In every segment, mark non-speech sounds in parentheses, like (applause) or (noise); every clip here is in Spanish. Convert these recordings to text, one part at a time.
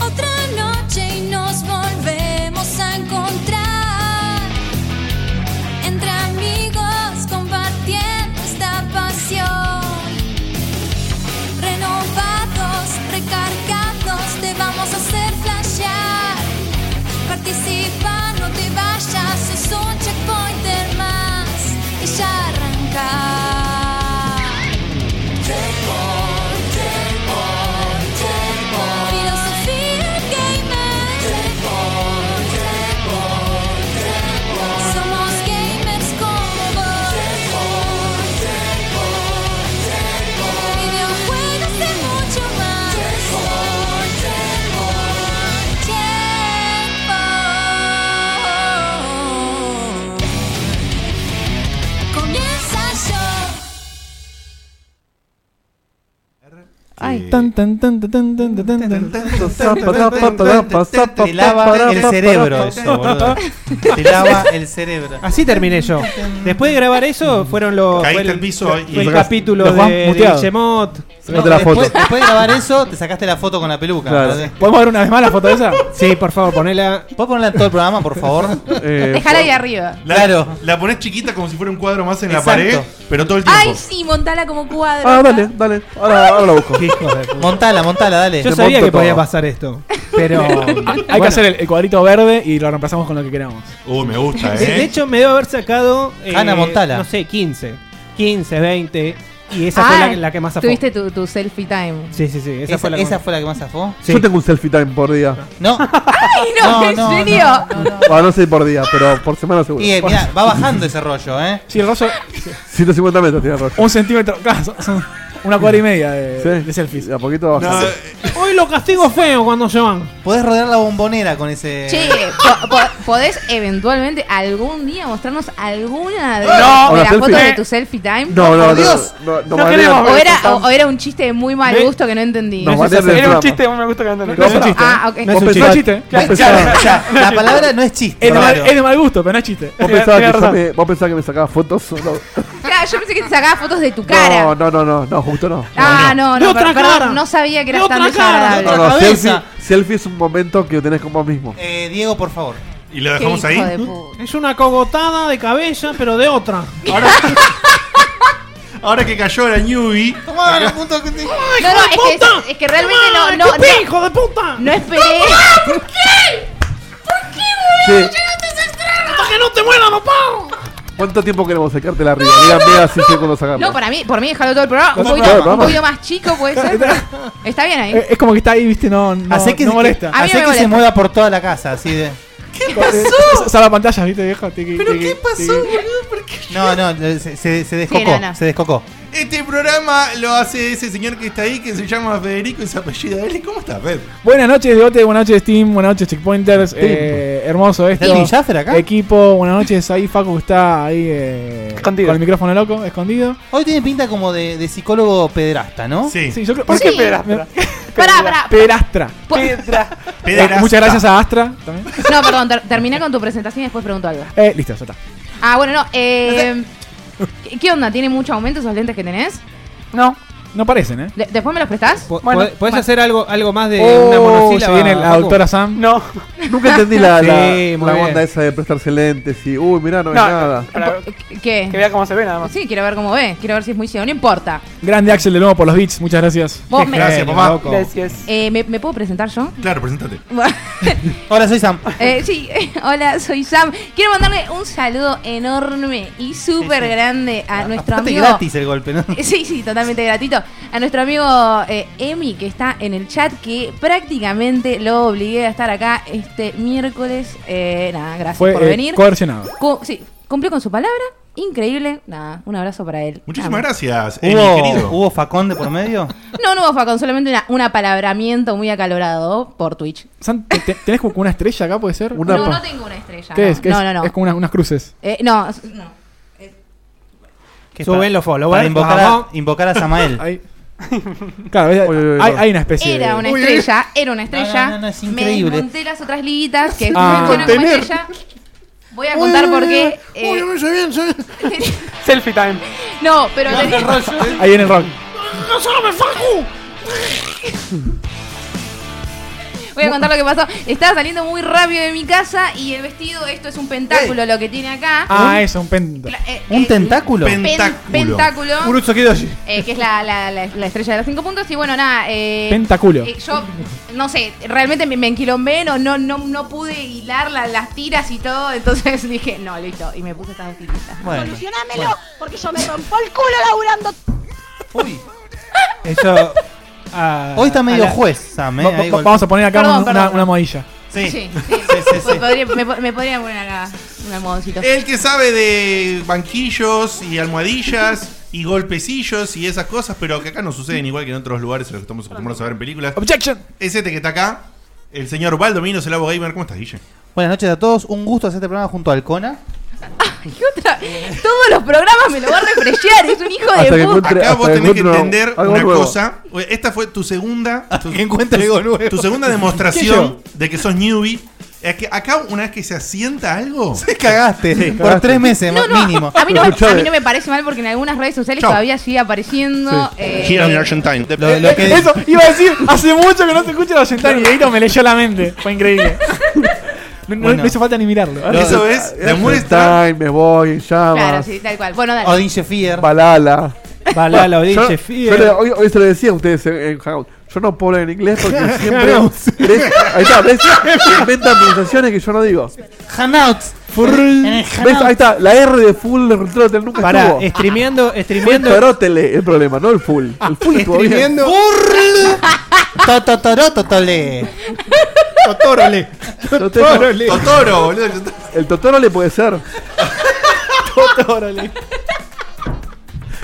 Otra noche y nos volvemos a encontrar entre amigos compartiendo esta pasión. Renovados, recargados, te vamos a hacer flashear. Participa, no te vayas, es un checkpointer más y ya arrancar. Filosofía gamer. Somos gamers como vos. Videojuegos de mucho más. Checkpoint. Comienza yo. Ay. Tan, tan, tan, tan, tan, tan, tan, tan, tan, tan, zapa, zapa, zapa, zapa, Te lava el zapa, cerebro zapa, eso, zapa, boludo. Te lava el cerebro. Así terminé yo. Después de grabar eso, fueron los. Caíste fue el, al piso fue y- el Los capítulo Juan de, de muteado. Guillemot. Sácate la foto. Después, después de grabar eso, te sacaste la foto con la (laughs) peluca. Claro. ¿verdad? ¿Podemos ver una vez más la foto esa? Sí, por favor, ponela. ¿Puedes ponerla en todo el programa, por favor? (laughs) Eh, Dejala ahí arriba. La, Claro. La pones chiquita como si fuera un cuadro más en Exacto. la pared, pero todo el tiempo. Ah, Ay, sí, montala como cuadro. Ah, dale, dale. Ahora, ahora la (laughs) busco. Montala, montala, dale. Yo Te sabía monto que podía todo. pasar esto. Pero. Hay que hacer el, el cuadrito verde y lo reemplazamos con lo que queramos. Uy, me gusta, De, ¿eh? de hecho, me debo haber sacado. eh, Ana Montala. No sé, 15. 15, 20. Y esa Ah, fue la, la que más afó. Tuviste tu, tu selfie time. Sí, sí, sí. Esa, esa, fue la que más- que más zafó. Sí. Yo tengo un selfie time por (laughs) día. No. (laughs) Ay, no, No, en no, serio. Ah, no sé por día, pero por semana seguro. Y eh, (laughs) mirá, va bajando ese rollo, ¿eh? Sí, el rollo, 150 metros tiene Roger. un centímetro, claro, son- son una cuadra y media de, Sí. de selfies. Y a poquito va No, bajando. Hoy lo castigo feo cuando se van. Podés rodear la bombonera con ese. Che, po- po- ¿podés eventualmente algún día mostrarnos alguna de, de Una las selfie. fotos de Eh. tu selfie time? No, no, no, Dios. no, no, no, No Mariana, queremos O era, o, o era un chiste de muy mal Ve- gusto que no entendí. No, No es Mariana un chiste, del era programa. un chiste, vos me gusta que entendés. No, No es un pará. chiste. ah, ok. No es Vos un pensás- chiste. No es un vos chiste, claro. pensás- O sea, la palabra no es chiste. Es de, mal, claro. es de mal gusto, pero no es chiste. vos Tenés- pensabas tenés que yo razón. me- vos pensabas que me sacaba fotos. No, Claro, yo pensé que te sacaba fotos de tu cara. no, no, no, no, no, justo no. ah, no, De no, otra per- perdón, cara. no sabía que De eras tan otra cara, de desagradable. No, la no, selfie, cabeza. selfie es un momento que tenés con vos mismo. Eh, Diego, por favor. ¿Y lo Qué dejamos hijo ahí? de puta. Es una cogotada de cabeza, pero de otra. Ahora, ahora que cayó la newbie. Tomá, la punta que te- No, no, es que, es, que realmente no, no, no, hijo de puta! no esperé. Che, ¡Hasta que no te mueran, no ¿Cuánto tiempo queremos sacarte la arriba? Díganme así sé cuándo sacarla. No, para mí, por mí dejarlo todo el programa. Un No, poquito, no, un vamos. poquito más chico puede ser. Está bien ahí. Este, Eh, Es como que está ahí, viste, no, no, Hacé que, no se- molesta. A mí hacé no me que molesta. se mueva por toda la casa, así de. (laughs) Salva pantallas, viste, viejo. ¿Pero qué pasó? No, no, se, se, se descocó. Sí, no, no. Se descocó. Este programa lo hace ese señor que está ahí, que se llama Federico y se apellida él. ¿Cómo estás, Fed? Buenas noches, Diote. Buenas noches, Team. Buenas noches, Checkpointers. Eh, hermoso esto. ¿Está el Jaffer acá? Equipo, buenas noches. Ahí Facu que está ahí eh, Escondido. con el micrófono loco, escondido. Hoy tiene pinta como de, de psicólogo pederasta, ¿no? Sí, Sí, yo creo. ¿Por qué Pues Sí. Ah, pedrastra? Pará, pará. Pedrastra. Po- pederasta. Eh, Muchas gracias a Astra también. (laughs) No, perdón, ter- termina con tu presentación y después pregunto algo. Eh, listo, ya está. Ah, bueno, no. Eh, ¿qué- ¿Qué onda? ¿Tiene mucho aumento esos lentes que tenés? No, no parecen, ¿eh? De- ¿Después me los prestás? Po- Bueno, po- ¿Podés hacer algo, algo más de Eh, una Oh, se monosílaba? viene la Facu? doctora Sam. No. Nunca entendí (laughs) la, la, (laughs) Sí, muy la bien. onda esa de prestarse lentes y, uy, mirá, no hay nada. para que ¿Qué? vea cómo se ve nada más. Sí, quiero ver cómo ve. Quiero ver si es muy ciego. No importa. Grande Axel de nuevo por los beats, muchas gracias. Vos me, Gracias, papá. Eh, Gracias. eh, ¿me, me puedo presentar yo? (laughs) Claro, preséntate. Bueno, Hola, soy Sam. (laughs) eh, sí, hola, soy Sam. Quiero mandarle un saludo enorme y súper grande a nuestro Bastante amigo. Eh, gratis el golpe, ¿no? (laughs) Sí, sí, totalmente gratuito. A nuestro amigo eh, Emi, que está en el chat, que prácticamente lo obligué a estar acá este miércoles. Eh, nada, gracias Fue por eh, venir. coercionado. Cu- sí, cumplió con su palabra. Increíble. Nada, un abrazo para él. Muchísimas Nada. gracias, eh, mi ¿Hubo, querido. ¿Hubo facón de por medio? No, no, Facón, solamente una- un apalabramiento muy acalorado por Twitch. San, te- te- ¿Tenés como una estrella acá, puede ser? Una no, pa- no tengo una estrella. ¿Qué no. es? ¿Qué no, es? no, no. (laughs) Es como unas, unas cruces. Eh, no, s- no. que Suben para- los followers. Para invocar a, Vamos. invocar a Samael. (laughs) Ahí. Claro, ¿ves? Uy, uy, uy, hay, no. hay una especie Era una de... Uy, uy. estrella, era una estrella. No, no, no, no, es increíble. Me desmonté las otras liguitas que Ah. funcionan como Contener. estrella. Voy a contar por qué. eh, Selfie time. (laughs) no, pero tenía- Ahí viene el rock. voy a contar lo que pasó. Estaba saliendo muy rápido de mi casa y el vestido, esto es un pentáculo lo que tiene acá. Ah, eso, un penta. Cla- eh, ¿Un eh, tentáculo? Pen- pen- Pentáculo. pentáculo. eh, que es la, la- la- la estrella de los cinco puntos. Y bueno, nada. Eh, Pentaculo. eh, yo, no sé, realmente me, me enquilombé, no, no, no, no pude hilar la- las tiras y todo. Entonces (laughs) dije, no, listo. Y me puse estas dos tiritas. Bueno. Solucionámelo, Bueno. porque yo me rompo el culo laburando. Uy. (laughs) Eso. ah, Hoy está medio a la- juez, Sam. eh, Va- ahí va- golpe- vamos a poner acá Perdón, una, perdón. una modilla. Sí. Sí, sí, sí. Me, podría, me po- me podría poner acá un almohadoncito. El que sabe de banquillos y almohadillas y golpecillos y esas cosas, pero que acá no suceden igual que en otros lugares en los que estamos acostumbrados a ver en películas. Objection. Es este que está acá, el señor Baldominos, el Abo Gamer. ¿Cómo estás, Guille? Buenas noches a todos. Un gusto hacer este programa junto a Alcona. Y otra, todos los programas me lo va a refreshear, es un hijo Hasta de que puta. encuentre- Acá Ah, vos hasta tenés que encuentre entender algo una nuevo. cosa. Esta fue tu segunda. Tu, encuentre tu- algo nuevo. tu (laughs) segunda demostración de que sos newbie. Es que acá, una vez que se asienta (laughs) algo. Te cagaste. Por cagaste. tres meses No, no, mínimo. a mí no, me, Escuchá, a mí no me parece mal porque en algunas redes sociales Chau. todavía sigue apareciendo. eh, Argentine. Lo, lo que, Eh, Eso, iba a decir, hace mucho que no se escucha la Yentani y Deito me leyó la mente. Fue increíble. No, no- Bueno. no hizo falta ni mirarlo. Eso es, eh, Selfie (laughs) demuestra. time, me voy, en llamas. claro, sí, tal cual. Bueno, dale. Odin Sheffier. Balala. Balala, Yo- Odin yo Sheffier. le- hoy, hoy se lo decía a ustedes eh, en, en Hangout. Yo no puedo hablar en inglés porque (laughs) siempre. ¿Ves? ahí está, ¿ves? Inventan pronunciaciones que yo no digo. Hanouts. En el ¿Ves? Ahí Hanouts. está, la R de full de Rotel nunca Para, estuvo. (laughs) streameando, Fue streameando. Torotele el problema, no el full. El full estuvo bien. Streameando. (laughs) Tototorototole. Totórole. Totoro. Totoro, boludo. El Totoro le puede ser.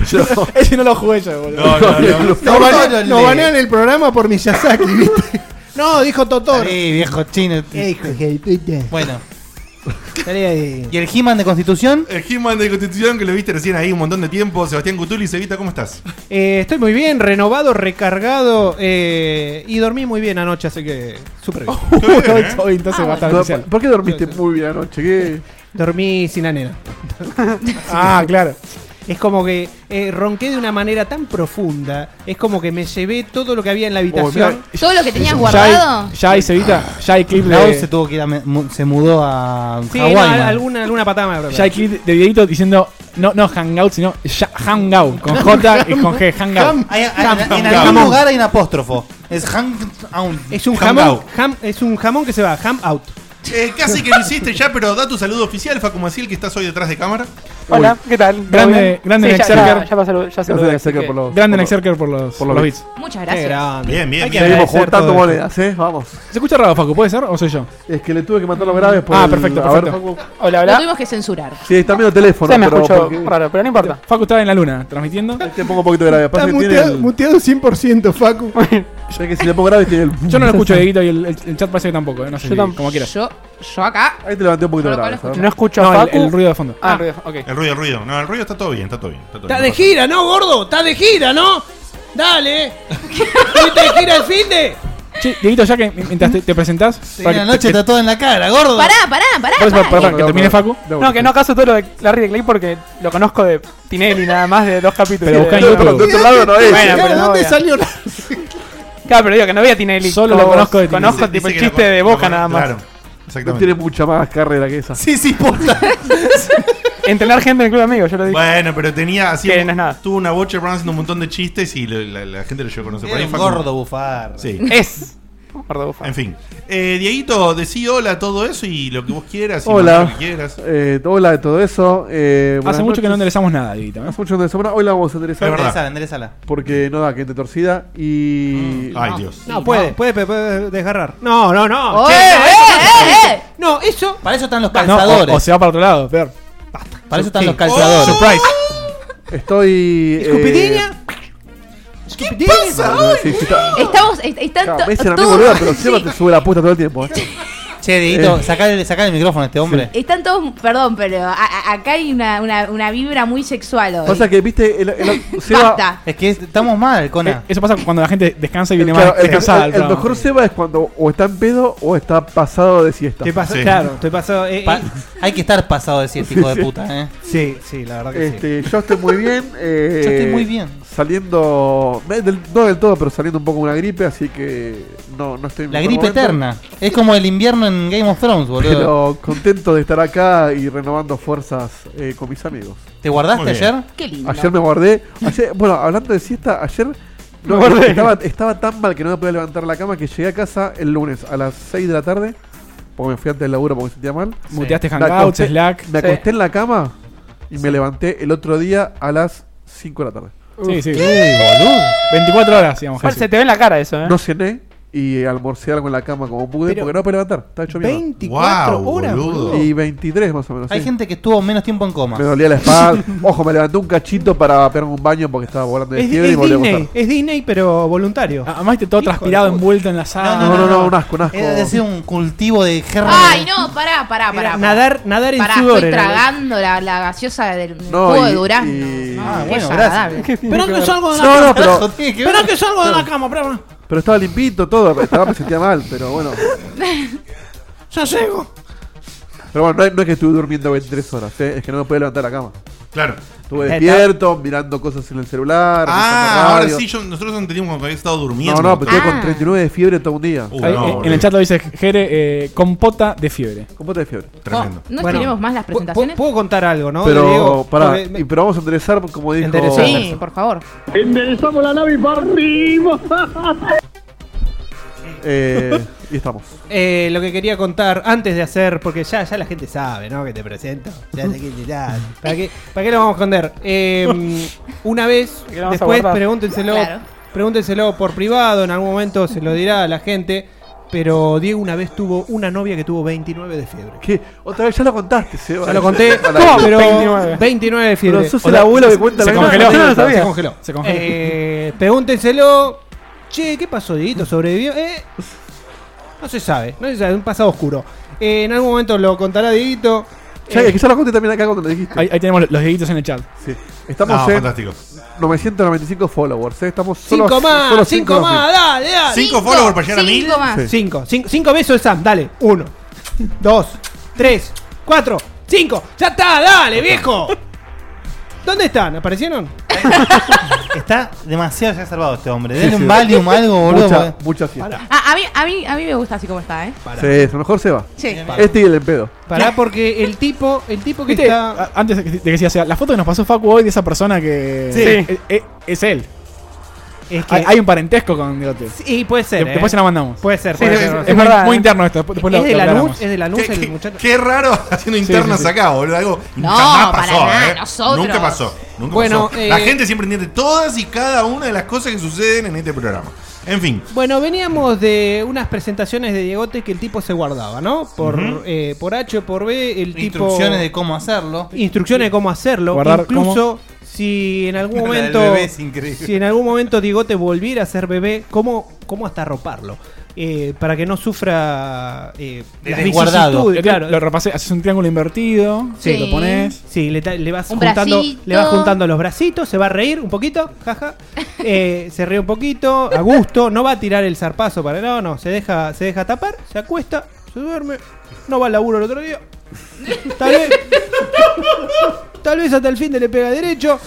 Yo- (laughs) Ese no lo jugué yo, (laughs) boludo. No, no, no. Nos banean- Totórole. nos banean el programa por Miyazaki, (laughs) ¿viste? No, dijo Totoro. Sí, viejo chino. Bueno. Estaría ahí. ¿Y el He-Man de Constitución? El He-Man de Constitución que lo viste recién ahí un montón de tiempo. Sebastián Gutuli, Sevita, ¿cómo estás? Eh, estoy muy bien, renovado, recargado eh, y dormí muy bien anoche, así que súper bien. ¿eh? Hoy entonces va a estar especial. Oh, ¿Por qué dormiste muy bien anoche? ¿Qué? Dormí sin la (laughs) nena. Ah, claro. Es como que eh, ronqué de una manera tan profunda, es como que me llevé todo lo que había en la habitación. Todo lo que tenías Ya guardado. hay, ya hay Cevita, ya hay clip Lau se de. tuvo que ir a me- mu- se mudó a sí, Hawái. no, man. alguna, alguna patada me habrá Ya hay clip de Dieguito diciendo no, no hangout, sino ya- hangout. (laughs) Con J y con (laughs) G, hangout. Hay- hay- en- en Jamón. algún lugar hay un apóstrofo. Es Hangout. Es un jamón, Hangout. jam- es un jamón que se va, ham out. Eh, casi que lo hiciste ya, pero da tu saludo oficial, Facu Maciel, que estás hoy detrás de cámara. Hola, Hola, ¿qué tal? Grande- grande ya, Nexerker. ya, ya me saludé, ya saludé, así Nexerker que- por los. Grande por los- Nexerker por los, por por los los, bits. bits. Muchas Qué gracias. grande. Bien, bien, Ah, Hay que bien. Seguimos agradecer juntando todo esto. monedas, ¿eh? Vamos. Se escucha raro, Facu, ¿puede ser? ¿O soy yo? Es que le tuve que mandar los graves por Ah, el- perfecto, a ver, perfecto. Facu. Hola, Lo hola. tuvimos que censurar. Sí, está viendo teléfono, Se me pero escuchó porque- raro, pero no importa. Facu estaba en la luna, transmitiendo. Ahí Te pongo un poquito de grave. Pasa que tiene el- 100%, Facu. ya que si le pongo grave tiene el... Yo no lo escucho, Dieguito, y el, el- el chat parece que tampoco, eh, no sé, Yo si- tampoco. como quieras. Yo, yo acá. Ahí te levanté un poquito de No lo grave. conozco. ¿sabes? No escucho a No, el, Facu. el ruido de fondo. Ah, ruido, ok. El ruido, el ruido. No, el ruido está todo bien, está todo bien. Está todo Estás de bien. gira, ¿no, gordo? Estás de gira, ¿no? Dale. ¿Fuiste de gira el fin de? Che, Dieguito, ya que mientras te, te presentás. Tenía la noche tatuada en la cara, gordo. Pará, pará, pará. Por eso, pará. pará, pará, que No, termine no, Facu. no, No, que no acaso todo lo de Larry de Clay porque lo conozco de Tinelli nada más de dos capítulos. Pero buscá en No, de- no, pero de otro lado no es. Bueno, pero no voy a- salió la... Claro, pero digo que no veía Tinelli. Solo lo como conozco de vos. Tinelli. Conozco Dice- tipo el dice que chiste lo- de lo boca conoce- nada más. Claro, No tiene exactamente. mucha más carrera que esa. Sí, sí, puta. (laughs) Entrenar gente en el club de amigos, yo lo dije. Bueno, pero tenía así. Que no es nada. Tuvo una bocha Brown haciendo un montón de chistes y lo- la, la gente lo llegó a conocer por Era ahí. un Facu. gordo bufar. Sí. Es. Gordo bufa. En fin. Eh, Dieguito, decí hola a todo eso y lo que vos quieras. y Hola. lo que quieras. Eh, hola de todo eso. Eh, buenas Hace mucho que no noches. enderezamos nada, Dieguito. ¿eh? Hace mucho que no enderezamos. Hoy la vamos a Es enderezar verdad. Enderezala, enderezala. porque no da gente torcida y... Mm. Ay, Dios. No, puede, puede, puede, puede desgarrar. No, no, no. Oh, Che, eh, no, eso no se eh, dice. eh. No, eso... Para eso están los No, calzadores. o, o se va para otro lado, peor. para eso están Sí. los calzadores. Surprise. Estoy... eh, Escupidiña. ¿Qué pasa? no, no, sí, sí, está- Estamos. es- Están Claro, to- me dicen a mí, todos- boluda, pero sí. siempre te sube la puta todo el tiempo. ¿eh? (laughs) Che, Dieguito, sacale, sacale el micrófono a este hombre. (laughs) Están todos, perdón, pero a- a- acá hay una, una, una vibra muy sexual hoy. Pasa que, viste, Este, el, el- Seba- Basta. Es que es- estamos mal, Cona. Eh, Eso pasa cuando la gente descansa y viene claro, más el, descansada. el- al el programa. mejor Seba es cuando o está en pedo o está pasado de siesta. Te pasa- Sí. Claro, te pasó. eh, Pa- hay que estar pasado de siete, hijo de puta, ¿eh? sí, sí, la verdad que sí. Este, Yo estoy muy bien. eh, (laughs) Yo estoy muy bien. Saliendo, me- del- no del todo, pero saliendo un poco de una gripe, así que no, no estoy en mi La mejor gripe momento, eterna. Es como el invierno en Game of Thrones, boludo. Pero contento de estar acá y renovando fuerzas eh, con mis amigos. ¿Te guardaste Muy bien. ayer? Qué lindo. Ayer me guardé. Ayer, bueno, hablando de siesta, ayer no, guardé. Estaba, estaba tan mal que no me podía levantar la cama que llegué a casa el lunes a las 6 de la tarde, porque me fui antes del laburo porque sentía mal. Muteaste Me Hangouts, acosté- Slack. Me acosté en la cama y me levanté el otro día a las 5 de la tarde. Sí, sí. 24 horas, digamos. Bueno, Jesús. se te ve en la cara eso, ¿eh? No cené y almorcé algo en la cama como pude Pero- porque no me podía levantar. Estaba hecho mierda. 24 Guau, horas, boludo. boludo. Y 23 más o menos. Hay sí. gente que estuvo menos tiempo en coma. Me dolía (laughs) la (laughs) espalda. Ojo, me levanté un cachito para pegarme un baño porque estaba volando de Es, fiebre y es volví a Disney, acostar. es Disney, pero voluntario. Ah, Además, te todo Hijo de transpirado, puta. envuelto en la sala. No, no, no, un asco, un asco. Era decir, un cultivo de germen. Ay, no, pará, pará, pará. Era pará. nadar, nadar en Pará, sudor. estoy era. tragando la, la gaseosa del No, jugo y- de durazno. y- No, Ah, qué bueno, desagradable. Pero que salgo de la No, cama. no, pero, Carajo, tiene que ver. Pero que salgo de la cama, pero pero estaba limpito todo. Estaba, me sentía mal, pero bueno. ya llego. Pero bueno, no es, no es que estuve durmiendo 23 horas, ¿eh? es que no me podía levantar la cama. Claro. Eh, Estuve despierto, mirando cosas en el celular. escuchando Ah, ahora radio. sí, yo- nosotros entendimos que había estado durmiendo. No, no, pero estuve Ah. con 39 de fiebre todo un día. Uh, Ahí, no, eh, en boludo. el chat lo dice Jere, eh, compota de fiebre. Con potas de fiebre. Oh, Tremendo. No, no Bueno, tenemos más las ¿Pu- presentaciones. ¿Puedo contar algo, no? pero, Diego? pará, Porque me- y- pero vamos a enderezar, como dijo. Enderezar. Sí, por favor. Eh, y estamos. Eh, lo que quería contar antes de hacer, porque ya, ya la gente sabe, ¿no? Que te presento. Ya sé quién te- ya. ¿Para qué, ¿Para qué lo vamos a esconder? Eh, una vez, Que lo vamos a después guardar. pregúntenselo, Claro. pregúntenselo por privado, en algún momento se lo dirá a la gente. Pero Diego una vez tuvo una novia que tuvo 29 de fiebre. ¿Qué? Otra vez ya lo contaste, Seba. Ya (laughs) lo conté, Maravilla. pero 29, 29. de fiebre. Pero sos el abuelo que cuenta se la congeló. Yo no lo Se sabía. congeló. Se congeló. Eh, pregúntenselo. Che, ¿qué pasó, Dieguito? ¿Sobrevivió? Eh, no se sabe, no se sabe, un pasado oscuro. Eh, en algún momento lo contará Dieguito. Ya, Eh, es que ya lo conté también acá cuando lo dijiste. ahí, ahí tenemos los deditos en el chat. Sí. Estamos No, en fantástico. 995 followers, ¿eh? Estamos solo cinco más, solo cinco cinco más, dale, dale. Cinco followers para llegar a mil. Cinco más. Sí. Cinco, cinco, cinco besos de Sam, dale. Uno, dos, tres, cuatro, cinco. ¡Ya está, dale, viejo! ¿Dónde están? ¿Aparecieron? Está demasiado ya salvado este hombre. Denle un Valium algo, boludo. Mucha, porque- mucha fiesta. Ah, a, mí, a, mí, a mí me gusta así como está, ¿eh? Sí, es lo mejor se va. Sí. Este y el empedo. Pará, porque el tipo, Oh, el tipo que Viste, está. a- antes de que- de que sigas, o sea, la foto que nos pasó Facu hoy de esa persona que. Sí. Eh, eh, Es, él. Es Hay, hay un parentesco con Digote. Sí, puede ser. Después eh. se la mandamos. Puede ser, Sí, puede sí, ser. sí, puede es ser. muy, verdad, muy eh. interno esto. Después, después lo- es de lo Lanús, hablamos. es de Lanús Qué, el qué- muchacho. qué raro haciendo internas sí, sí. acá, boludo. Algo No, jamás para pasó, nada, ¿eh? nosotros. Nunca pasó. Nunca Bueno, pasó. La eh, gente siempre entiende todas y cada una de las cosas que suceden en este programa. En fin. Bueno, veníamos de unas presentaciones de Diegote que el tipo se guardaba, ¿no? Por, eh, por H o por B, el tipo. Instrucciones de cómo hacerlo. instrucciones de cómo hacerlo. Guardar incluso si en algún (laughs) La del momento. bebé es increíble. Si en algún momento Diegote volviera a ser bebé, ¿cómo, cómo hasta arroparlo? Eh, para que no sufra. Eh, De las desguardado. vicisitudes, Lo- claro. Lo repasé, haces un triángulo invertido. Sí. Lo pones. Sí, le, ta- le vas Un juntando, bracito. le vas juntando los bracitos, se va a reír un poquito, jaja. Eh, se ríe un poquito, a gusto, no va a tirar el zarpazo para no, no, se deja, se deja tapar, se acuesta, se duerme, no va al laburo el otro día. Tal vez, tal vez hasta el fin de le pega derecho.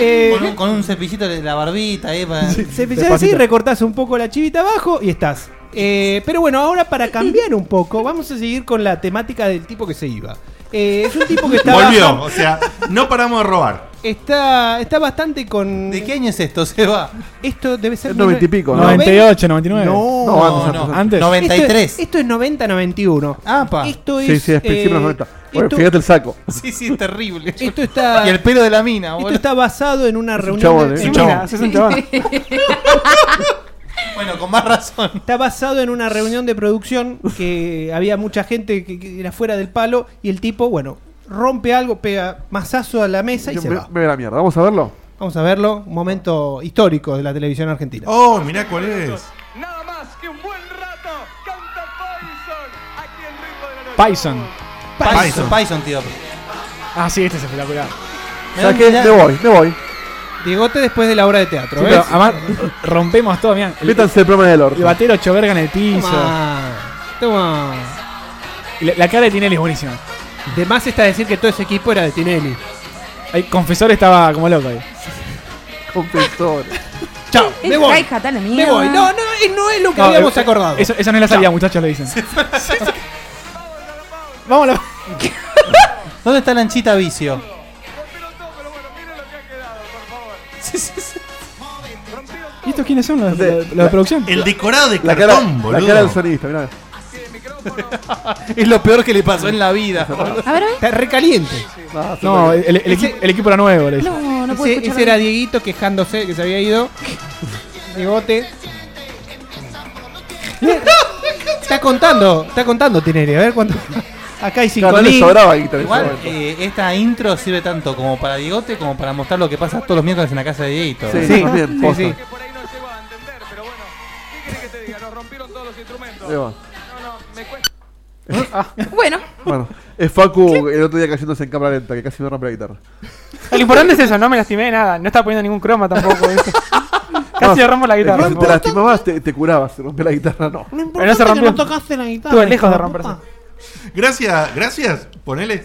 Eh, Con un, con un cepillito de la barbita, eh. para- se pilla así, recortás un poco la chivita abajo y estás. Eh, pero bueno, ahora para cambiar un poco, vamos a seguir con la temática del tipo que se iba. Eh, es un tipo que está Volvió. O sea, no paramos de robar. Está, está bastante con. ¿De qué año es esto, Seba? Esto debe ser. Es 90 y pico, ¿no? 98, 99. No, No, antes, antes, no. antes. Antes. 93. Esto es, esto es 90-91. Ah, pa. Esto es. Sí, sí, es principio de los eh, 90. Bueno, esto, fíjate el saco. (laughs) Sí, sí, es terrible. esto está. Y el pelo de la mina, Esto boludo. está basado en una reunión. chabón, de- ¿eh? Sí, Chabón. mira, haces un chabón. (laughs) Bueno, con más razón. Está basado en una reunión de producción que había mucha gente que, que era fuera del palo y el tipo, bueno, rompe algo, pega mazazo a la mesa y Yo se me, va. me ve la mierda. Vamos a verlo. Vamos a verlo, un momento histórico de la televisión (laughs) argentina. Oh, mirá cuál es. Nada más que un buen rato canta Poison, a quien Python. Python. Python, tío. Ah, sí, este es espectacular. ¿Sabes qué? Me voy, me voy. Diegote después de la obra de teatro, Sí, ¿ves? pero además rompemos todo, mirá. El, Métanse el problema del el orto. batero ocho verga en el piso. Toma. Toma. Y La, la cara de Tinelli es buenísima. De más está decir que todo ese equipo era de Tinelli. El confesor estaba como loco ahí. (laughs) Confesor. Chao, (laughs) me Es voy. Kai Hatana, Me mierda. voy. No, no, eh, no es lo que No, habíamos eh, acordado. Eso, esa no es la salida, muchachos, le dicen. Vamos a la- (laughs) ¿Dónde está la anchita vicio? (laughs) ¿Y estos quiénes son los, Sí. los- los de producción? El decorado de La cara, cartón, la boludo. cara del sonista, mirá. (laughs) Es lo peor que le pasó en (laughs) la vida. A ver, a ver. Está recaliente. No, el, el- el equi- el equipo era nuevo, le dicen. No, no puedo Ese, escuchar. ese era Dieguito quejándose que se había ido. Diegote. está contando, está contando Tinelli. A ver cuánto. Acá hay cinco Claro, no le mil. sobraba guitarra. en ese Igual, momento. eh, esta intro sirve tanto como para Diegote como para mostrar lo que pasa todos los miércoles en la casa de Dieguito. Sí, Sí, más bien, sí, sí. posta. Por ahí no llego a entender, pero bueno. ¿Qué querés que te diga? Nos rompieron todos los instrumentos. Ahí No, va. no, me cuesta. Bueno, Bueno, es Facu el otro día cayéndose en cámara lenta, que casi me rompe la guitarra. Lo importante es eso, no me lastimé nada. No estaba poniendo ningún croma tampoco. (laughs) ¿viste? Casi No, rompo la Es que guitarra. si te lastimabas, te, te curabas, te rompía la guitarra, no. Pero no se rompió. Estuve lejos de romperse. Gracias, gracias. Ponele.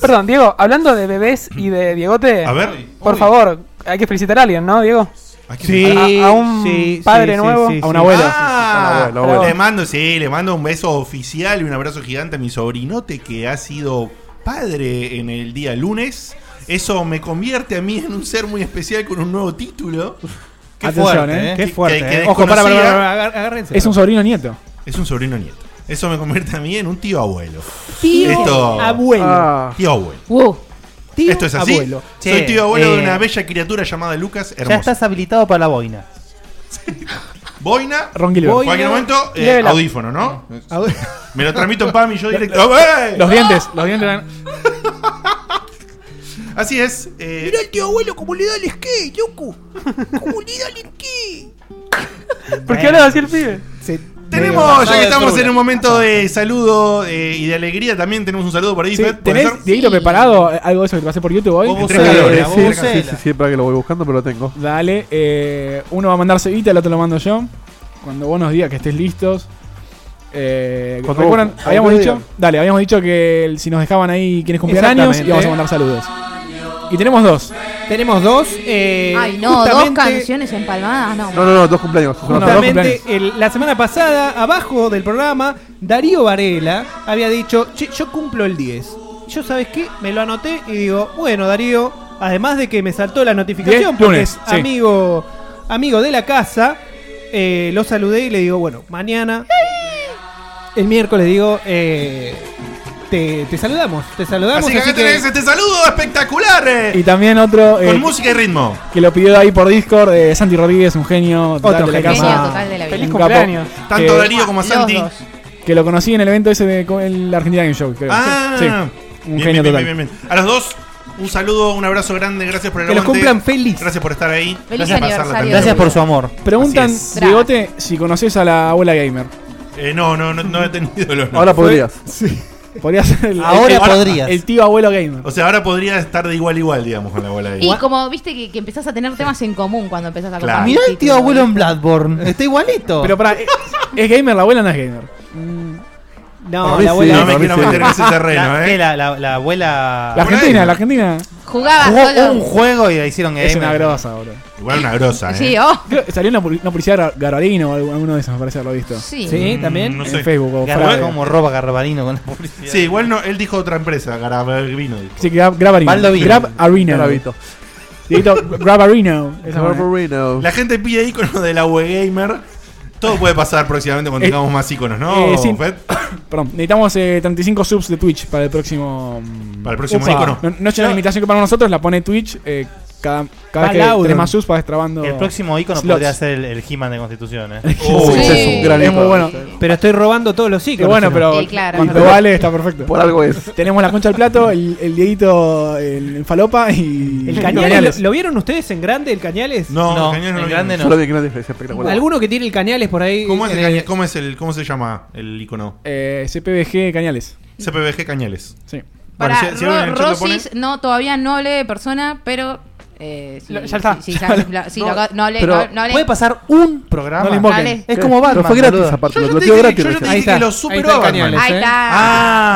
Perdón, Diego, hablando de bebés y de Diegote, A ver. por Uy, favor, hay que felicitar a alguien, ¿no, Diego? aquí- A- a un padre nuevo. A un abuelo. Ah, Sí, sí, sí, sí, sí, sí, sí, sí, sí, sí, abuelo, abuelo. Le mando, sí, le mando un beso oficial y un abrazo gigante a mi sobrinote que ha sido padre en el día lunes. Eso me convierte a mí en un ser muy especial con un nuevo título. Qué Atención, fuerte, eh. eh. Qué Que- fuerte. que eh. Ojo, para, para, desconocía. agárrense. Es un sobrino nieto. Es un sobrino nieto. Eso me convierte a mí en un tío abuelo. tío Esto- abuelo. Ah, Tío abuelo. wow. Tío Esto es así. abuelo. Soy Che, tío abuelo de eh, una bella criatura llamada Lucas. Ya Hermosa. estás habilitado para la boina. Boina. Ron Gilbert. En cualquier momento, eh, Level up. audífono, ¿no? Abuelo. Me lo transmito en PAM y yo directo. ¡Ey! Los dientes, los dientes eran. (laughs) Así es. eh, Mirá el tío abuelo como le da el skate, loco. Como le da el skate. ¿Por qué ahora así el pibe? Se- eh, tenemos, ya de que estamos ternura. en un momento de saludo eh, y de alegría, también tenemos un saludo por ahí, Sí, Fed, ¿puede ¿Tenés, ser? Dieguito, preparado eh, algo de eso que te pasé por YouTube hoy? Vos Entre eh, calores, eh, la sí, bucela. sí, sí, sí, para que lo voy buscando, pero lo tengo. Dale, eh, uno va a mandar guita, el otro lo mando yo. Cuando vos nos digas que estés listos. Eh, Cuando ¿recuerdan? vos- habíamos cuando dicho, digan. dale, habíamos dicho que el- si nos dejaban ahí quienes cumplían años, Exactamente. íbamos a mandar saludos. Y tenemos dos. Tenemos dos. eh, Ay, no, dos justamente- canciones empalmadas, no. No, no, no, dos cumpleaños. son No, las- Justamente dos el- la semana pasada, abajo del programa, Darío Varela había dicho, "Che, yo cumplo el 10. Yo, ¿sabes qué? Me lo anoté y digo, bueno, Darío, además de que me saltó la notificación, 10 porque lunes, es sí. amigo, amigo de la casa, eh, lo saludé y le digo, bueno, mañana, el miércoles digo, eh, te, te saludamos, te saludamos. Así que así acá que- tenés este saludo espectacular. eh, Y también otro eh, con música y ritmo. que lo pidió ahí por Discord, eh, Santi Rodríguez, un genio total Otro de la genio casa. total de la vida. Feliz Un capo. cumpleaños. Tanto Eh, Darío como a Los Santi. dos. Que lo conocí en el evento ese de co- el Argentina Game Show, creo. Ah, Sí, un bien, genio bien, total. bien, bien, bien. A los dos, un saludo, un abrazo grande. Gracias por el Que los aguante. cumplan feliz. Gracias por estar ahí. Feliz gracias por pasarla tan aniversario. bien. Gracias por su amor. Preguntan, Así es. Bravo. Diegote, si conoces a la (laughs) abuela gamer. Eh, no, no, no, no he tenido los Ahora nombres. (laughs) podrías. Podría ser el, Ahora el- podrías. el tío abuelo gamer. O sea, ahora podría estar de igual a igual, digamos, con la bola ahí. Y como viste que, que empezás a tener temas en común cuando empezás a Claro. contar Mirá el tío títulos. abuelo en Bloodborne. (laughs) Está igualito. Mm, Pero para, ¿es, es gamer la abuela o no es gamer? No, A mí la abuela- sí, no me no, quiero sí. meter en ese terreno, la, eh. ¿qué? la, la- la abuela Abuela La Argentina, gamer. la Argentina. Jugaba jugó solo. un juego y la hicieron Es una gamer. grosa, boludo. Igual una grosa, eh. Sí, oh. Creo que salió una, pul- una publicidad de Gar- Garbarino o algo- alguno de esos, me parece haberlo visto. Sí. Sí, también. Mm, No en sé. Facebook o Garba- Frade. como roba Garbarino con la publicidad. Sí, igual no, él dijo otra empresa, Garabino dijo. Sí, Grab, Grabarino. Baldo Vino. Grab Arena. Garavito. Dieguito, Grabarino. Esa manera. Barbarino. La gente pide iconos de la web gamer. Todo puede pasar próximamente cuando Eh, tengamos más iconos, ¿no? eh, sí. Fed? (coughs) Perdón, necesitamos eh, 35 subs de Twitch para el próximo. mm, Para el próximo Upa. icono. No, no es una limitación que para nosotros la pone Twitch. eh, cada, cada vez que Balaudon. tenés más sus vas trabando. El próximo icono slots. podría ser el, el He-Man de Constitución, ¿eh? Sí. Ese es un gran Es icono. muy bueno. Pero estoy robando todos los Que iconos. bueno, si no. pero cuando vale está perfecto. Por algo es. Tenemos la concha al plato, el, el dieguito en, en falopa y ¿El y Cañales? Cañales. ¿Lo, lo vieron ustedes en grande, el Cañales? No, el Cañales no lo vi. Yo lo vi que no es espectacular. ¿Alguno que tiene el Cañales por ahí? ¿Cómo es, el en el- caña- cómo es el- cómo se llama el icono? Eh, CPBG Cañales. CPBG Cañales. Sí. Para si, si alguien en el chat lo pone- Rosis, no, todavía no hablé de persona, pero. eh, sí, Lo- ya está. sí, sí, (laughs) ya- la- sí, lo acabo- no hablé, pero no- no hablé. puede pasar un programa. No le invoquen. Dale. es como Batman. Pero fue gratis, boludo. aparte, Yo ya lo te dio dije- gratis. yo ya te Ahí dije está. que lo Ahí superó está a Batman. Cañales, Ahí ¿eh? está.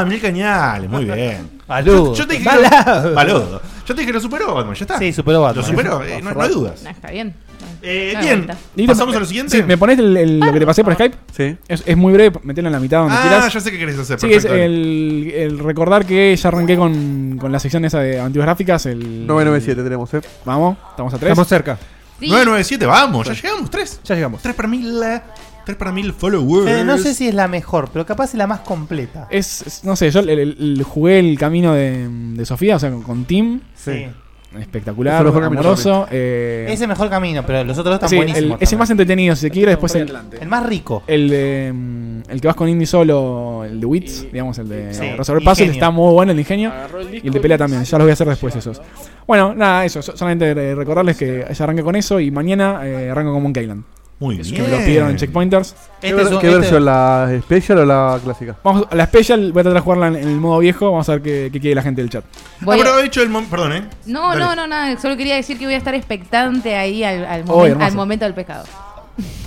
Ah, mil cañales, muy bien. Baludo. Yo, yo te dije que Baludo. lo, Baludo. Yo te dije que lo superó Batman, ya está. Sí, superó Batman. Lo superó, eh, no, no hay dudas. Ah, está bien. Eh, Dale bien, vuelta. Dieguito, pasamos me- a lo siguiente. sí, ¿Me pones el- el- lo que te pasé por Skype? Sí. Es, es muy breve, metelo en la mitad donde ah, quieras. ya sé qué querés hacer. Sí, es perfecto. el, el recordar que ya arranqué con, con la sección esa de antiguas gráficas. El, 997 tenemos, ¿eh? Vamos, estamos a tres. Estamos cerca. Sí. 997, vamos, ya llegamos, tres. Ya llegamos. Tres para mil, eh, tres para mil followers. Eh, no sé si es la mejor, pero capaz es la más completa. Es, es- no sé, yo el- el- el- jugué el camino de, de Sofía, o sea, con, con Tim. Sí. Eso Espectacular, lo fue el camino amoroso. eh, Es el mejor camino, pero los otros dos están sí, el, buenísimos. es el más también. entretenido, si se quiere. Después el, El más rico. el de, mm, el que vas con Indy solo, el de Wits, digamos, el de Sí, resolver puzzles, ingenio. está muy bueno el de ingenio. Y el de pelea también, ya los voy a hacer después esos. Bueno, nada, eso. so- Solamente eh, recordarles que ya arranqué con eso y mañana eh, arranco con Monkey Island. Muy Que me lo pidieron en Checkpointers. ¿Qué, Este ver- es un- qué este- versión? ¿La Special o la clásica? Vamos a la Special, voy a tratar de jugarla en, en el modo viejo. Vamos a ver qué, qué quiere la gente del chat. Voy a- Aprovecho el momento. Perdón, ¿eh? No, Dale. no, no, nada. Solo quería decir que voy a estar expectante ahí al, al, Oh, momen- hermoso. al momento del pescado.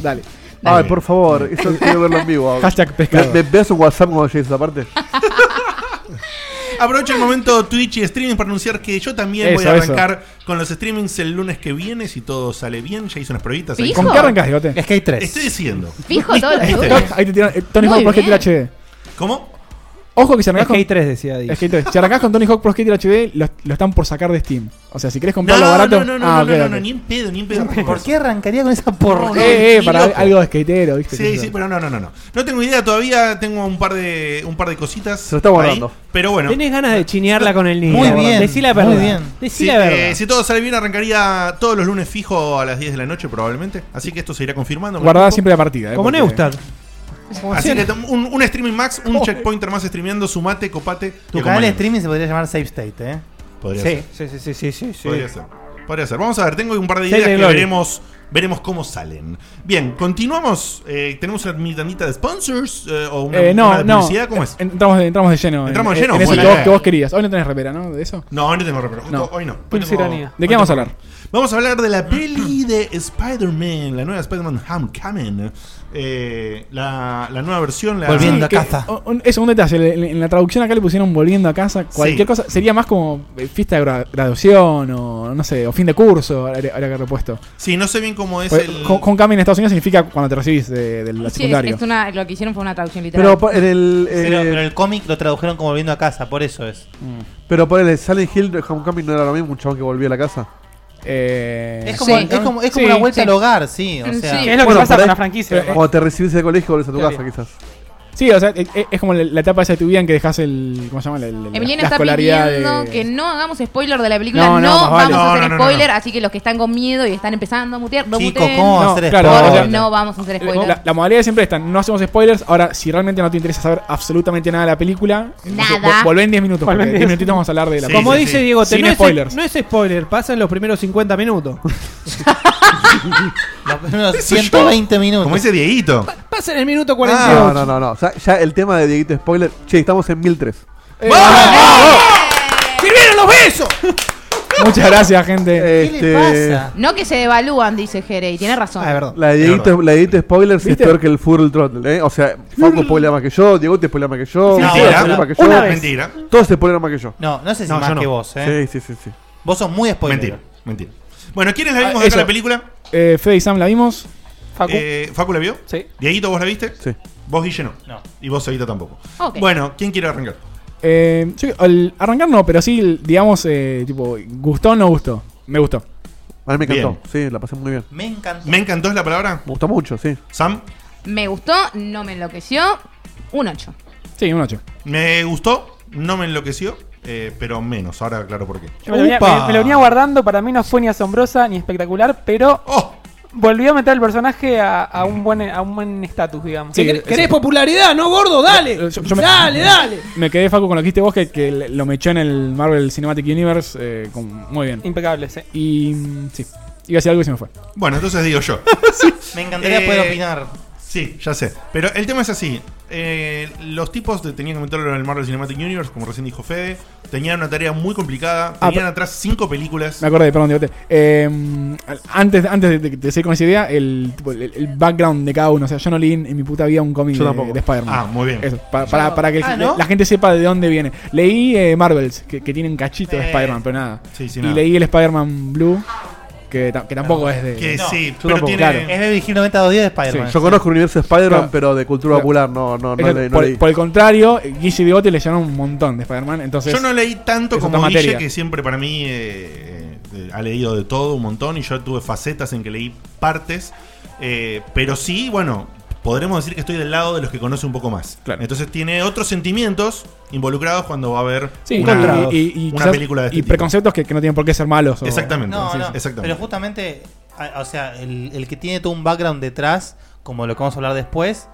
Dale. Ay, por favor, (laughs) eso quiero verlo en vivo. ahora. Hashtag ¿Me, pescado. me envías un WhatsApp cuando llegues a esa parte? Aprovecho el momento Twitch y streaming para anunciar que yo también voy Eso, a eso. arrancar con los streamings el lunes que viene. Si todo sale bien, ya hice unas pruebitas. ahí. Fijo. ¿Con qué arrancas, Digote? Skate 3. Estoy diciendo. Fijo todos (laughs) los Ahí está. lunes. Ahí te tiran. eh, Tony Muy Hawk Pro Skater bien. HD. ¿Cómo? Ojo que si arrancás con. Skate 3 decía Di. Skate 3. Si arrancás con Tony Hawk Pro Skater HD, lo, lo están por sacar de Steam. O sea, si querés No, comprarlo no, barato. no, no, no, ah, no, ok, no, ok. no, ni en pedo, ni en pedo. ¿Por qué arrancaría con esa No, porra? no. Eh, eh, ni para loco. algo de skatero, ¿viste? Qué sé Sí, yo. sí, pero no, no, no, no. No tengo idea todavía, tengo un par de un par de cositas. Se lo está guardando. ahí, pero bueno. Tenés ganas de chinearla con el niño. Muy ¿verdad? bien, Decí la muy verdad. bien. Decí Si, la verdad. eh, si todo sale bien, arrancaría todos los lunes fijo a las 10 de la noche, probablemente. Así que esto se irá confirmando. Guardada Con- siempre la partida. eh, Como porque- Neustad. Así que tam- un, un streaming max, (laughs) un checkpointer más streameando, sumate, copate. Tu y canal de acompañame. streaming se podría llamar Safe State, ¿eh? Podría Sí, ser. sí, sí, sí, sí, sí, sí. Podría ser. este. Podría ser. Vamos a ver, tengo un par de Save ideas the que glory. veremos, veremos cómo salen. Bien, continuamos. Eh, tenemos una mitandita de sponsors eh, o una, Eh, no, una de no. publicidad. ¿Cómo es? Entramos de, entramos de lleno. en- Entramos de en- lleno, En, eso bueno. eh. que vos, que vos querías. Hoy no tenés repera, ¿no? De eso. No, hoy no tengo repro- No. Hoy no. Hoy Pulsa tengo- ironía. ¿De qué hoy vamos a tengo- hablar? Vamos a hablar de la peli de Spider-Man, la nueva Spider-Man Homecoming. Eh, la, la nueva versión, la. Volviendo. Volviendo. que- a casa. o- un- eso, un detalle. le- le- En la traducción acá le pusieron volviendo a casa. Cualquier Sí. cosa. Sería más como eh, fiesta de gra- graduación o no sé, o fin de curso. Habría habría que haber puesto. Sí, no sé bien cómo es Pues, el. hon- Homecoming en Estados Unidos significa cuando te recibís de, de la Sí, es- secundaria. es una- lo que hicieron fue una traducción literal. Pero po- en el. eh, Pero, pero el cómic lo tradujeron como volviendo a casa, por eso es. Pero ponele, Silent Hill Homecoming no era lo mismo, un chabón que volvía a la casa. Eh, Es como, Sí. es como, es como Sí, una vuelta sí. al hogar, sí. O Sí. sea, Que es lo que Bueno, pasa por ahí- con la franquicia. pero- Cuando te recibís del colegio, volvés a tu Claro. casa, quizás. eh. sí, o sea, e- e- es como la, la etapa esa de tu vida en que dejas el. ¿Cómo se llama? El- el- la- Emiliano la está escolaridad pidiendo de- que no hagamos spoiler de la película. No, No, no, más vale. vamos a No, hacer no, no, spoiler. no. Así que los que están con miedo y están empezando a mutear, no chicos, muteen. ¿cómo No, hacer claro, Por o favor, sea, no vamos a hacer spoiler. La, la modalidad siempre está, no hacemos spoilers. Ahora, si realmente no te interesa saber absolutamente nada de la película, entonces Nada. vo- volvé en 10 minutos. Volvé Porque en en 10. 10 minutitos vamos a hablar de la Sí, Como película. sí, dice sí. Diego, te- Sin no, spoilers. Es, no es spoiler, pasa en los primeros 50 minutos. los primeros Eso yo. (laughs) 120 minutos. Como dice Dieguito. Pasa en el minuto No, 48. Ah, no, no, no. O sea, ya el tema de Dieguito Spoiler. Che, estamos en 1003. Eh, ¡Sirvieron los besos! muchas gracias, (laughs) gente. ¿Qué Este, Este, le pasa? No que se devalúan, dice Jere, y tiene razón. Ah, es verdad. La de Dieguito, la de Dieguito Spoiler sí es ¿Viste? peor que el Furl Trottle, ¿eh? O sea, Facu spoilea más que yo, Diego te spoilea más que yo, Sí, Gonzalo sí, spoilea una- más que yo, una vez. Mentira. todos se spoilean más que yo. No, no sé si No, más yo no. que vos, ¿eh? Sí, sí, sí, sí. Vos sos muy spoiler. Mentira. Mentira. Bueno, ¿quiénes la Ah, vimos acá eso. la película? Eh, Fede y Sam la vimos. Facu. Eh, ¿Facu la vio? Sí. Dieguito, ¿vos la viste? Sí. Vos, Guille, no. No. Y vos, Evita, tampoco. Ok. Bueno, ¿quién quiere arrancar? Eh, yo- al arrancar no, pero sí, el- digamos, eh, tipo, ¿gustó o no gustó? Me gustó. A mí me encantó. Bien. Sí, la pasé muy bien. Me encantó. ¿Me encantó es la palabra? Me gustó mucho, sí. ¿Sam? Me gustó, no me enloqueció. Un 8. Sí, un 8. Me gustó, no me enloqueció. eh, pero menos. Ahora claro por qué. Yo me lo, venía, me- me lo venía guardando, para mí no fue ni asombrosa ni espectacular, pero volvió a meter el personaje a, a un buen a un buen estatus, digamos. Sí, ¿Querés- querés popularidad, no gordo? Dale. Yo me- Me quedé, Facu, con lo que dijiste vos, que, que le- lo mechó en el Marvel Cinematic Universe eh, con- muy bien. Impecable, sí. Y mm, sí, iba a decir algo y se me fue. Bueno, entonces digo (laughs) yo. Me encantaría poder opinar. Eh, Sí, ya sé. Pero el tema es así. Eh, los tipos de, tenían que meterlo en el Marvel Cinematic Universe, como recién dijo Fede. Tenían una tarea muy complicada. Ah, Tenían pero- atrás cinco películas. Me acordé, perdón, digote. Eh, antes, antes de, de- de seguir con esa idea, el, tipo, el, el background de cada uno. O sea, yo no leí en, en mi puta vida un cómic Yo de, tampoco. de Spider-Man. Ah, muy bien. Eso, pa- para, para que Ah, la- ¿no? la gente sepa de dónde viene. Leí eh, Marvels, que, que tienen cachito de Eh, Spider-Man, pero nada. sí, sí, y nada. leí el Spider-Man Blue, que, ta- que tampoco es de. Que No, sí, yo pero tampoco, tiene. claro. Es de Virgil 92 días de Spider-Man. Yo conozco el universo de Spider-Man, Claro. pero de cultura Claro. popular no, no, no, Eso, leí, no por, leí. por el contrario, Guille y Bigote leyeron un montón de Spider-Man. Entonces, Yo no leí tanto es como otra Guille, materia. que siempre para mí eh, eh, ha leído de todo un montón y yo tuve facetas en que leí partes. eh, pero sí, bueno, podremos decir que estoy del lado de los que conoce un poco más. Entonces tiene otros sentimientos involucrados cuando va a ver Sí, una, y, y- y una quizás- película de este y tipo. preconceptos que, que no tienen por qué ser malos. o- Exactamente. No, Sí, no, sí. exactamente. Pero justamente, a- o sea, el, el que tiene todo un background detrás, como lo que vamos a hablar después,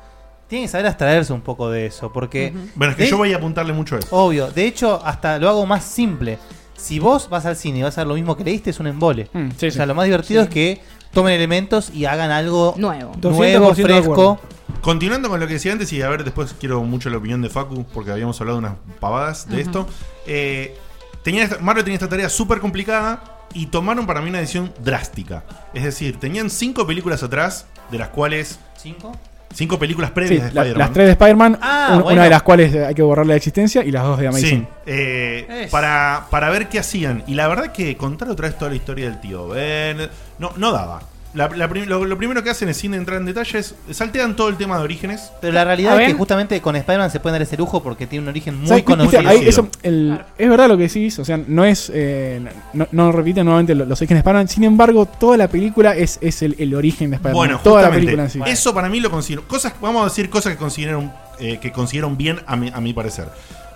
tiene que saber abstraerse un poco de eso. Porque. Ujú. Bueno, es que yo voy a apuntarle mucho a eso. Obvio. De hecho, hasta lo hago más simple. Si vos vas al cine y vas a hacer lo mismo que leíste, es un embole. Mm, sí, o sea, sí. lo más divertido es que tomen elementos y hagan algo Nuevo. nuevo fresco. Continuando con lo que decía antes, y a ver, después quiero mucho la opinión de Facu, porque habíamos hablado unas pavadas de Ujú. esto. Eh, tenía esta- Marvel tenía esta tarea súper complicada y tomaron para mí una decisión drástica. Es decir, tenían cinco películas atrás, de las cuales. ¿Cinco? Cinco películas Sí, previas de la- Spider-Man. las tres de Spider-Man, Ah, un- bueno. una de las cuales eh, hay que borrarle la existencia y las dos de Amazing. Sí, eh, para, para ver qué hacían. Y la verdad que contar otra vez toda la historia del tío Ben no, no daba. La- la prim- lo, lo primero que hacen es sin entrar en detalles, saltean todo el tema de orígenes. Pero la realidad es que justamente con Spider-Man se pueden dar ese lujo porque tiene un origen muy ¿Sabes qué? conocido. Viste, ahí eso, el- Es verdad lo que decís, o sea, no es. eh, no, no repiten nuevamente lo- los orígenes de Spider-Man. Sin embargo, toda la película es, es el, el origen de Spider-Man. Bueno, toda la justamente, película en sí. Eso para mí lo considero. Cosas, vamos a decir cosas que consideraron, eh, que consideraron bien a mi, a mi parecer.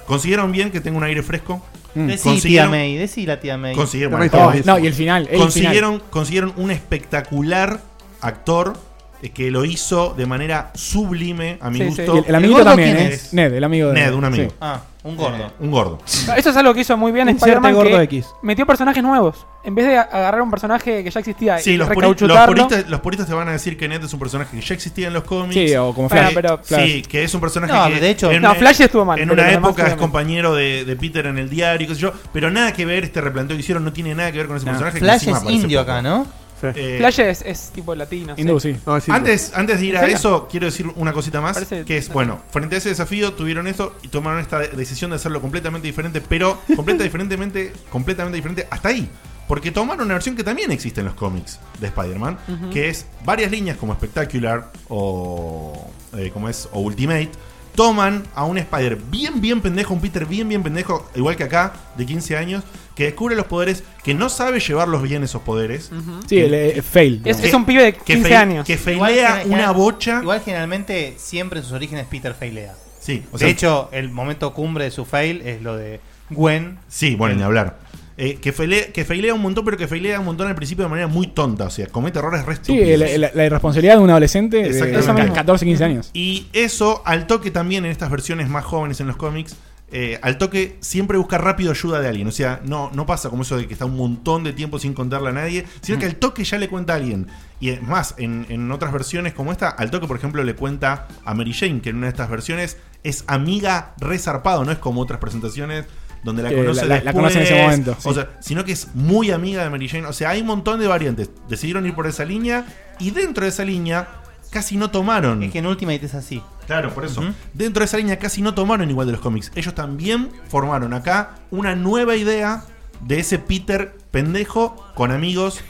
Consiguieron bien que tenga un aire fresco. Decí tía Consiguieron- May, decí la tía May. Consiguieron. Tía May bueno, está todo. buenísimo. No, y el final, el consiguieron, consiguieron un espectacular actor eh, que lo hizo de manera sublime, a mi Sí, sí. gusto. Y el- el amigo ¿El gordo también, quién ¿eh? es? Ned, el amigo de- Ned, un amigo. sí. Ah, un gordo. Eh, un gordo. Eso es algo que hizo muy bien Inserte Spider-Man. gordo que X. Metió personajes nuevos. En vez de a- agarrar un personaje que ya existía Sí, y los, puri- los, recauchutarlo. puristas, los puristas te van a decir que Ned es un personaje que ya existía en los cómics. Sí, o como Que- Flash. Bueno, pero- Sí, que es un personaje No, que. de hecho- en No, una- Flash estuvo mal, En pero una lo demás época es estuvo bien. compañero de, de Peter en el diario, qué sé yo. Pero nada que ver, este replanteo que hicieron no tiene nada que ver con ese No. personaje. que Flash encima es aparece indio poco. acá, ¿no? Sí. Eh, Flash es, es tipo latino. Hindú, sí. No, es simple. Antes, antes de ir ¿En a serio? eso, quiero decir una cosita más, Parece- que es, bueno, frente a ese desafío tuvieron esto y tomaron esta de- decisión de hacerlo completamente diferente, pero completa (laughs) diferentemente, completamente diferente hasta ahí. Porque tomaron una versión que también existe en los cómics de Spider-Man, Ujú. que es varias líneas como Spectacular o eh, como es o Ultimate, toman a un Spider bien bien pendejo, un Peter bien bien pendejo, igual que acá, de 15 años, que descubre los poderes, que no sabe llevarlos bien esos poderes. Sí, el, eh, fail. Es- digamos. es un pibe de Que 15 fail- años. que failea Igual, una bocha. Igual generalmente siempre en sus orígenes Peter failea. Sí, o sea- de hecho, el momento cumbre de su fail es lo de Gwen. Sí, bueno, El- ni hablar. Eh, que, feile- que feilea un montón, pero que feilea un montón al principio de manera muy tonta. O sea, comete errores re Sí, estúpidos. el- la, la irresponsabilidad de un adolescente eh, de Exactamente. ca- 14, 15 años. Y eso, al toque también en estas versiones más jóvenes en los cómics, eh, al toque siempre busca rápido ayuda de alguien. O sea, no, no pasa como eso de que está un montón de tiempo sin contarle a nadie, sino Mm. que al toque ya le cuenta a alguien. Y es más, en, en otras versiones como esta, al toque, por ejemplo, le cuenta a Mary Jane, que en una de estas versiones es amiga resarpado, no es como otras presentaciones donde la Que conoce la- la- la después, conoce en ese momento, O sí. sea, sino que es muy amiga de Mary Jane. O sea, hay un montón de variantes. Decidieron ir por esa línea y dentro de esa línea casi no tomaron. Es que en Ultimate es así. Claro, por eso. Dentro de esa línea casi no tomaron igual de los cómics. Ellos también formaron acá una nueva idea de ese Peter pendejo con amigos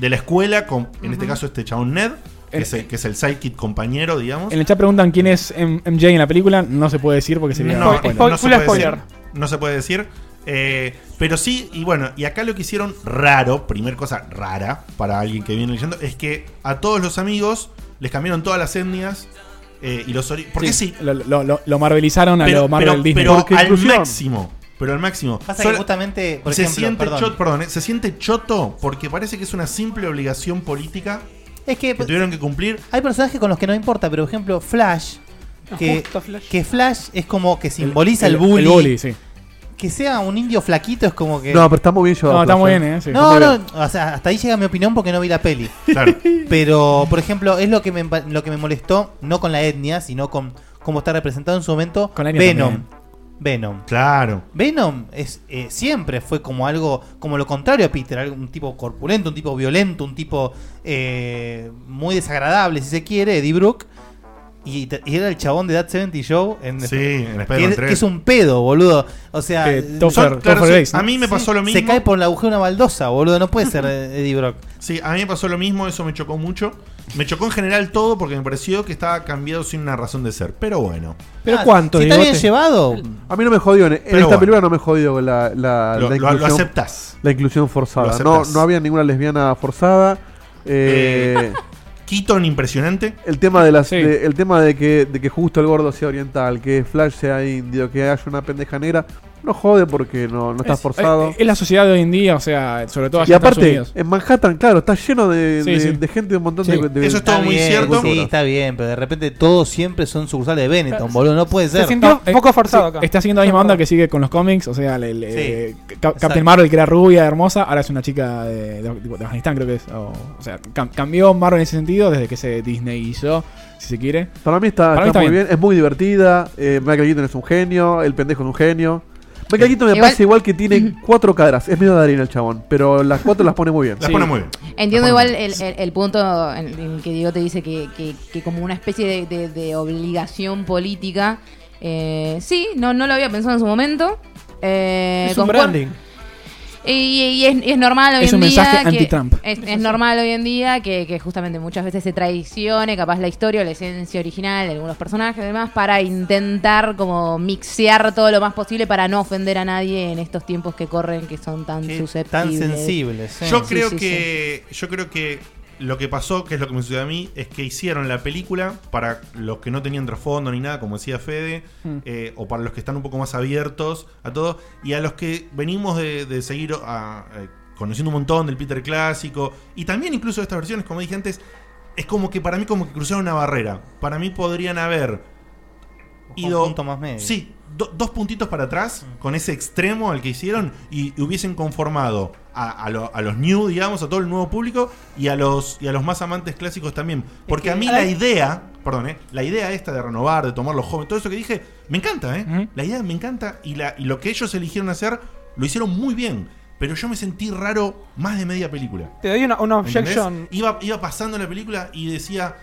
de la escuela, con en este Ujú. caso este chabón Ned, que es el, que es el sidekick compañero, digamos. En el chat preguntan quién es M- MJ en la película. No se puede decir porque sería. No, spoiler. no se puede decir. No se puede decir. Eh, pero sí, y bueno, y acá lo que hicieron raro, primer cosa rara para alguien que viene leyendo, es que a todos los amigos les cambiaron todas las etnias eh, y los ori- Porque sí, Lo, lo- lo- lo marvelizaron a pero, lo Marvel pero- Disney. pero al máximo. pero al máximo. Pasa Solo- que justamente, por se ejemplo, siente perdón. choto, perdón, eh, se siente choto porque parece que es una simple obligación política Es que, pues, que tuvieron que cumplir. Hay personajes con los que no importa, pero por ejemplo, Flash. Que Justo Flash. que Flash es como que simboliza el, el- bully. el bully, sí. Que sea un indio flaquito es como que. No, pero está muy bien llevado, No, está Flash, muy ¿eh? bien, ¿eh? Sí, no, está muy no, o sea, hasta ahí llega mi opinión porque no vi la peli. Claro. Pero, por ejemplo, es lo que me empa- lo que me molestó, no con la etnia, sino con cómo está representado en su momento etnia Venom. también. Venom. Claro. Venom es eh, siempre fue como algo, como lo contrario a Peter, algo- un tipo corpulento, un tipo violento, un tipo eh, muy desagradable, si se quiere, Eddie Brooke. Y, te- y era el chabón de That 70 Show en, Sí, en que, Spider-Man es, 3. que es un pedo, boludo. O sea, eh, Que son- Topher- claro, Topher sí, Grace, ¿no? a mí me pasó lo Se mismo. cae por la agujero una baldosa, boludo. No puede ser eh, Eddie Brock. Sí, a mí me pasó lo mismo, eso me chocó mucho. Me chocó en general todo porque me pareció que estaba cambiado sin una razón de ser. Pero bueno. Ah, ¿Pero cuánto, Ah, si está Diegote? bien llevado. A mí no me jodió. En, en Pero esta bueno. película no me jodió con la, la, Lo- la lo- lo aceptás. La inclusión forzada. Lo No, aceptás. no había ninguna lesbiana forzada. Eh, Keaton impresionante. El tema de las, de- el tema de que, de que justo el gordo sea oriental, que Flash sea indio, que haya una pendeja negra, no jode porque no, no está Es- forzado. eh, Es, es la sociedad de hoy en día, o sea, sobre todo allá y en Estados aparte, Unidos. en Manhattan, claro, está lleno de, Sí, de- sí. de gente, un montón de, Ah, de- Está bien, Sí, está bien, pero de repente todos siempre son sucursales de Benetton, boludo. No puede ser. No, eh, sí, Está haciendo la misma onda que sigue con los cómics. O sea, le- le- Sí, eh, Cap- exacto. Captain Marvel, que era rubia, hermosa, ahora es una chica de, de- de Afganistán, creo que es. O, o sea, cam- cambió Marvel en ese sentido desde que se Disney hizo, si se quiere. Para mí está, Para mí está está muy bien. bien. es muy divertida. eh, Michael Keaton es un genio, el pendejo es un genio. Michael Keaton me Igual- parece igual que (laughs) tiene cuatro caras, es medio de harina el chabón, pero las cuatro las pone muy bien. Las pone muy bien. Entiendo igual el, el- el punto en el que Diego te dice que, que- que como una especie de, de- de obligación política. Eh, sí, no, no lo había pensado en su momento. Eh, Es un concuerdo- branding. Y, y es, y es normal hoy Es en un día. mensaje que- anti-Trump. Es, es normal hoy en día que, que justamente muchas veces se traicione, capaz la historia o la esencia original de algunos personajes y demás, para intentar como mixear todo lo más posible para no ofender a nadie en estos tiempos que corren, que son tan susceptibles. sensibles, Yo Sí, creo sí, sí. que. Yo creo que lo que pasó, que es lo que me sucedió a mí, es que hicieron la película para los que no tenían trasfondo ni nada, como decía Fede, Mm. eh, o para los que están un poco más abiertos a todo, y a los que venimos de, de seguir a- eh, conociendo un montón del Peter clásico, y también incluso de estas versiones, como dije antes, es como que para mí como que cruzaron una barrera. Para mí podrían haber ido. punto más medio. Mm. Sí, do- dos puntitos para atrás con ese extremo al que hicieron y, y hubiesen conformado a, a lo- a los new, digamos, a todo el nuevo público y a los, y a los más amantes clásicos también. Porque a mí la idea, perdón, eh, la idea esta de renovar, de tomar los jóvenes, todo eso que dije, me encanta, ¿eh? La idea me encanta y, la, y lo que ellos eligieron hacer lo hicieron muy bien. Pero yo me sentí raro más de media película. Te doy una, una ¿Entendés? objection. Iba, iba pasando la película y decía,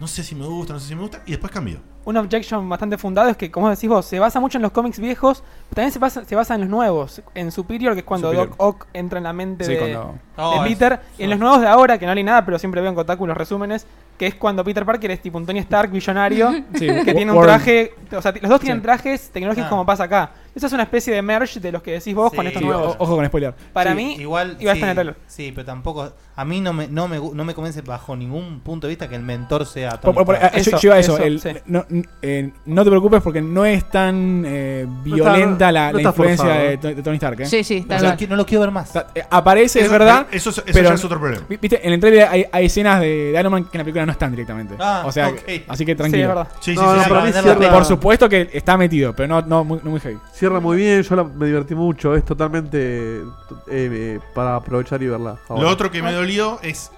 no sé si me gusta, no sé si me gusta, y después cambió. Una objection bastante fundada es que, como decís vos, se basa mucho en los cómics viejos, pero también se basa, se basa en los nuevos. En Superior, que es cuando Superior. Doc Ock entra en la mente Sí, de, cuando- de Oh, es- Peter. Y en los nuevos de ahora, que no leí nada, pero siempre veo en Kotaku los resúmenes, que es cuando Peter Parker es tipo un Tony Stark millonario, (laughs) Sí, que Wa- tiene un Warren. traje... O sea, los dos tienen Sí. trajes tecnológicos como pasa acá. Esa es una especie de merge de los que decís vos con estos Sí, nuevos. o- ojo con spoiler. Para Sí, mí, igual, iba a sí, estar en el reloj. Sí, pero tampoco. A mí no me, no, me, gu- no me convence bajo ningún punto de vista que el mentor sea. Por- Tony por- por- Stark. eh, yo- yo iba a eso. el- no, n- eh, no te preocupes porque no es tan eh, violenta la, no la está influencia forzado. de, Tony- de Tony Stark. ¿eh? Sí, sí, tal No lo cual. qui- no lo quiero ver más. Eh, Aparece, Eso- es verdad. eso- eso pero- ya es otro problema. vi- Viste, en el trailer hay, hay escenas de, de Iron Man que en la película no están directamente. Ah, o sea, ok. que- así que Sí, tranquilo. es verdad. Sí, sí, No, sí, no, sí, para para mí vender la cierra- peli. Por supuesto que está metido, pero no, no, muy, no muy heavy. Cierra muy bien, yo la- me divertí mucho, es totalmente eh, eh, para aprovechar y verla. ahora. Lo otro que me dolió es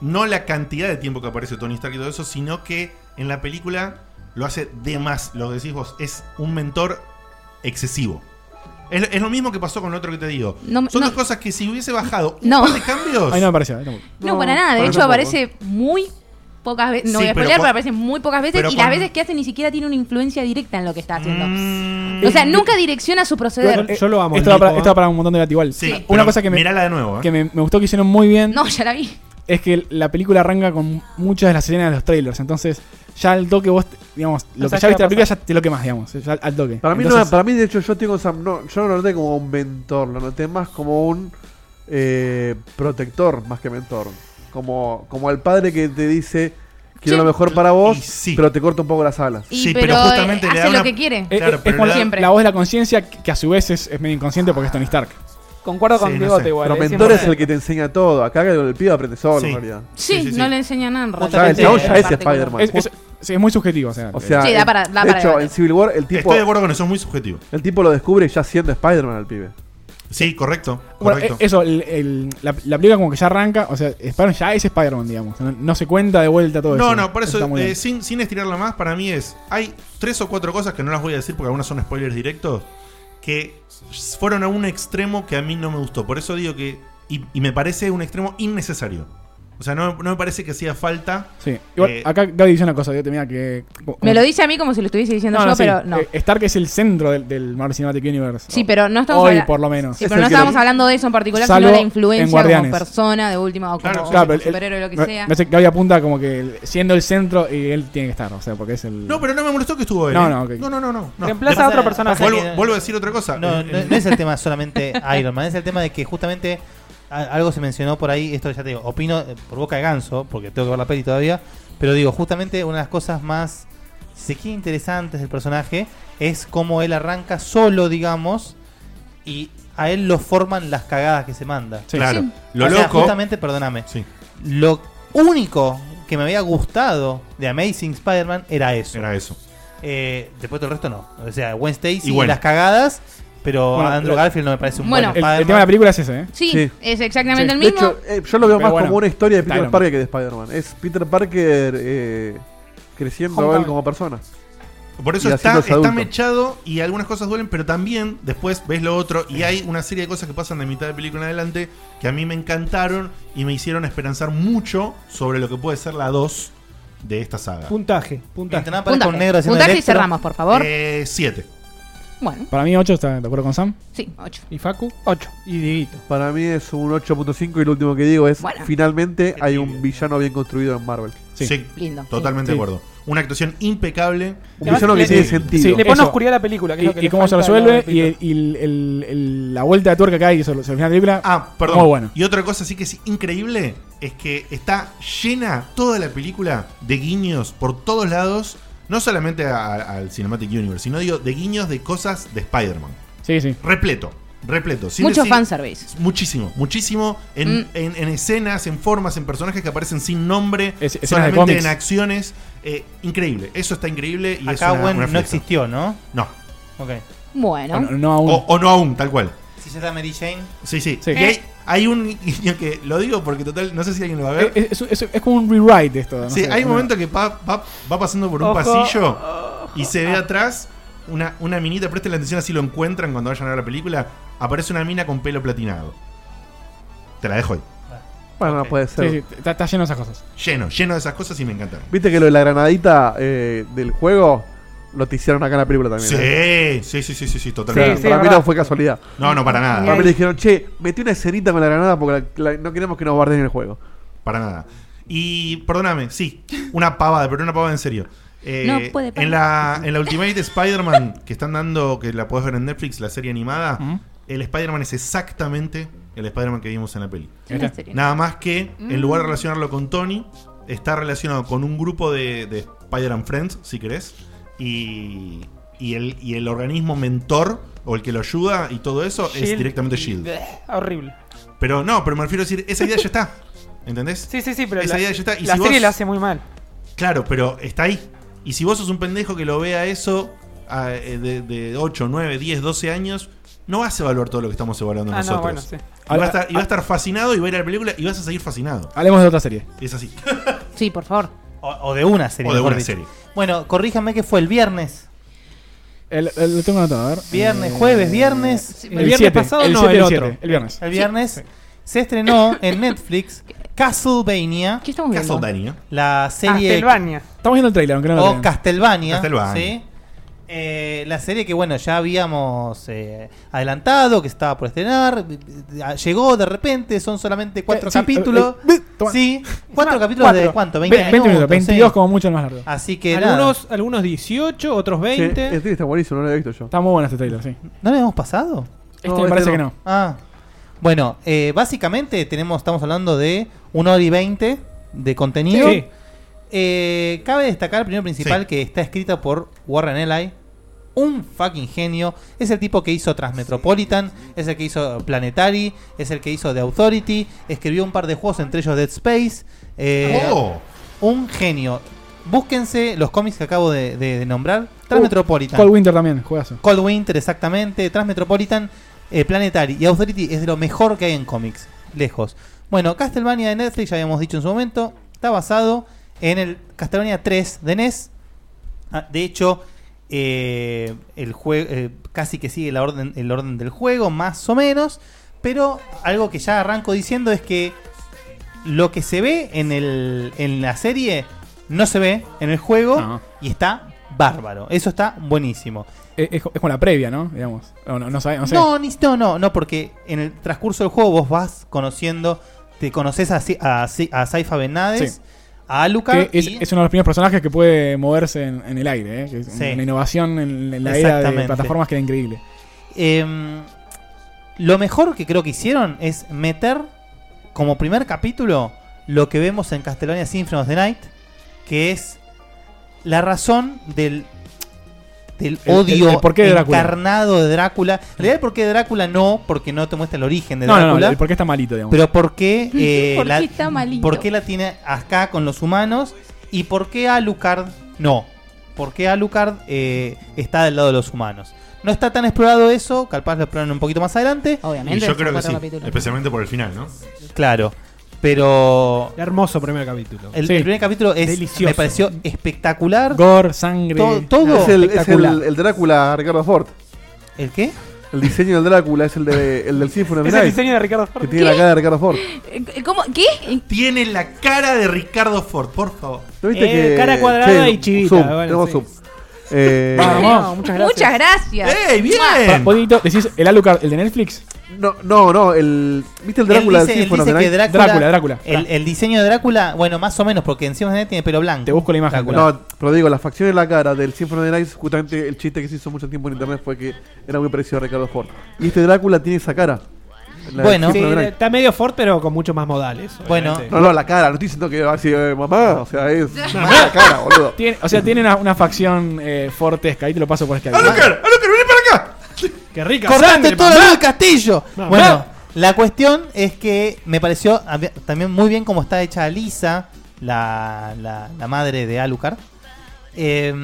no la cantidad de tiempo que aparece Tony Stark y todo eso, sino que en la película lo hace de más. Lo decís vos, es un mentor excesivo. Es, es lo mismo que pasó con lo otro que te digo. No, Son no. dos cosas que si hubiese bajado un No. par de cambios. Ahí no me pareció. ahí no me- No, para nada. De para hecho, tampoco. aparece muy pocas veces. No Sí, voy a pero spoilear, con- pero aparece muy pocas veces. pero Y las con- veces que hace ni siquiera tiene una influencia directa en lo que está haciendo. Mm. o sea, nunca direcciona su proceder. Eh, Esto va para, esto va para un montón de debate igual. Sí, pero una cosa que me, mirala de nuevo, ¿eh? que me, me gustó que hicieron muy bien No, ya la vi. es que la película arranca con muchas de las escenas de los trailers. Entonces, ya al toque vos, digamos, lo No sabes que qué va ya viste la a película ya te lo quemas, digamos. ya al- al toque. Para mí, Entonces- no, para mí, de hecho, yo tengo Sam, no, yo no lo noté como un mentor, lo noté más como un eh, protector, más que mentor. Como, como el padre que te dice quiero lo mejor para vos, pero te corto un poco las alas. Y, Sí, pero pero, justamente eh, le da hace lo una- que quiere. Eh, Claro, eh, es pero como le da- siempre. La voz de la conciencia que que a su vez es, es medio inconsciente porque es Tony Stark. Concuerdo con Diego igual. Pero eh, mentor es 100%. el que te enseña todo. Acá el pibe aprende solo, Sí. en realidad. Sí, no le enseña nada en O sea, el realidad. chabón ya es Particular. Spider-Man. Es- es- sí, es muy subjetivo. O sea, eh, O sea, Sí, da para- el- da de para hecho, debate. en Civil War el tipo. Estoy de acuerdo con eso, es muy subjetivo. El tipo lo descubre ya siendo Spider-Man el pibe. Sí, correcto. Bueno, eh, eso, el- el- la, la película como que ya arranca, o sea, Spider-Man ya es Spider-Man, digamos. No, no se cuenta de vuelta todo eso. No, no, por eso, está muy eh, bien. sin, sin estirarla más, para mí es. Hay tres o cuatro cosas que no las voy a decir porque algunas son spoilers directos. Que fueron a un extremo que a mí no me gustó. Por eso digo que. Y, y me parece un extremo innecesario. O sea, no, no me parece que hacía falta. Sí. Igual, eh, acá Gaby dice una cosa, yo tenía que. como- Me lo dice a mí como si lo estuviese diciendo No, yo, no, sí. pero no. Eh, Stark es el centro del, del Marvel Cinematic Universe. Sí, pero no estamos Hoy, habla- por lo menos. Sí, pero no estábamos hablando de eso en particular, sino Salvo de la en influencia como Guardianes. persona de última o como Claro, pero el- superhéroe o lo que me- sea. me hace que Gaby apunta como que el- siendo el centro y él tiene que estar, o sea, porque es el. No, pero no me molestó que estuvo él. No, ¿eh? no, ok. no, no, no, no. no. Reemplaza a otro personaje. Vuelvo, Pasa que- vuelvo a decir otra cosa. No, En- no- en- no es el (laughs) tema solamente Iron Man, es el tema de que justamente a- algo se mencionó por ahí, esto ya te digo, opino eh, por boca de ganso, porque tengo que ver la peli todavía, pero digo, justamente una de las cosas más, si se quiere, interesantes del personaje es cómo él arranca solo, digamos, y a él lo forman las cagadas que se manda. Sí. Claro. Sí. Lo O sea, loco- justamente, perdóname, lo único que me había gustado de Amazing Spider-Man era eso. Eh, Era eso. después todo el resto no. O sea, Wednesday Y y bueno. las cagadas, pero Bueno, lo- Andrew Garfield no me parece un Bueno. buen El, el Spider-Man. tema de la película es ese, ¿eh? Sí, Sí. es exactamente el De mismo. hecho, eh, yo lo veo Pero más bueno, como una historia de Peter Iron Man. Parker que de Spider-Man. Es Peter Parker eh, creciendo Homecoming. él como persona. Por eso Y está, haciéndose está adulto. mechado y algunas cosas duelen, pero también después ves lo otro y hay una serie de cosas que pasan de mitad de película en adelante que a mí me encantaron y me hicieron esperanzar mucho sobre lo que puede ser la 2 de esta saga. Puntaje, puntaje. nada aparezca un Puntaje. negro haciendo Puntaje y electro. cerramos, por favor. 7. Bueno, Para mí, 8 está de acuerdo con Sam. sí, 8. ¿Y Facu? 8. Y Dieguito. Para mí es un 8.5 y lo último que digo es Bueno. finalmente hay un villano bien construido en Marvel. Sí, Lindo. totalmente Sí. de acuerdo. Una actuación impecable. Un villano que tiene sentido. Sí, Le pone eso. oscuridad a la película, que es y, lo que y le cómo se falta a resuelve la y, el- y el- el- el- la vuelta de tuerca que hay sobre sobre el final de la película. Ah, perdón. Muy bueno. Y otra cosa sí que es increíble es que está llena toda la película de guiños por todos lados, no solamente a- al Cinematic Universe, sino digo de guiños de cosas de Spider-Man. Sí, sí. Repleto, repleto. Sin Mucho decir- fanservice. Muchísimo, muchísimo en, Mm. en- en escenas, en formas, en personajes que aparecen sin nombre, escenas de solamente cómics. en acciones. Eh, increíble, eso está increíble. Y es Acá una- Gwen una no fiesta. existió, ¿no? No. Ok. Bueno. aún. O, o no aún, tal cual. Si ya está Mary Jane. Sí, sí. Sí. Y hay, hay un guiño que lo digo porque total, no sé si alguien lo va a Eh, ver. Es, es- es- es como un rewrite esto. no Sí, sé, hay un una- momento que va, va- va pasando por un Ojo. pasillo y se ve atrás una, una minita, presten la atención así lo encuentran cuando vayan a ver la película, aparece una mina con pelo platinado. Te la dejo ahí. Bueno, no puede ser. Sí, sí, está, está lleno de esas cosas. Lleno, lleno de esas cosas y me encantaron. Viste que lo de la granadita eh, del juego lo te hicieron acá en la película también. Sí, ¿eh? sí, sí, sí, sí, sí, O sea, totalmente. para mí no fue casualidad. No, no, para nada. Para mí le dijeron, che, metí una escenita con la granada porque la- la- no queremos que nos guarden el juego. Para nada. Y perdóname, sí, una pavada, pero una pavada en serio. Eh, No puede parar. en la en la Ultimate Spider-Man que están dando, que la podés ver en Netflix, la serie animada, el Spider-Man es exactamente el Spider-Man que vimos en la peli. Es una serie. Nada más que en Mm. lugar de relacionarlo con Tony, está relacionado con un grupo de, de Spider-Man Friends, si querés, y, y el, y el organismo mentor o el que lo ayuda y todo eso es Shield. directamente Shield. Horrible. Pero no, pero me refiero a decir, esa idea ya está. ¿Entendés? Sí, sí, sí, pero Esa la, idea ya está. Y la si vos- serie la hace muy mal. Claro, pero está ahí. Y si vos sos un pendejo que lo vea eso ah, eh, de, de 8, 9, 10, 12 años, no vas a evaluar todo lo que estamos evaluando Ah, no, nosotros. bueno, sí. y, va a estar, y va a estar fascinado y va a ir a la película y vas a seguir fascinado. Hablemos de otra serie. Es así. Sí, por favor. O, o de una serie. O de mejor una dicho. serie. Bueno, corríjame que fue el viernes. El, el- lo tengo anotado, a ver. Viernes, Eh, jueves, viernes. El, viernes siete, pasado, el el no, siete, el, otro. siete, el viernes. El viernes se estrenó (laughs) en Netflix Castlevania. ¿Qué estamos viendo? Castlevania. La serie Castlevania. Estamos viendo el trailer, aunque no lo o crean. Castlevania. Castlevania. ¿sí? Eh, la serie que, bueno, ya habíamos eh, adelantado, que estaba por estrenar. eh, Llegó de repente, son solamente cuatro Eh, sí, capítulos. eh, eh, toma. sí, cuatro capítulos Cuatro. de cuánto, 20, Ve- minutos, 22 sí. como mucho el más largo. Así que nada. Algunos, algunos 18, otros Sí, 20. este está buenísimo, no lo había visto yo. Está muy bueno este trailer, sí. ¿No le hemos pasado? Este No, me este parece no. que no. Ah. Bueno, eh, básicamente tenemos, estamos hablando de 1 hora y 20 de contenido. Sí. eh, cabe destacar, primero principal, que está escrita por Warren Ellie. Un fucking genio. Es el tipo que hizo Transmetropolitan, es el que hizo Planetary, es el que hizo The Authority, escribió un par de juegos, entre ellos Dead Space. eh, Oh. Un genio. Búsquense los cómics que acabo de, de- de nombrar. Uh, Transmetropolitan. Cold Winter también, juegazo. Cold Winter, exactamente. Transmetropolitan, eh, Planetary y Authority es de lo mejor que hay en cómics. Lejos. Bueno, Castlevania de Netflix, ya habíamos dicho en su momento, está basado en el Castlevania 3 de E NES. Ah, De hecho, eh, el juego casi que sigue la orden, el orden del juego, más o menos. Pero algo que ya arranco diciendo es que lo que se ve en, el, en la serie no se ve en el juego y está bárbaro. Eso está buenísimo. Es, es como la previa, ¿no? Digamos. No, no, no sabe- no sé. No, ni- no, no, no, porque en el transcurso del juego vos vas conociendo, te conoces a, Si- a, Si- a Saifa Benades, Sí. a Alucard. Que es, es uno de los primeros personajes que puede moverse en, en el aire, ¿eh? Que es Sí. una innovación en, en la era de Exactamente. plataformas que era increíble. Em, lo mejor que creo que hicieron es meter como primer capítulo lo que vemos en Castlevania Symphony of the Night, que es la razón del, del El- el- odio el porqué de Drácula. encarnado de Drácula. En realidad el porqué de Drácula no, porque no te muestra el origen de No, Drácula. no, no, el por qué está malito, digamos. Pero (laughs) por qué, eh, ¿Por qué la, está malito? por qué la tiene acá con los humanos y por qué Alucard no. ¿Por qué Alucard eh, está del lado de los humanos? No está tan explorado eso, capaz lo exploran un poquito más adelante. Y yo creo que sí, especialmente por el final, ¿no? Claro, pero... Hermoso primer capítulo. El, Sí. el primer capítulo es, Delicioso. me pareció espectacular. Gore, sangre. Todo, todo es el, es espectacular. el- el Drácula Ricardo Ford. ¿El qué? El diseño del Drácula es el, de, el del Symphony of Es the el Night, diseño de Ricardo Ford. Que tiene la ¿Qué? cara de Ricardo Ford. Eh, ¿Cómo? ¿Qué? Tiene la cara de Ricardo Ford, por favor. ¿No viste Eh, que- Che, zoom, tenemos (laughs) zoom. Eh, Vamos, muchas gracias. Muchas gracias. ¡Ey, bien! Pará, Podito, ¿decís el Alucard, el de Netflix? No, no, no, el. ¿Viste el Drácula él dice, del él Symphony of dice the que Night? Drácula, Drácula, Drácula. El, el diseño de Drácula, bueno, más o menos, porque encima de él tiene pelo blanco. Te busco la imagen. No, pero digo, la facción en la cara del Symphony of the Night, justamente el chiste que se hizo mucho tiempo en internet fue que era muy parecido a Ricardo Ford. Y este Drácula tiene esa cara. La del bueno, Symphony of the Night. está medio Ford, pero con muchos más modales. obviamente. No, no, la cara, no estoy diciendo que va así, eh, mamá, o sea, es la cara, boludo. Tiene- o sea, tiene una, una facción eh, fortesca. Ahí te lo paso por Ah, Skype. ¡Qué rica! ¡Cortaste sangre, todo mamá! el castillo! Mamá. Bueno, la cuestión es que me pareció a mí- también muy bien cómo está hecha Lisa, la, la- la madre de Alucard. Eh,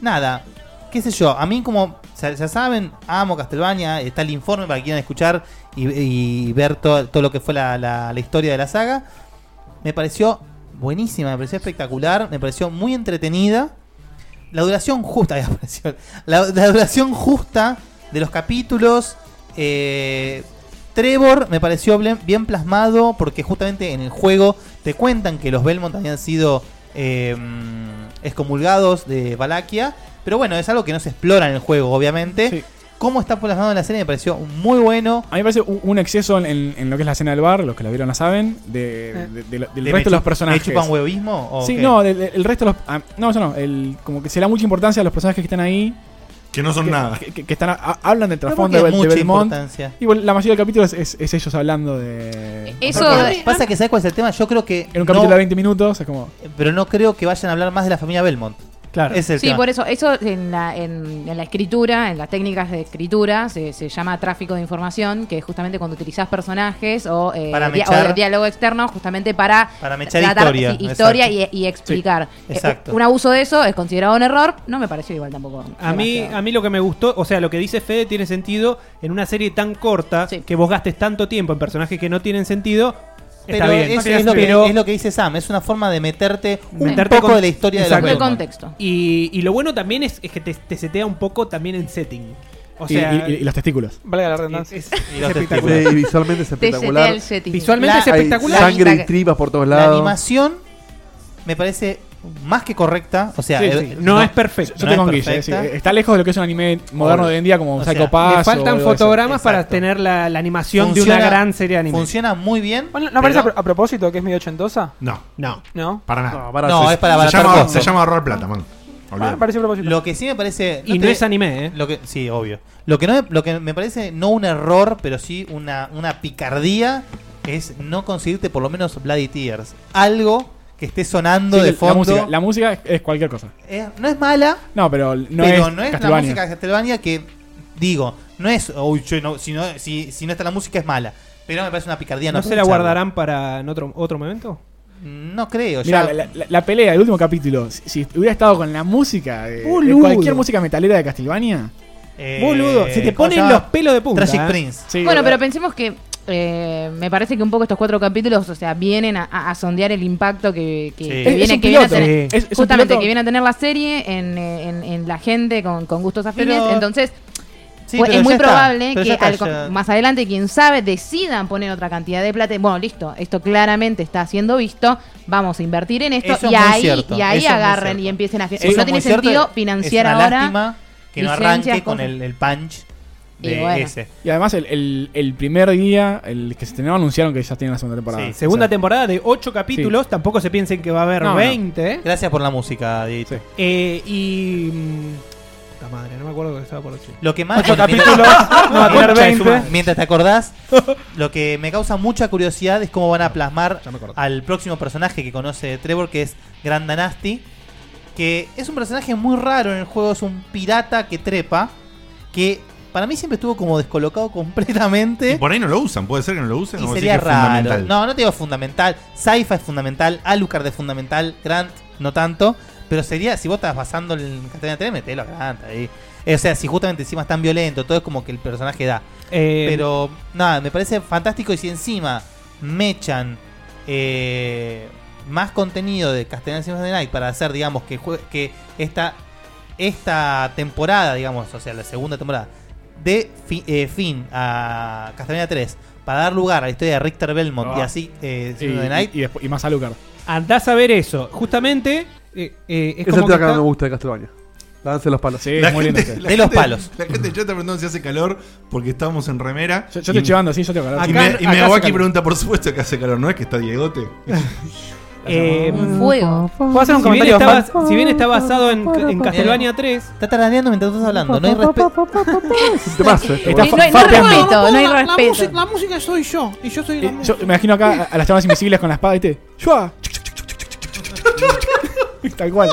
nada, qué sé yo, a mí como ya, ya saben, amo Castlevania, está el informe para que quieran escuchar y, y ver todo, todo lo que fue la, la- la historia de la saga. Me pareció buenísima, me pareció espectacular, me pareció muy entretenida. La duración justa, (laughs) ahí apareció. la, la duración justa de los capítulos. eh, Trevor me pareció blen- bien plasmado porque justamente en el juego te cuentan que los Belmont habían sido eh, excomulgados de Valaquia. Pero bueno, es algo que no se explora en el juego, obviamente. Cómo está plasmado en la serie me pareció muy bueno. A mí me parece un, un exceso en, en- en lo que es la escena del bar, los que la vieron la saben, de, de- de lo- del ¿De me resto de los chup- personajes. me chupan huevismo o Sí, qué? no, del- del- el resto de los. ah, no, eso no. el- como que se le da mucha importancia a los personajes que están ahí. Que no son nada. Que, que están, a- hablan del Pero trasfondo de, porque es Bel- de mucha Belmont. importancia. Y bueno, la mayoría del capítulo es, es- es ellos hablando de. Eso- Pasa que, ¿sabes cuál es el tema? Yo creo que. En un no- capítulo de 20 minutos, es como. pero no creo que vayan a hablar más de la familia Belmont. Claro. Es el Sí, tema. por eso, eso en la, en, en la escritura, en las técnicas de escritura, se, se llama tráfico de información, que es justamente cuando utilizás personajes o, eh, Para dia- mechar- o diálogo externo, justamente para, Para mechar tratar- historia, sí, historia exacto. y, y explicar. Sí, exacto. Eh, un abuso de eso es considerado un error, no me pareció igual tampoco. A mí, a mí lo que me gustó, o sea, lo que dice Fede tiene sentido en una serie tan corta que vos gastes tanto tiempo en personajes que no tienen sentido. Pero está bien. es, es lo que, es lo que dice Sam, es una forma de meterte un Meterte poco con- de la historia Exacto. de los Belmont. contexto. Y, y lo bueno también es, es que te, te setea un poco también en setting. O Y- sea, y- y los testículos. Valga la redundancia. Es, Y los testículos. Sí, y visualmente (laughs) es Te setea espectacular. el setting. Visualmente La- es espectacular. hay sangre y tripas por todos lados. La animación me parece más que correcta. O sea, Sí, eh, sí. Yo tengo es un guille, perfecta. sí. Está lejos de lo que es un anime moderno de hoy en día como O sea, Psycho Pass. le faltan o algo de eso. fotogramas para tener la, la animación de una gran serie de anime. Funciona muy bien. Bueno, ¿No parece a, pro- a propósito que es medio ochentosa? No. No. ¿No? Para nada. No, No, se- es se para abaratar llama, costos. se llama ahorrar plata, man. Ah, Olvídate. Lo que sí me parece. Y no es anime, ¿eh? Lo que, sí, obvio. Lo que, no me, lo que me parece no un error, pero sí una, una picardía es no conseguirte por lo menos Bloody Tears. Algo que esté sonando Sí, de la fondo. música- la música es- es cualquier cosa. Eh, no es mala. No, pero no pero es no es la Castlevania. música de Castlevania que, digo, no es, uy, che, no, si, no, si, si no está la música es mala. Pero me parece una picardía. ¿No se la escucharla. guardarán para en otro, otro momento? No creo. Mirá, ya- la, la- la pelea del último capítulo, si, si hubiera estado con la música de, de Boludo. cualquier música metalera de Castlevania. Eh, Boludo, se te ¿cómo ponen llama? los pelos de punta. Tragic eh. Prince. Sí, bueno, ¿verdad? pero pensemos que eh, me parece que un poco estos cuatro capítulos, o sea, vienen a, a- a sondear el impacto que, que- Sí. que Es- es viene, un que viene a piloto. tener. Sí. Es- es un justamente, piloto. que viene a tener la serie en, eh, en- en la gente con, con gustos afines. Pero- Entonces, Sí, pues, pero es muy ya está, probable pero que ya está, al- ya- más adelante, quien sabe, decidan poner otra cantidad de plata. Bueno, listo, esto claramente está siendo visto. Vamos a invertir en esto Eso es y muy ahí, cierto, y ahí eso es muy agarren cierto. y empiecen a. Sí, fin- eso no es tiene muy cierto, sentido es financiar una ahora. lástima que no licencias, arranque con cosas. el, el punch de Y bueno. ese. Y además, el, el- el primer día, el que se estrenó, anunciaron que ya tienen la segunda temporada. Sí. Segunda O sea, temporada de 8 capítulos, tampoco se piensen que va a haber No, no. 20. ¿eh? Gracias por la música, Dieguito. Sí. Eh, y. mm, Puta madre, no me acuerdo lo que estaba por decir. Lo que más. Ocho bueno, mientras- capítulos, (laughs) (laughs) no va a tener Mientras- 20. Mientras te acordás, lo que me causa mucha curiosidad es cómo van a plasmar al próximo personaje que conoce Trevor, que es Granda Nasty. Que es un personaje muy raro en el juego, es un pirata que trepa. Que para mí siempre estuvo como descolocado (laughs) Y completamente. por ahí no lo usan, puede ser que no lo usen. Y o decís sería que es raro. fundamental. No, no te digo fundamental. Saifa es fundamental. Alucard es fundamental. Grant no tanto. Pero sería, si vos estás basando en Castellana 3, metelo a Grant ahí. Eh, O sea, si justamente encima es tan violento, todo es como que el personaje da. Eh, Pero nada, me parece fantástico. Y si encima me echan eh, más contenido de Castellana Symphony of the Night para hacer, digamos, que, jue- que esta, esta temporada, digamos, o sea, la segunda temporada, de fi- eh, fin a Castellana 3, para dar lugar a la historia de Richter Belmont Ah. y así eh, y, Symphony of the Night. y- y después- y más a Lucar. (laughs) Andás a ver eso. Justamente. eh, eh, es Esa como es que la que está- me gusta de Castlevania. Lávense los palos. Sí, La muy lindo. gente- sí. la De los gente- palos. La gente ya está preguntando si hace calor porque estábamos en remera. Yo, yo te y- llevando, sí, yo te Y agarro. me, y me acá hago saca- aquí pregunta, por supuesto que hace calor, ¿no es que está (laughs) Diegote? eh, Fuego. ¿Puedo hacer un si, bien comentario? está, Juan? bas- si bien está basado en, en Castlevania 3. Está taraneando mientras estás hablando, no hay respeto. (laughs) Te paso, eh. Está No hay- no hay farpeando. respeto, no hay respeto. música soy yo. Y yo soy Eh, Yo me imagino acá a, a las chamas invisibles con la espada, ¿viste? ah, ¡Shua! Tal cual.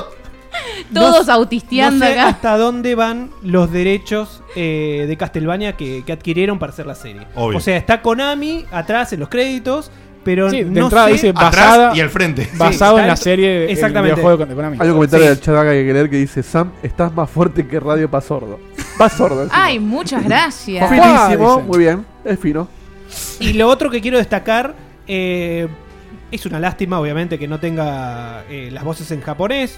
Todos No autisteando sé acá. hasta dónde van los derechos eh, de Castlevania que, que adquirieron para hacer la serie. Obvio. O sea, está Konami atrás en los créditos, pero Sí, de no entrada sé- dice basada, Atrás y al frente. basado en la está- serie del exactamente. videojuego de Konami. Hay un comentario Sí. del chat acá que hay que leer que dice: Sam, estás más fuerte que Radio Pasordo. Pasordo. encima. Ay, muchas gracias. Finísimo, Dicen. muy bien, es fino. Y lo otro que quiero destacar eh, es una lástima, obviamente, que no tenga eh, las voces en japonés.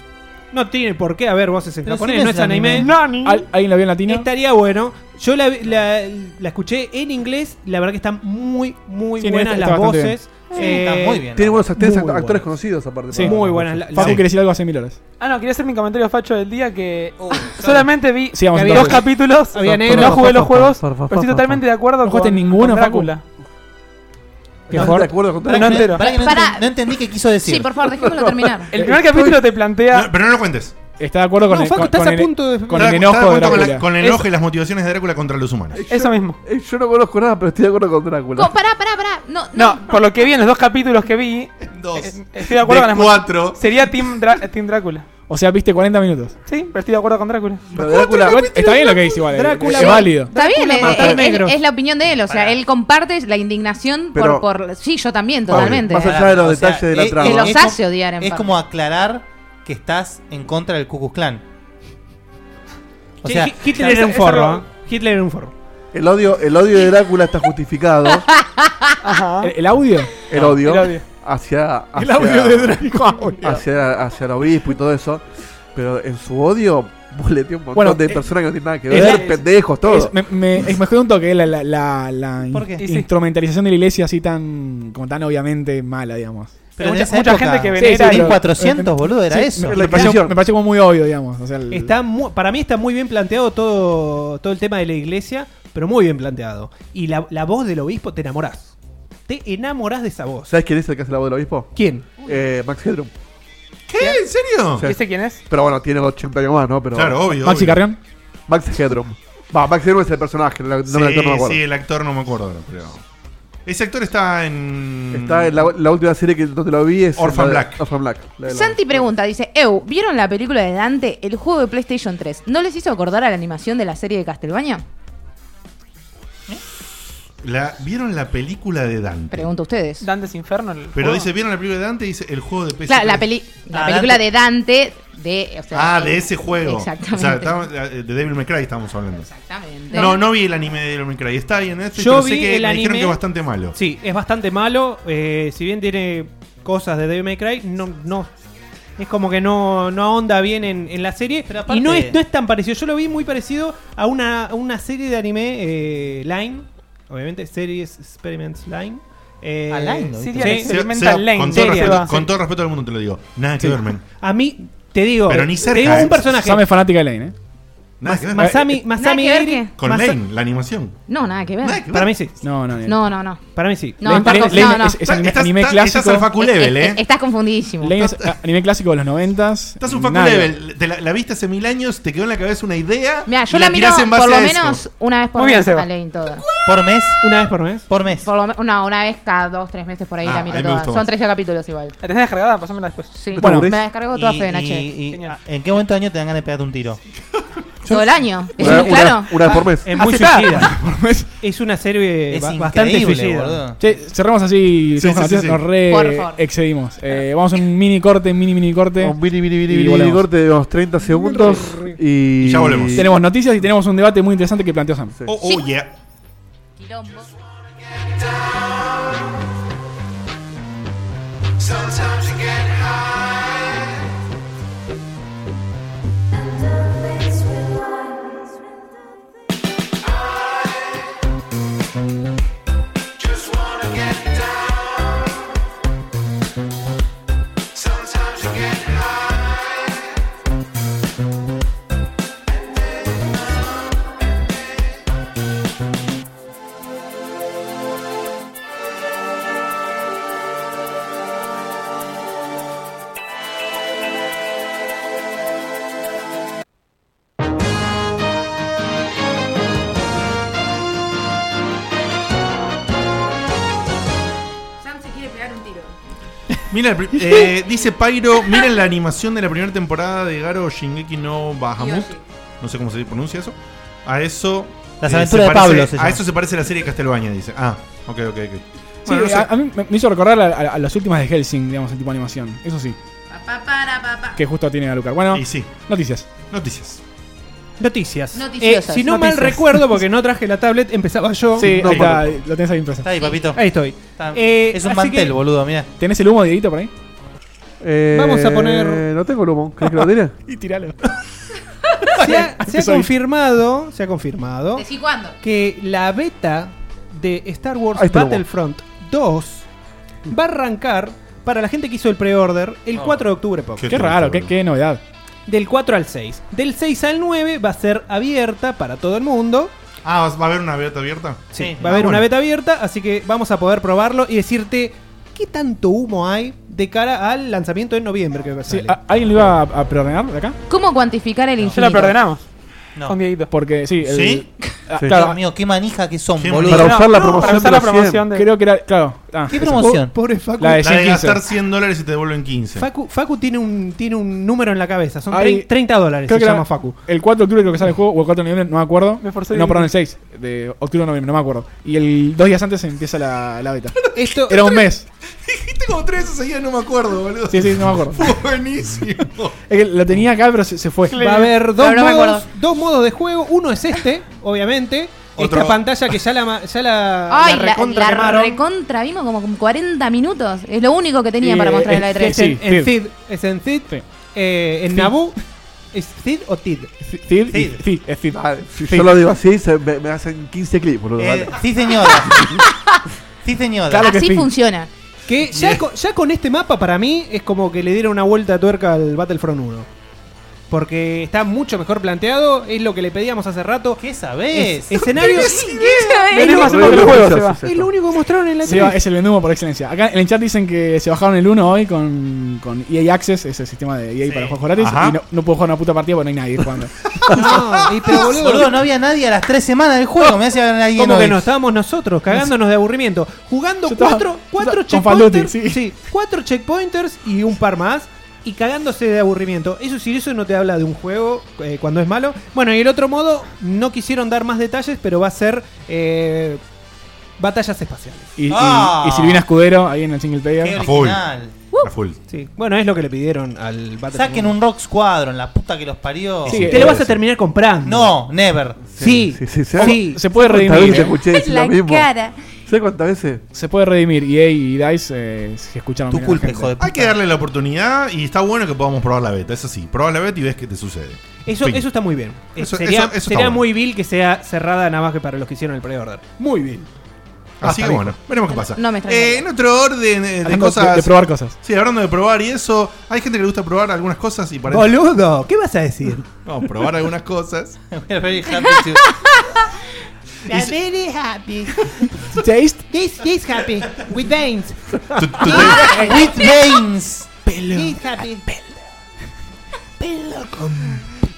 No tiene por qué haber voces en Pero japonés, si no es anime. Nani. ¿Al- ¿Alguien la vio en latino? Estaría bueno. Yo la, la- la escuché en inglés. La verdad que están muy, muy Sí, buenas está- las está bastante voces. Sí, Eh, está muy bien. Tiene buenos actores, muy actores bueno. conocidos aparte. Sí. para- Muy buenas. la- Facu la- quiere decir algo hace mil horas. Ah, no, quería hacer mi comentario facho del día que (laughs) solamente vi Sí, vamos que a había hablar dos de eso. capítulos, Había negro. no jugué los juegos, Fa, fa, fa, pero estoy fa, totalmente de acuerdo ¿No con, jugaste ninguno, con Facu? Drácula. Qué ¿Estás horror. de acuerdo con todo No, esto? entero. Pará que no, Pará. enten- no entendí qué quiso decir. Sí, por favor, dejémoslo terminar. El primer capítulo te No, plantea pero no lo cuentes. Está de acuerdo con No, el Facu, con- estás con a el- punto de. con Está- el está de enojo de acuerdo con, la- Drácula. con el enojo y las motivaciones de Drácula contra los humanos. eso mismo. Eh, Yo no conozco nada, pero estoy de acuerdo con Drácula. Co- Pará, pará, pará. No, no. No, por lo que vi en los dos capítulos que vi, Dos. eh, estoy de acuerdo de con las cuatro. Sería Team, Dra- team Drácula. O sea, viste 40 minutos. Sí, pero estoy de acuerdo con Drácula. Pero Drácula, Igual Está bien lo que dice igual. eh, Drácula- Es válido. Está bien, eh, mató al eh, negro. es, es la opinión de él. O sea, él comparte la indignación Pero- por, por. Sí, yo también, totalmente. Más allá de los detalles de la eh, trama. eh, Que los es como- hace odiar en Es parte. como aclarar que estás en contra del Ku Klux Klan. O Che, sea, Hi- Hitler era eso- un eso forro. lo- ¿eh? Hitler era un forro. El odio, el odio de Drácula está justificado. Ajá. Ah. El, el audio. El odio. el odio. Hacia, hacia, Drácula. hacia, hacia el obispo y todo eso. Pero en su odio, boleteó un montón Bueno, de eh, personas que no tienen nada que es ver. la- pendejos, todo. Es- me, me, es- me jode un toque eh, la, la, la, la in- ¿Por qué? Y sí. instrumentalización de la iglesia así tan como tan obviamente mala, digamos. pero en mucha- esa mucha época, gente que Sí, sí, venera. pero- 1400, boludo, era Sí, Me, eso. La me pareció, Inquisición. me pareció como muy obvio, digamos. O sea, el- Está mu- para mí está muy bien planteado todo, todo el tema de la iglesia, pero muy bien planteado. Y la, la voz del obispo te enamorás. Te enamorás de esa voz. ¿Sabes quién es el que hace la voz del obispo? ¿Quién? Eh, Max Headroom. ¿Qué? ¿En serio? Sí. ¿Y ese quién es? Pero bueno, tiene 80 años más, ¿no? Pero Claro, obvio. Maxi obvio. Carrión. Max Headroom. Va, Max Headroom es el personaje, no, no el actor no me Sí, acuerdo. sí, el actor no me acuerdo. Pero... Ese actor está en. Está en la, la última serie que donde lo vi es. Orphan la de- Black. Orphan Black. la de la- Santi pregunta, dice, Eu, ¿vieron la película de Dante, el juego de PlayStation 3? ¿No les hizo acordar a la animación de la serie de Castlevania? La, ¿Vieron la película de Dante? Pregunto a ustedes. Dantes Inferno. el Pero juego. dice, ¿vieron la película de Dante? Dice el juego de PC. Claro, Oh. la, peli- la Ah, película Dante. de Dante, de... o sea, Ah, el- de ese juego. Exactamente. O sea, estamos- de Devil May Cry estamos hablando. Exactamente. No, no vi el anime de Devil May Cry. Está bien, Netflix, Yo pero vi sé que el me dijeron anime- que es bastante malo. Sí, es bastante malo. eh, si bien tiene cosas de Devil May Cry, no, no. Es como que no, no ahonda bien en, en la serie. aparte- y no es, no es tan parecido. Yo lo vi muy parecido a una, a una serie de anime eh, Line. Obviamente, Series Experiments Line. Eh, Ah, Line, ¿no? Series sí. Experiments Seba, Lane, con, todo serie, respeto, va. con todo respeto al mundo te lo digo. Nada que ver, men. A mí, te digo. Pero ni cerca, te digo eh. un personaje. Sam es fanática de Lane, ¿eh? Nada que ver. Masami, Nada Masami que ver, Eri- ¿qué? Con Masa- Lane, la animación. No, nada que ver. Nada que ver. Para mí sí. No, no, No, no, no. Para mí sí. No, Lane- Paco, Lane- Lane no, no. es- es anime- Estás- anime estás- Estás al clásico. Facu Level, Eh, eh, ¿eh? Estás confundidísimo. Lane es ah, anime clásico de los noventas. Estás un Facu Nada. Level. Te la, la viste hace mil años, te quedó en la cabeza una idea. Mira, yo y la miro tirás en base por lo a eso. menos una vez por Muy bien, mes Seba. a Lane toda. Por mes, Una vez por mes. por mes. Por lo me- no, una vez cada dos, tres meses por ahí Ah, la ahí miro me toda. gustó Son más. 13 capítulos igual. ¿La tenés descargada? Pásamela después. Sí. ¿Te aburrís? me la descargo toda Y- fe en y- H. y- ah, Genial. ¿En qué momento del año te dan ganas de pegarte un tiro? Todo el año. ¿Es Una, muy una- claro? una vez por mes. Ah, Es muy Aceptada. (laughs) suicida. es una serie Ah, Es ba- bastante increíble, suicida. boludo. Che, cerramos así, Sí, cerramos sí, con noticias, sí, sí. nos re Por favor. excedimos. Eh, vamos a un mini corte, mini mini corte. Un mini, mini, mini, Y mini, volvemos. corte de unos 30 segundos. Y, Y ya volvemos. Tenemos noticias y tenemos un debate muy interesante que planteó Sam. Oh, oh, yeah. Quilombo. Sam se quiere pegar un tiro. Mira, el pri- eh, dice Pairo, miren la animación de la primera temporada de Garo Shingeki no Bahamut. Yoshi. No sé cómo se pronuncia eso. A eso. Las eh, aventuras se de parece- Pablo se llama. A eso se parece la serie de Castelbaña, dice. Ah, ok, ok, ok. Sí, Bueno, no sé. a, a mí me me hizo recordar a, a- a las últimas de Helsing, digamos, el tipo de animación. Eso sí, Papá, para, papá. que justo tiene a Lucar. Bueno, Y sí, noticias. noticias. Noticias. Noticiosas. Eh, si no Noticias. mal recuerdo, porque no traje la tablet, empezaba yo. eh, Sí, no, ahí está, lo tenés ahí impreso. Está ahí, papito. Ahí estoy. Está- Eh, es un así mantel, que- boludo, mirá. ¿Tenés el humo, Dieguito, por ahí? Eh, Vamos a poner- No tengo lomo. ¿Crees que lo tire? Y tiralo. Se ha, se ha Soy. confirmado, se ha confirmado ¿Decí cuándo? que la beta de Star Wars Ahí está, Battlefront 2 va a arrancar para la gente que hizo el pre-order el 4 de octubre, Pop. Ah. Qué Qué raro, qué, boludo. qué novedad. Del 4 al 6. Del 6 al 9 va a ser abierta para todo el mundo. Ah, ¿va- ¿va a haber una abierta abierta? Sí. Va a haber Ah, una bueno. beta abierta, así que vamos a poder probarlo y decirte qué tanto humo hay de cara al lanzamiento en noviembre, que va a Sí, ser. ¿a- ¿Alguien lo iba a, a preordenar de acá? ¿Cómo cuantificar el Ya infinito? la perdonamos. No. Con Dieguito. Porque sí, el- ¿Sí? ah, Sí. claro, Dios mío, qué manija que son, Qué boludo. Para usar la No, promoción. para usar la de los 100. promoción de. creo que era. Claro. ah, ¿Qué esa. promoción? Pobre Facu. La Ah, de La de 115. gastar 100 dólares y te devuelven 15. Facu, Facu tiene, un, tiene un número en la cabeza, son Hay- trein- 30 dólares, Creo se que llama era Facu. El 4 de octubre creo que sale el juego, o el 4 de noviembre, no me acuerdo. Me forcé de- no, perdón, el 6 de octubre o noviembre, no me acuerdo. Y el dos días antes empieza la, la beta. Esto, Era un mes. Dijiste como tres veces seguidas, no me acuerdo, boludo. Sí, sí, no me acuerdo. Fue (laughs) buenísimo. Es que lo tenía acá, pero se, se fue. va a haber dos, No, no me modos, acuerdo. dos modos de juego. Uno es este, obviamente. Otro- Esta pantalla que ya la, ma- ya la, Ay, la la, recontra la quemaron. recontra vimos como con 40 minutos. Es lo único que tenía Y, para eh, mostrar en es- la E3. es, Sí, en, en Cid. Cid, es en Cid. Sí. Eh, en Cid. Naboo. ¿Es Cid o Tid? Cid, y- Cid, es Cid. Ah, si Sí. yo lo digo así, se- me, me hacen 15 clips, boludo. Eh, vale. sí, señora. sí, señora. Claro que Así sí. funciona. (laughs) Que ya, con, ya con este mapa, para mí, es como que le dieron una vuelta de tuerca al Battlefront 1. Porque Eh, está mucho mejor planteado, es lo que le pedíamos hace rato. (laughs) ¿Qué sabés? Es- escenarios, Tenemos uno del juego, Seba. Es lo único que mostraron en la Seba, tele. es el vendumo por excelencia. Acá en el chat dicen que se bajaron el 1 hoy con, con EA Access, ese sistema de EA para juegos gratis, Ajá. y no, no puedo jugar una puta partida porque no hay (laughs) nadie jugando. No, y pero boludo, Boludo, no había nadie a las tres semanas del juego. Me hacía alguien ¿Cómo hoy. que no? Estábamos nosotros cagándonos de aburrimiento. Jugando Yo estaba- cuatro, cuatro yo estaba- con checkpointers. Falduti, sí. sí, cuatro checkpointers y un par más. Y cagándose de aburrimiento. Eso sí, eso no te habla de un juego eh, cuando es malo. Bueno, y el otro modo, no quisieron dar más detalles, pero va a ser eh, batallas espaciales. Y, y- Ah. y Silvina Escudero ahí en el single player. Qué A full. original. A full. Sí. Bueno, es lo que le pidieron al Battlefield. Saquen un Rock Squadron, la puta que los parió. Sí, Te lo vas a terminar comprando. eh, No, never. Sí. Sí, sí, sí. Sí. Se puede ¿Cuántas redimir. veces te eh. escuché decir La lo mismo? cara. ¿Sabes cuántas veces? Se puede redimir. EA y DICE eh, se escucharon. Tu bien a la culpa, gente. hijo de puta. Hay que darle la oportunidad y está bueno que podamos probar la beta. Eso sí, probá la beta y ves qué te sucede. Eso, Fin. eso está muy bien. Eh, Eso- sería eso- eso está sería bueno. muy vil que sea cerrada nada más que para los que hicieron el pre-order. Muy vil. Así que bueno, veremos qué pasa. No me extraña. Eh, en otro orden eh, de Hablando de- cosas. de probar cosas. Sí, hablando de probar y eso, hay gente que le gusta probar algunas cosas y parece. Boludo, ¿qué vas (laughs) a decir? No, probar algunas cosas. Very happy to- very happy. Taste. This is happy. With veins. Tu- tu- tu- (laughs) With veins. This happy.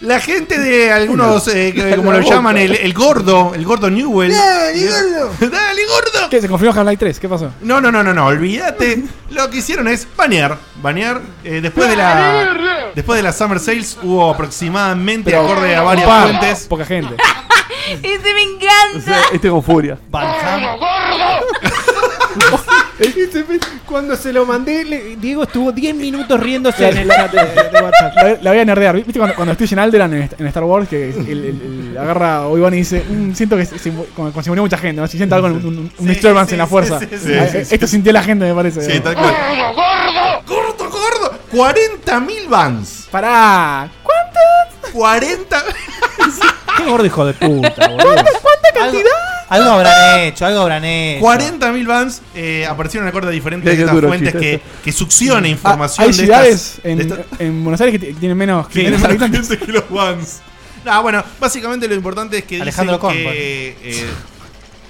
la gente de algunos, eh, (laughs) que- como lo llaman, el, el gordo, el gordo Newell. ¡Dale, gordo! ¡Dale, gordo! ¿Qué? ¿Se confirmó Half-Life 3? ¿Qué pasó? No, no, no, no, no, (laughs) olvídate. Lo que hicieron es banear. Banear. eh, después de la. Después de la Summer Sales hubo aproximadamente, acorde a varias Un par, fuentes. (laughs) Poca gente. Ese me O encanta. sea, este con furia. Banham. Cuando se lo mandé, le- Diego estuvo 10 minutos (laughs) riéndose en el chat de, de WhatsApp. La, la voy a nerdear. ¿Viste cuando, cuando estoy en Alderan en, en Star Wars? Que el, el- el- agarra a Obi-Wan y dice: "Mm, Siento que se, se mu- como, como se murió mucha gente. ¿no? Se siente algo, un, un, un Sí, disturbance sí, en la sí, fuerza. sí, sí, Ah, sí, eh, sí. Esto sintió la gente, me parece. Sí, tal cual. ¡Gordo, gordo! ¡Gordo, gordo! ¡40.000 bans! Pará. ¡40! Qué gordo hijo de puta, boludo. Algo, algo habrán hecho, algo habrán hecho. 40.000 bans eh, aparecieron acorde a diferentes Qué- qué de estas duro, fuentes chiste. que, que succiona información Ah, hay de ciudades estas- en, de estas- en Buenos Aires que t- tienen menos que que tienen menos más habitantes. gente que los bans. Ah, bueno, básicamente lo importante es que Alejandro dicen Kornblum. que, eh,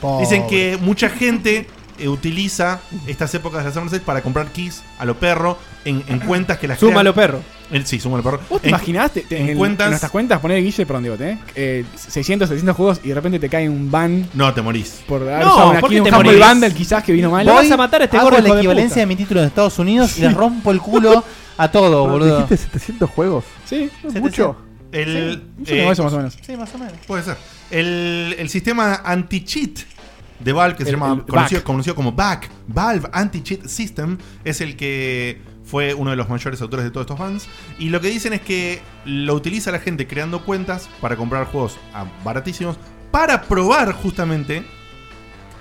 Pobre. Dicen que mucha gente eh, utiliza estas épocas de las Summer Sales para comprar keys a lo perro en, en cuentas que las Súmalo, crean- perro. Eh, (laughs) sí, suma a lo perro. ¿Vos te En- imaginaste en, en el- cuentas- en nuestras cuentas poner Guille, perdón, digo, eh, eh, 600, 700 juegos y de repente te cae un ban No, te morís. por haber No, usado una ¿por qué kill, un te Humble morís? Bundle quizás que vino mal. Lo vas a matar a este Hago gordo la hijo de equivalencia de, puta. mi título en Estados Unidos y le rompo el culo a todo, boludo. ¿Dijiste 700 juegos? Sí, ¿Es mucho? El, yo eh, tengo eso más o menos. Sí, más o menos. Puede ser. El, el sistema anti-cheat de Valve, que se El- llama, el conocido, VAC. conocido como VAC, Valve Anti-Cheat System, es el que fue uno de los mayores autores de todos estos bans. Y lo que dicen es que lo utiliza la gente creando cuentas para comprar juegos a- baratísimos, para probar justamente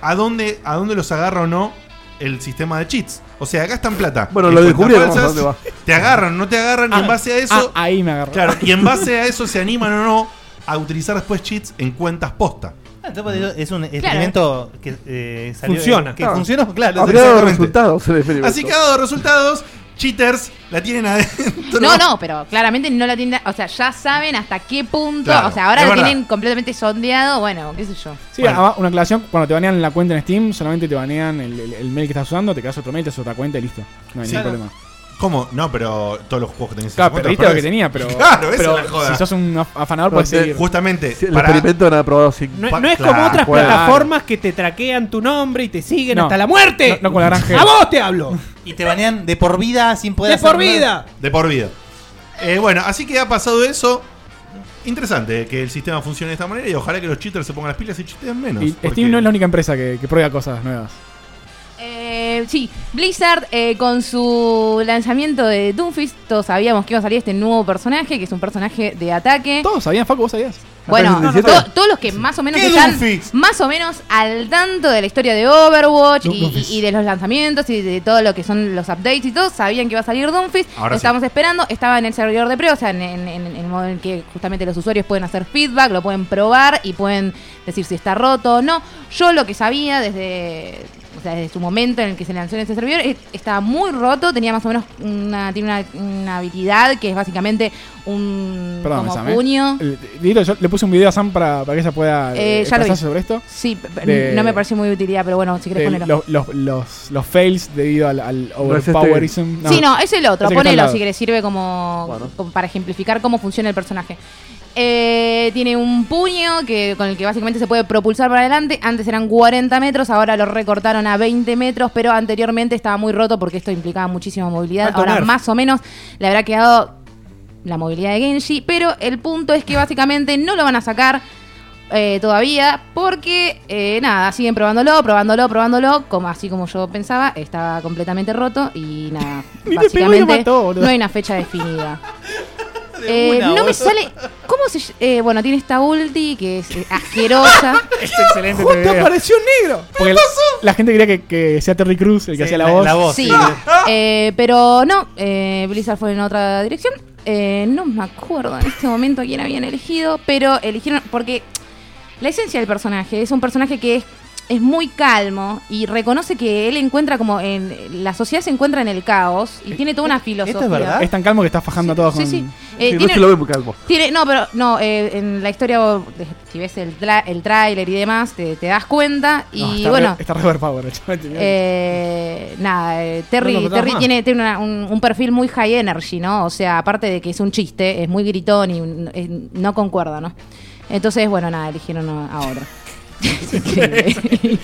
a dónde, a dónde los agarra o no el sistema de cheats. O sea, gastan plata. Bueno, en lo cuentas descubrieron, falsas, ¿dónde va? Te agarran, no te agarran, y en base a eso... Ah, ahí me agarró. Claro, y en base a eso se animan o no a utilizar después cheats en cuentas posta. Ah, entonces Es un experimento que eh, salió- Funciona. Que (laughs) funcionó, claro. Habría dado exactamente. Ah. resultados el experimento. Así que ha dado resultados, cheaters la tienen adentro. No, no, pero claramente no la tienen. O sea, ya saben hasta qué punto. Claro, o sea, ahora es lo verdad. tienen completamente sondeado. Bueno, qué sé yo. (laughs) Sí, ah. Bueno. además, una aclaración, cuando te banean la cuenta en Steam, solamente te banean el, el- el mail que estás usando, te quedas otro mail, te haces otra cuenta y listo. No hay Sí. ningún Claro. problema. ¿Cómo? No, pero todos los juegos que tenés en Claro, cuenta perdiste lo que los perdés. tenía, (laughs) pero, Claro, esa pero es la joda. si sos un af- afanador puedes Entonces, seguir. Justamente, Sí, el para- experimento lo han aprobado sin. No, Pa- no es como claro, otras claro. plataformas que te traquean tu nombre y te siguen No. hasta la muerte. No- no con la gran G. A vos te hablo. Y te banean de por vida sin poder De hacer por nada. vida. de por vida. Eh, bueno, así que ha pasado eso. Interesante que el sistema funcione de esta manera y ojalá que los cheaters se pongan las pilas y cheaten menos. Y porque- Steam no es la única empresa que, que prueba cosas nuevas. Eh, sí, Blizzard eh, con su lanzamiento de Doomfist, todos sabíamos que iba a salir este nuevo personaje, que es un personaje de ataque. Todos sabían, Facu, vos sabías. Bueno, ¿Aparece el to- 17? todos los que más o menos ¿Qué están Doomfist? más o menos al tanto de la historia de Overwatch Doom- y- Doomfist. y, de los lanzamientos y de todo lo que son los updates y todo, sabían que iba a salir Doomfist, Ahora lo sí. estábamos esperando, estaba en el servidor de pre, o sea, en, en- en- en el modo en que justamente los usuarios pueden hacer feedback, lo pueden probar y pueden decir si está roto o no. Yo lo que sabía desde o sea, desde su momento en el que se lanzó en ese servidor, eh, estaba muy roto, tenía más o menos una, tiene una, una habilidad que es básicamente un Perdón, como Sam, ¿eh? puño. El- Dieguito, yo le puse un video a Sam para, para que ella pueda Eh, eh, ya lo vi. expresarse sobre esto. Sí, p- p- De- no me pareció muy de utilidad, pero bueno, si querés de ponerlo. los, Eh, los, los, los fails debido al, al es este. overpowerism. sí, no, es el otro, Ese que está al ponelo lado. si querés, sirve como, Bueno. como para ejemplificar cómo funciona el personaje. Eh, tiene un puño que con el que básicamente se puede propulsar para adelante. Antes eran 40 metros, ahora lo recortaron a 20 metros, pero anteriormente estaba muy roto porque esto implicaba muchísima movilidad. Alto ahora nerf. más o menos le habrá quedado la movilidad de Genji, pero el punto es que básicamente no lo van a sacar eh, todavía porque eh, nada, siguen probándolo, probándolo, probándolo, como así como yo pensaba, estaba completamente roto y nada, (laughs) Ni le pegó y lo básicamente mató, boludo. no hay una (laughs) fecha definida. Eh, una, no me boludo. sale. ¿Cómo se.? ll- eh, bueno, tiene esta ulti que es eh, (laughs) asquerosa. Es excelente. este video. un negro! Porque la, la gente quería que, que sea Terry Cruz el que hacía la, voz. Sí. (laughs) Ah. Eh, pero no, eh, Blizzard fue en otra dirección. Eh, no me acuerdo en este momento quién habían elegido, pero eligieron porque la esencia del personaje es un personaje que es, es muy calmo y reconoce que él encuentra como en la sociedad se encuentra en el caos y tiene toda una filosofía. Eh, Es tan calmo que está fajando a todos Sí, con... sí. Eh, tiene- muy calmo. Tiene- no, pero no, eh, en la historia, vos, eh, si ves el, tra- el tráiler y demás, te, te das cuenta. Y No, está re- bueno, está re overpowered, (laughs) el chaval, tenía- eh, nada, eh, Terry, No lo notaba Terry más. tiene, tiene una- un, un perfil muy high energy, ¿no? O sea, aparte de que es un chiste, es muy gritón y un- es- no concuerda, ¿no? Entonces, bueno, nada, eligieron a, a (laughs) otro. Es increíble.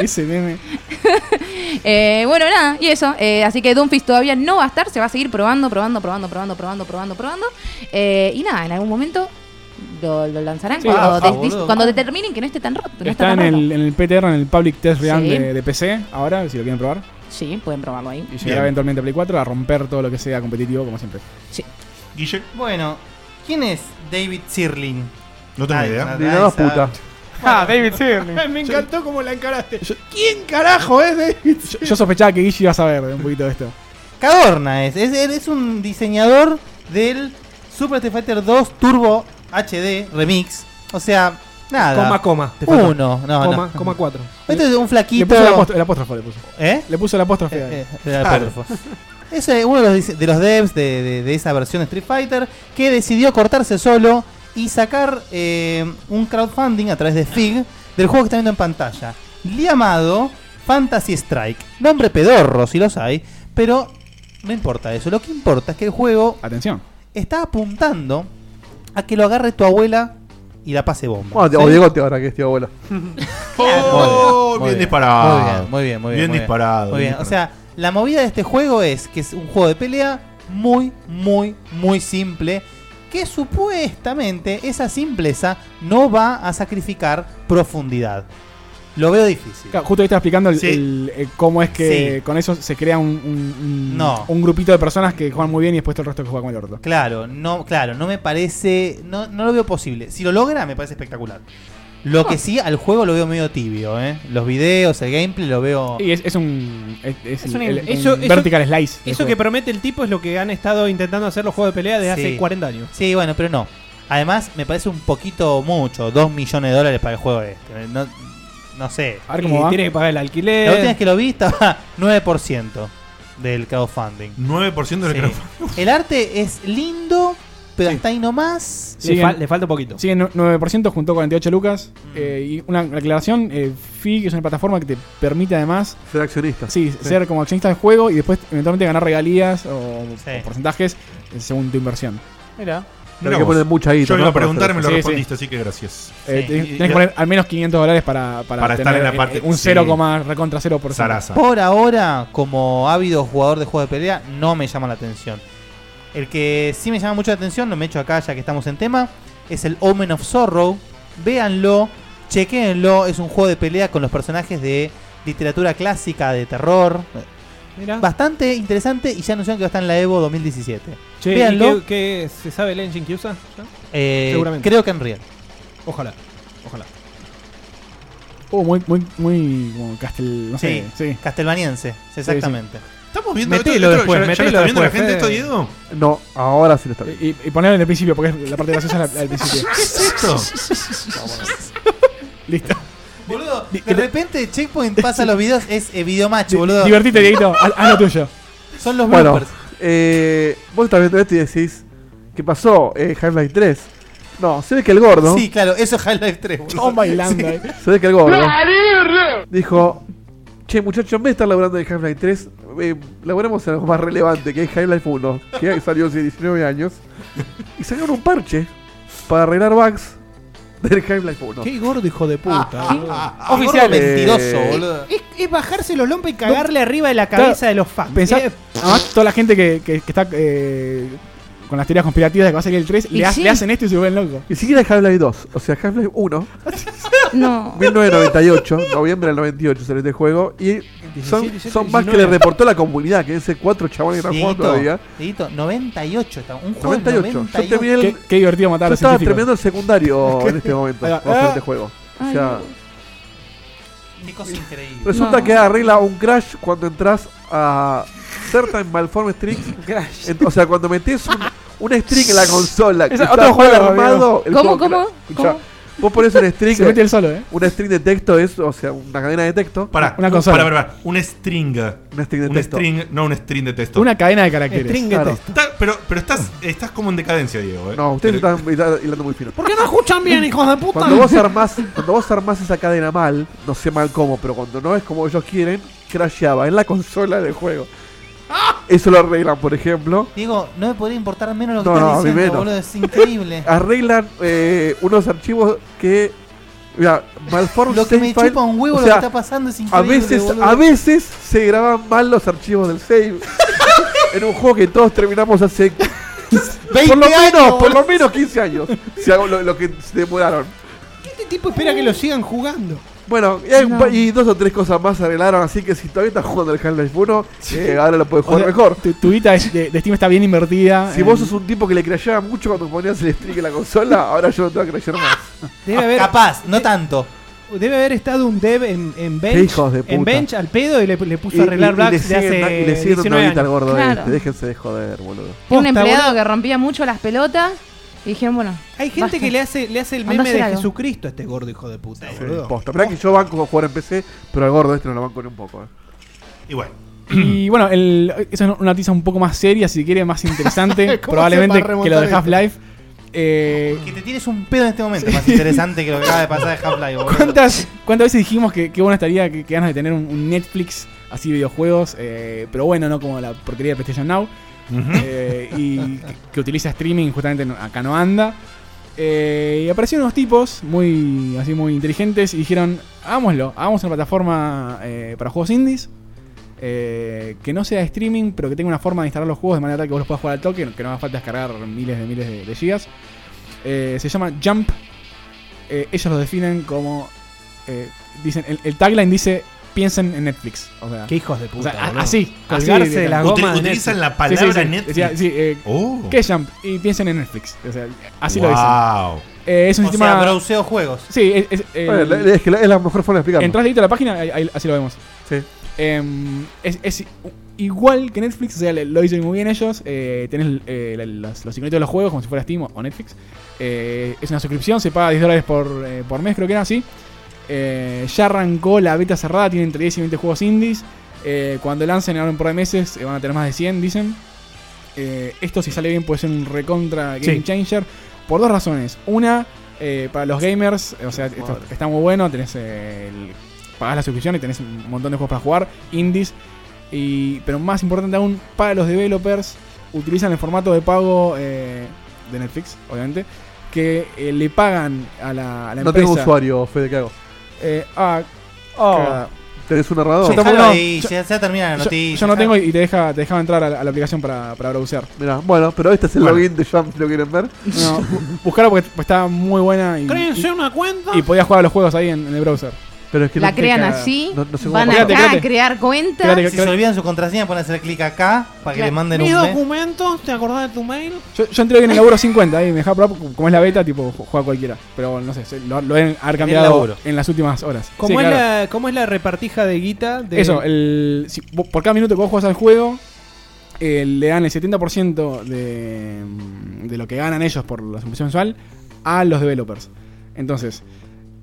Ese meme. Eh, bueno, nada, y eso. Eh, así que Doomfist todavía no va a estar, se va a seguir probando, probando, probando, probando, probando, probando, probando. Eh, y nada, en algún momento lo, lo lanzarán Sí, Ah, cuando, ajá, des- dis- boludo. cuando determinen que no esté tan roto. No Está en tan roto. el, en el PTR, en el Public Test Realm Sí. de, de PC, ahora, si lo quieren probar. Sí, pueden probarlo ahí. Y llegará eventualmente a Play 4 a romper todo lo que sea competitivo, como siempre. Sí. Guille. Bueno, ¿quién es David Sirling? No tengo idea. Ni nada nada, puta. Ah, David (laughs) Sirling. (laughs) Me encantó cómo la encaraste. ¿Quién carajo es David? Yo sospechaba que Guille iba a saber un poquito de esto. Cadorna es, es, es un diseñador del Super Street Fighter 2 Turbo HD Remix. O sea, nada. Coma, coma. Te faltó. Uno, no, Coma, no. coma cuatro. Este es un flaquito. Le puso el apóstrofe, el apóstrofe le puso. ¿Eh? Le puso el apóstrofe. Ah, ahí. Eh, eh, apóstrofe. Es eh, uno de los, dise- de los devs de, de- de esa versión de Street Fighter que decidió cortarse solo y sacar eh, un crowdfunding a través de FIG del juego que está viendo en pantalla. Llamado Fantasy Strike. Nombre pedorro, si los hay, pero no importa eso. Lo que importa es que el juego Atención. está apuntando a que lo agarre tu abuela y la pase bomba. Bueno, ¿Sí? o Diegote ahora que es tío (laughs) abuela. Oh, bien disparado. Muy bien, muy bien, muy bien. Bien muy disparado, Muy bien bien. O sea, la movida de este juego es que es un juego de pelea muy, muy, muy simple. Que supuestamente esa simpleza no va a sacrificar profundidad. Lo veo difícil. Claro, justo ahí estaba explicando el- Sí. el- eh, cómo es que Sí. con eso se crea un, un- un- No. un grupito de personas que juegan muy bien y después todo el resto que juega con el orto. Claro, no, claro, no me parece. No, no lo veo posible. Si lo logra, me parece espectacular. Lo que sí, al juego lo veo medio tibio, ¿eh? Los videos, el gameplay, lo veo. Y es, es un. Es, es Es el- un- el- eso- un eso- vertical slice. del Eso juego. que promete el tipo es lo que han estado intentando hacer los juegos de pelea desde Sí. hace 40 años. Sí, bueno, pero no. Además, me parece un poquito mucho, 2 millones de dólares para el juego este. No, no sé. A ver cómo Y va. tiene que pagar el alquiler. La última vez que lo vi estaba (laughs) 9% del crowdfunding. 9% del crowdfunding. El arte es lindo, pero hasta ahí nomás. Siguen- falta poquito. Siguen nu- 9%, juntó 48 lucas. Mm. Eh, y una aclaración, eh, FIG es una plataforma que te permite además... Ser accionista. Sí, Sí. ser como accionista del juego y después eventualmente ganar regalías o, Sí. o porcentajes eh, según tu inversión. Mira. Pero hay que poner mucha guita, Yo ¿no? iba a para preguntar, hacer me eso. lo Sí, respondiste, así que gracias. Eh, Sí. tenés- Y- tenés que poner al menos 500 dólares para, para, Para estar tener, en la eh, parte- un sí. 0,3%. Sarasa. Por ahora, como ávido jugador de juegos de pelea, no me llama la atención. El que sí me llama mucho la atención, lo me echo acá ya que estamos en tema, es el Omen of Sorrow. Véanlo, chequéenlo, es un juego de pelea con los personajes de literatura clásica, de terror. Bastante interesante y ya anunciaron que va a estar en la Evo 2017. Che, ¿y Véanlo, ¿qué, qué- se sabe el engine que usa? ya? eh, Seguramente. creo que en Real. Ojalá, ojalá. Oh, muy, muy, muy como castel... No sé. sí, castelvaniense, exactamente. Estamos viendo Metelo esto- esto- después, ya- ya lo metelo está viendo la después, gente esto, Fede. Diego? No, ahora sí lo está viendo. eh. Y, y ponerlo en el principio, porque (laughs) es la parte graciosa es la- al principio. ¿Qué es esto? (laughs) Listo. Boludo, boludo. De repente Checkpoint (laughs) pasa los videos, es eh, videomatch, boludo. Divertite, Dieguito, haz haz lo tuyo. Son los Bueno, bloopers. eh, vos también te ves y decís, ¿qué pasó? Eh, Half-Life 3. No, se ve que el gordo, Sí, claro, eso es Half-Life 3, boludo. Estamos bailando eh. Sí. ahí. se ve que el gordo dijo, che muchachos, en vez de estar laburando en Half-Life 3, eh, laburemos en algo más relevante, que es Half-Life 1, que salió hace 19 años, y sacaron un parche para arreglar bugs del Half-Life 1. Qué gordo, hijo de puta. boludo. ah, Oficial. Eh, Mentiroso, boludo. Es, es bajarse los lompos y cagarle arriba de la cabeza de los fans. Pensá- Eh, Además, toda la gente que, que- que está eh, con las teorías conspirativas de que va a salir el 3, Y le, ha- sí. le hacen esto y se vuelven locos. Ni siquiera Half-Life 2, o sea, Half-Life 1, No. 1998, noviembre del 98 salió este juego, y son, 17, son más que 19. le reportó la comunidad, que ese cuatro chavales que están jugando Dieguito, todavía. Dieguito, 98 está. Un juego 98. 98. Yo terminé el, Qué, qué divertido matar a yo los estaba científicos. terminando el (laughs) secundario en este momento, Ahí va. cuando salió este Ah. juego. O Ay, sea, Qué cosa increíble. resulta No. que arregla un crash cuando entras a Certain Malform Streaks. En- o sea, cuando metes un, un streak en la consola, que Es está otro mal juego, armado, el ¿Cómo, juego cómo? cra- Escuchá, ¿Cómo? Vos pones (laughs) un Se mete streak, el solo, ¿eh? un streak de texto es, o sea, una cadena de texto. Pará, Una una consola. Pará, pará, pará. Un string. Un string de Un texto. string, no un string de texto. Una cadena de caracteres. string de Claro. texto. Está- pero pero estás, estás como en decadencia, Diego. eh. No, ustedes Pero- están hila- hilando muy fino. ¿Por qué no escuchan bien, hijos de puta? Cuando vos armás, cuando vos armás esa cadena mal, no sé mal cómo, pero cuando no es como ellos quieren, crasheaba en la consola del juego. ¡Ah! Eso lo arreglan, por ejemplo. Diego, no me podría importar menos lo que No, estás no, a mí diciendo, menos. boludo. (laughs) Es increíble. Arreglan eh, unos archivos que. Mira, Malform lo que me save file- chupa un huevo o lo sea, que está pasando es A increíble. veces, boludo. a veces se graban mal los archivos del (laughs) save. en un juego que todos terminamos hace. por lo 20 menos, años, por lo menos 15 años. Si hago lo, lo que se demoraron. Este tipo espera que lo sigan jugando. Bueno, y, hay un pa- y dos o tres cosas más arreglaron, así que si todavía estás jugando el Half-Life 1, eh, ahora lo puedes O jugar sea, mejor. Tu, tu guita es- de, de Steam está bien invertida. eh. Si en- vos sos un tipo que le crasheaba mucho cuando ponías el streak en la consola, ahora yo no te voy a crashear más. Debe haber, Capaz, no tanto. debe haber estado un dev en, en Qué bench. hijos de puta. En bench al pedo y le, le puso Y- a arreglar y- y le Blacks de siguen da- hace y le siguen dando 19 guita al años. gordo Claro. este, déjense de joder, boludo. Era un Posta, empleado boludo. que rompía mucho las pelotas y dijeron, bueno, Hay gente Basta. que le hace, le hace el Andá a meme hacer de algo. Jesucristo a este gordo hijo de puta, boludo. Posta. Verdad que yo banco a jugar en PC, pero al gordo este no lo banco ni un poco. eh. Y bueno, (clears throat) Y bueno, el- eso es una noticia un poco más seria, si quiere, más (laughs) interesante. ¿Cómo probablemente se va a que lo de remontar Half-Life. Eh, Que te tienes un pedo en este momento. Más interesante que lo que acaba de pasar de Half-Life, boludo. ¿Cuántas, ¿Cuántas veces dijimos que qué bueno estaría que, que ganas de tener un, un Netflix así de videojuegos? eh, pero bueno, no como la porquería de PlayStation Now. eh, y que, que utiliza streaming, justamente no- acá no anda. Eh, y aparecieron unos tipos muy así muy inteligentes y dijeron, hagámoslo, hagamos una plataforma eh, para juegos indies. eh, que no sea de streaming, pero que tenga una forma de instalar los juegos de manera tal que vos los puedas jugar al toque, que no haga falta descargar miles de miles de, de gigas. Eh, se llama Jump. Eh, ellos lo definen como. eh, dicen, el, el tagline dice: piensen en Netflix. O sea, Qué hijos de o puta. sea, boludo. así. Colgarse de la la goma. util- de utilizan Netflix. la palabra Netflix. Oh. eh, ¿Qué es Jump? Y piensen en Netflix. O sea, así lo dicen. wow. Eh, es un O sistema. sea, browseo juegos. Sí, es. es, eh, Bueno, la- es que la- es la mejor forma de explicarlo. Entrás directo a la página, ahí- ahí- así lo vemos. Sí. Em, es, es i- igual que Netflix, o sea, le- lo hicieron muy bien ellos. eh, tenés eh, la- los, los iconitos de los juegos, como si fuera Steam o- o Netflix. Eh, es una suscripción, se paga 10 dólares por, eh, por mes, creo que era así. Eh, ya arrancó la beta cerrada, tiene entre 10 y 20 juegos indies. Eh, cuando lancen ahora en un par de meses eh, van a tener más de 100, dicen. Eh, esto si sale bien puede ser un recontra game Sí. changer por dos razones. Una, eh, para los gamers, eh, o sea, esto Madre. está muy bueno, tenés eh, el- pagás la suscripción y tenés un montón de juegos para jugar, indies, y, pero más importante aún, para los developers utilizan el formato de pago eh, de Netflix, obviamente, que eh, le pagan a la, a la No empresa. tengo usuario, Fede, ¿qué hago? Eh, ah, cagada. ¿Tenés un narrador? Yo Dejalo tampoco- ah. ahí, yo- ya, ya termina la Yo- noticia. yo, no tengo y te deja, te dejaba entrar a la, a la aplicación para, para browsear. Mirá, bueno, pero este es el Bueno. login de Jump, si lo quieren ver. No, bu- buscalo porque pues, está muy buena y, Créense y, una cuenta. y podías jugar a los juegos ahí en, en el browser. Pero es que la no- crean cagada. así, No- no sé cómo van pasó. acá Créate, a crear cuentas. Créate que- Si se olvidan su contraseña, pueden hacer clic acá para que Claro. le manden un Mis mail. documentos, ¿te acordás de tu mail? Yo, yo entré hoy en el laburo 50 ahí me dejaba probar porque como es la beta, tipo ju- juega cualquiera. Pero no sé, se- lo, lo deben haber cambiado laburo. en las últimas horas. ¿Cómo, Sí, es claro. la, ¿Cómo es la repartija de guita? De... Eso, eh, el, si vos- por cada minuto que vos juegas al juego, eh, le dan el 70% de, de lo que ganan ellos por la suscripción mensual a los developers. Entonces,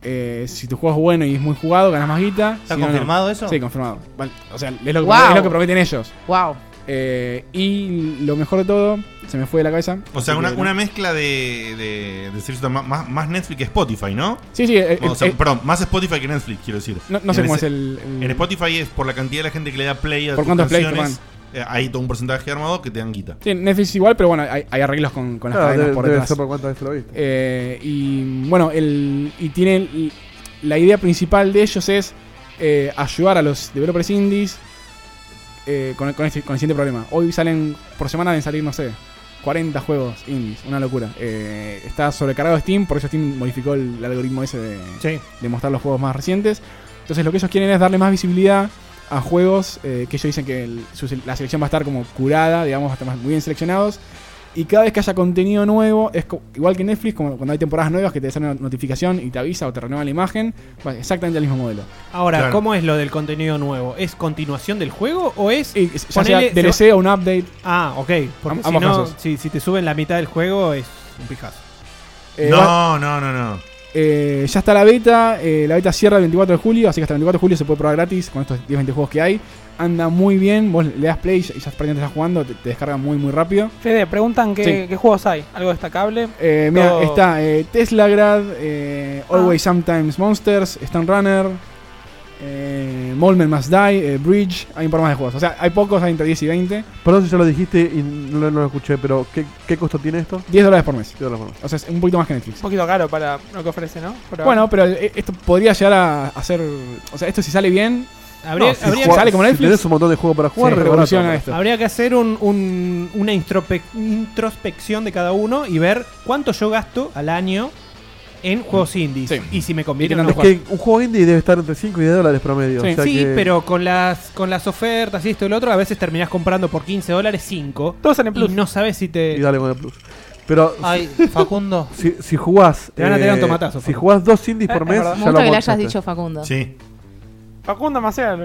eh, si tu juego es bueno y es muy jugado, ganas más guita. ¿Está Si no, no. confirmado eso? Sí, confirmado. Vale, O sea, es lo, que, Wow. es lo que prometen ellos. Wow. Eh, y lo mejor de todo, se me fue de la cabeza. O sea, Así una, que- una mezcla de, de, de series más, más- más Netflix que Spotify, ¿no? Sí, sí, eh, O sea, eh, perdón, más Spotify que Netflix, quiero decir. No- no sé En cómo ese- es el- el- En Spotify es por la cantidad de la gente que le da play a ¿Por tus cuántos plays, canciones, eh, hay todo un porcentaje armado que te dan guita. Sí, Netflix igual, pero bueno, hay, hay arreglos con, con las Claro, cadenas debe- por debe detrás. ser por cuántas veces lo viste. Eh, y bueno, el, y tiene el- la idea principal de ellos es eh, ayudar a los developers indies eh, con, con este- con el siguiente problema. Hoy salen, por semana deben salir, no sé, 40 juegos indies, una locura. Eh, está sobrecargado Steam, por eso Steam modificó el, el algoritmo ese de, Sí. de mostrar los juegos más recientes. Entonces lo que ellos quieren es darle más visibilidad a juegos eh, que ellos dicen que el- su se- la selección va a estar como curada, digamos, va a estar más- muy bien seleccionados. Y cada vez que haya contenido nuevo, es co- igual que Netflix, como cuando hay temporadas nuevas que te sale una notificación y te avisa o te renueva la imagen, bueno, exactamente el mismo modelo. Ahora, Claro. ¿cómo es lo del contenido nuevo? ¿Es continuación del juego o es Y ya sea ponele- DLC se va- o un update. Ah, ok. Porque Am- si ambos no, casos. si, si te suben la mitad del juego es un pijazo. Eh, no, no, no, no. Eh, ya está la beta, eh, la beta cierra el 24 de julio, así que hasta el 24 de julio se puede probar gratis con estos 10-20 juegos que hay. Anda muy bien, vos le das play y ya, ya prácticamente estás jugando, te, te descarga muy muy rápido. Fede, preguntan qué, Sí. qué juegos hay. ¿Algo destacable? Eh, mira, Todo- está eh, Tesla Grad, eh, Ah. Always Sometimes Monsters, Stone Runner, eh, Molmen Must Die, eh, Bridge, hay un par más de juegos. O sea, hay pocos, hay entre 10 y 20. Perdón si ya lo dijiste y no, lo- no lo escuché, pero ¿qué, qué costo tiene esto? 10 dólares por mes. 10 dólares por mes. O sea, es un poquito más que Netflix. Un poquito caro para lo que ofrece, ¿no? Por ahora. Bueno, pero eh, esto podría llegar a, a ser. O sea, esto si sale bien. Habría- no, si habría- sale como si Netflix. tenés un montón de juegos para jugar, se re revoluciona barato. esto. Habría que hacer un- un- una instrope- introspección de cada uno y ver cuánto yo gasto al año en juegos indies. Mm. Sí. Y si me Y conviene o no. tanto Es que un juego indie debe estar entre 5 y 10 dólares promedio. Sí. o sea sí, que- pero con las con las ofertas y esto y lo otro, a veces terminás comprando por 15 dólares 5. Todos en el Y plus. no sabes si Y te. dale con el plus. Pero Ay, Facundo. (laughs) si, si jugás. eh, Te van a tirar un tomatazo, Si Facu. jugás dos indies por Eh, mes, es verdad. Me ya lo gusta que le hayas montaste. dicho Facundo. Sí. Facundo Maceo.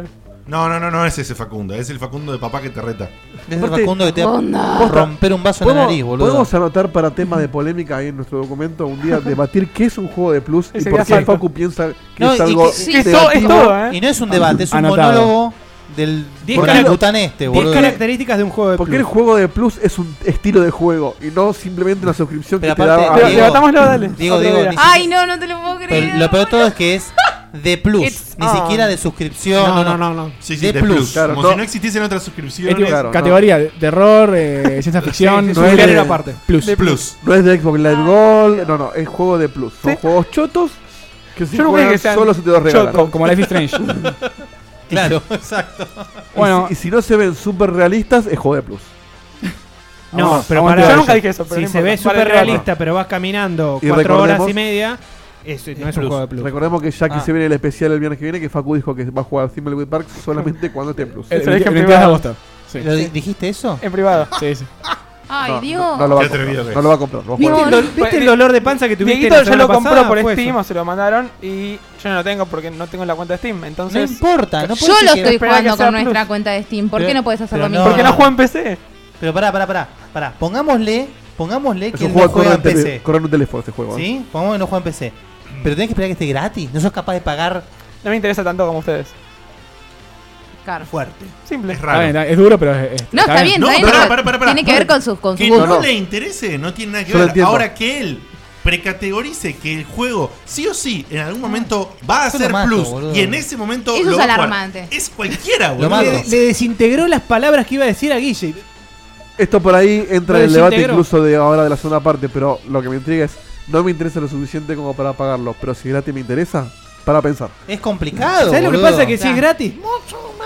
No, no, no, no es ese Facundo. Es el Facundo de papá que te reta. Es el Aparte- Facundo que te va a Posta, romper un vaso en la ¿Podemos, nariz, boludo. podemos anotar para tema de polémica ahí en nuestro documento un día debatir qué es un juego de plus y Ese por día qué el salto. Facu piensa que No, es y algo. que- sí, Que es, todo- es negativo. todo, ¿eh? Y no es un debate, es un Anotado. monólogo del Diez orangután este, 10 boludo. características de un juego de Porque plus. el juego de plus es un estilo de juego y no simplemente una suscripción Pero que te aparte, da. Deba- Diego, debatámoslo, dale. Digo, Otro digo, día. ni (laughs) si- Ay, no, no te lo puedo pero creer. (laughs) lo peor de todo es que es de plus, It's ni on. siquiera de suscripción. No, no, no, no. Sí, sí, De de, plus. plus. Claro, Como no. si no existiesen otras Es tipo, suscripciones. claro, categoría: de terror, eh, ciencia ficción, sí, sí, Es un no género es- aparte. plus. plus. No es de Xbox Live Gold, no, no, es juego de plus. Son juegos chotos que si Yo no creo juegan que sean solo se te los regalan. Co- Como Life is Strange. (laughs) (laughs) (laughs) Claro, exacto. bueno, Y si no se ven súper realistas, es juego de plus. No, Vamos, pero vamos pará, a- Yo nunca dije eso, pero si no se ve importa. Vale, súper vale. realista, pero vas caminando Y 4 recordemos- horas y media, eso no es un juego de plus. Recordemos que Jackie Ah. se viene el especial el viernes que viene, que Facu dijo que va a jugar Thimbleweed Park solamente cuando esté en plus. el, Se lo dije en 23 de privado. agosto. Sí, ¿Lo di- dijiste eso? En privado. sí, sí. Ay, No, Diego. No, no lo va a Qué atrevido que comprar, no es. lo va a comprar. lo va a ¿Viste, jugar. el, do- viste el dolor de panza que tuviste Dieguito la ya semana lo compró pasada? por Fue Steam eso. o se lo mandaron y yo no lo tengo porque no tengo la cuenta de Steam. No Entonces, importa, no Yo puede lo ser que- estoy Espera que jugando sea con nuestra plus. cuenta de Steam. ¿Por Pero- qué no puedes hacer pero lo no, mismo? porque no. no juega en PC. Pero pará, pará, pará, pará. Pongámosle, pongámosle Es que un él juego que no corre juega en en tele- PC. corre en un teléfono este juego. ¿eh? ¿Sí? Pongamos que no juega en PC. Pero tenés que esperar que esté gratis. No sos capaz de pagar No me interesa tanto como ustedes. Claro. fuerte. Simple. Es este. Está bien, raro. está- es duro, pero. es- es- No, está bien, No, está bien. pará, pero pará, pará, pará. Tiene que ver con sus con su Que gusto. no, no. le interese, no tiene nada que Yo lo ver. entiendo. Ahora que él precategorice que el juego sí o sí en algún momento va a yo lo ser mato, plus boludo. y en ese momento Eso es lo va a jugar. alarmante. Es cualquiera, boludo. mato. Le, le desintegró las palabras que iba a decir a Guille. Esto por ahí entra en el Lo debate desintegró. incluso de ahora de la segunda parte, pero lo que me intriga es, no me interesa lo suficiente como para pagarlo, pero si gratis me interesa, para pensar. Es complicado. ¿Sabes lo que boludo. pasa? Que si Claro. es gratis.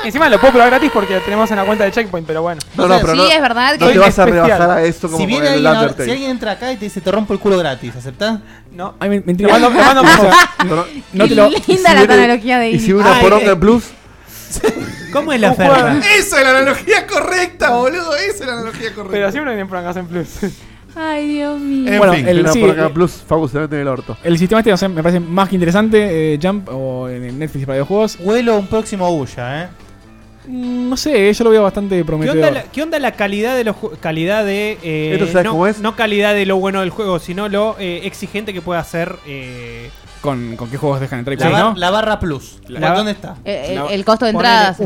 Encima lo puedo probar gratis porque lo tenemos en la cuenta de Checkpoint, pero bueno. No, O no, sea, pero sí, no, es verdad no que- te vas a especial. rebajar a esto como Si viene con el alguien, ahora- si Undertale. alguien entra acá y te dice te rompo el culo gratis, ¿aceptás? No. Ay, me- me Te intriga. mando, te mando O sea, Pero- (laughs) no te lo. Qué y si linda la viene- analogía de Y si Iggy. una Ay, poronga eh. en plus, ¿Cómo es la Un juego- oferta? Esa es la analogía correcta, boludo. Esa es la analogía correcta. Pero siempre vienen por acá en plus. (laughs) Ay, Dios mío. En Bueno, fin, el- una sí, poronga eh, en plus, Facu se mete en el orto. El sistema este o sea, me parece más que interesante, eh, Jump o en Netflix para videojuegos. Huelo un próximo bulla, ¿eh? Mm, No sé, yo lo veo bastante ¿Qué onda, prometedor. la, qué onda la calidad de los ju- calidad de eh, ¿Esto sabes no, cómo es? no calidad de lo bueno del juego, sino lo eh, exigente que pueda ser eh, con, con qué juegos dejan entrar y La, cuáles bar- no. la barra plus. La- ¿Dónde está? Eh, La- el, el costo de entradas.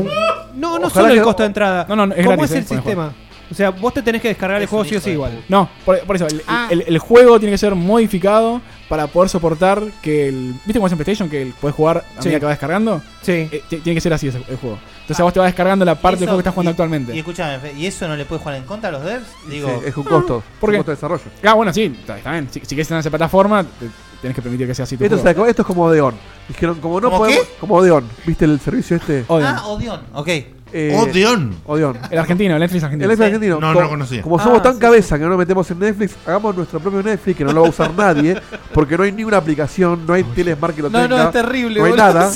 No, no Ojalá solo que el no- costo de entrada. No, no, no, es ¿Cómo gratis, es el eh, pueden sistema? O sea, vos te tenés que descargar el Es juego un sí o hijo sí de igual. puta. No, por, por eso, el, Ah. el- el juego tiene que ser modificado para poder soportar que el. ¿Viste cómo es en PlayStation? Que el- podés jugar a Sí. medida que vas descargando. Sí. Eh, ti- tiene que ser así ese- el, juego. Entonces a vos te vas descargando la parte del Eso- juego que estás jugando Ah. y- actualmente. Y escúchame, Fe, ¿y eso no le puede jugar en contra a los devs? Digo, Sí, es un costo. ¿por un qué? costo de desarrollo. Ah, bueno, sí, está, está bien. Si, si quieres tener esa plataforma, te- tenés que permitir que sea así tu Esto, juego. se- esto es como Odeon. Dijeron, como no ¿Cómo podemos. Como Odeon. ¿Viste el servicio este? Odeon. ah, Odeon, ok. Eh, Odeon. Odeon. El argentino, el Netflix argentino. El Netflix argentino. No, no como, lo conocía. Como Ah, somos tan sí, cabeza que no nos metemos en Netflix, hagamos nuestro propio Netflix que no lo va a usar (laughs) nadie, porque no hay ninguna aplicación, no hay Telesmart que lo No, tenga. no, es terrible, no hay boludo. nada.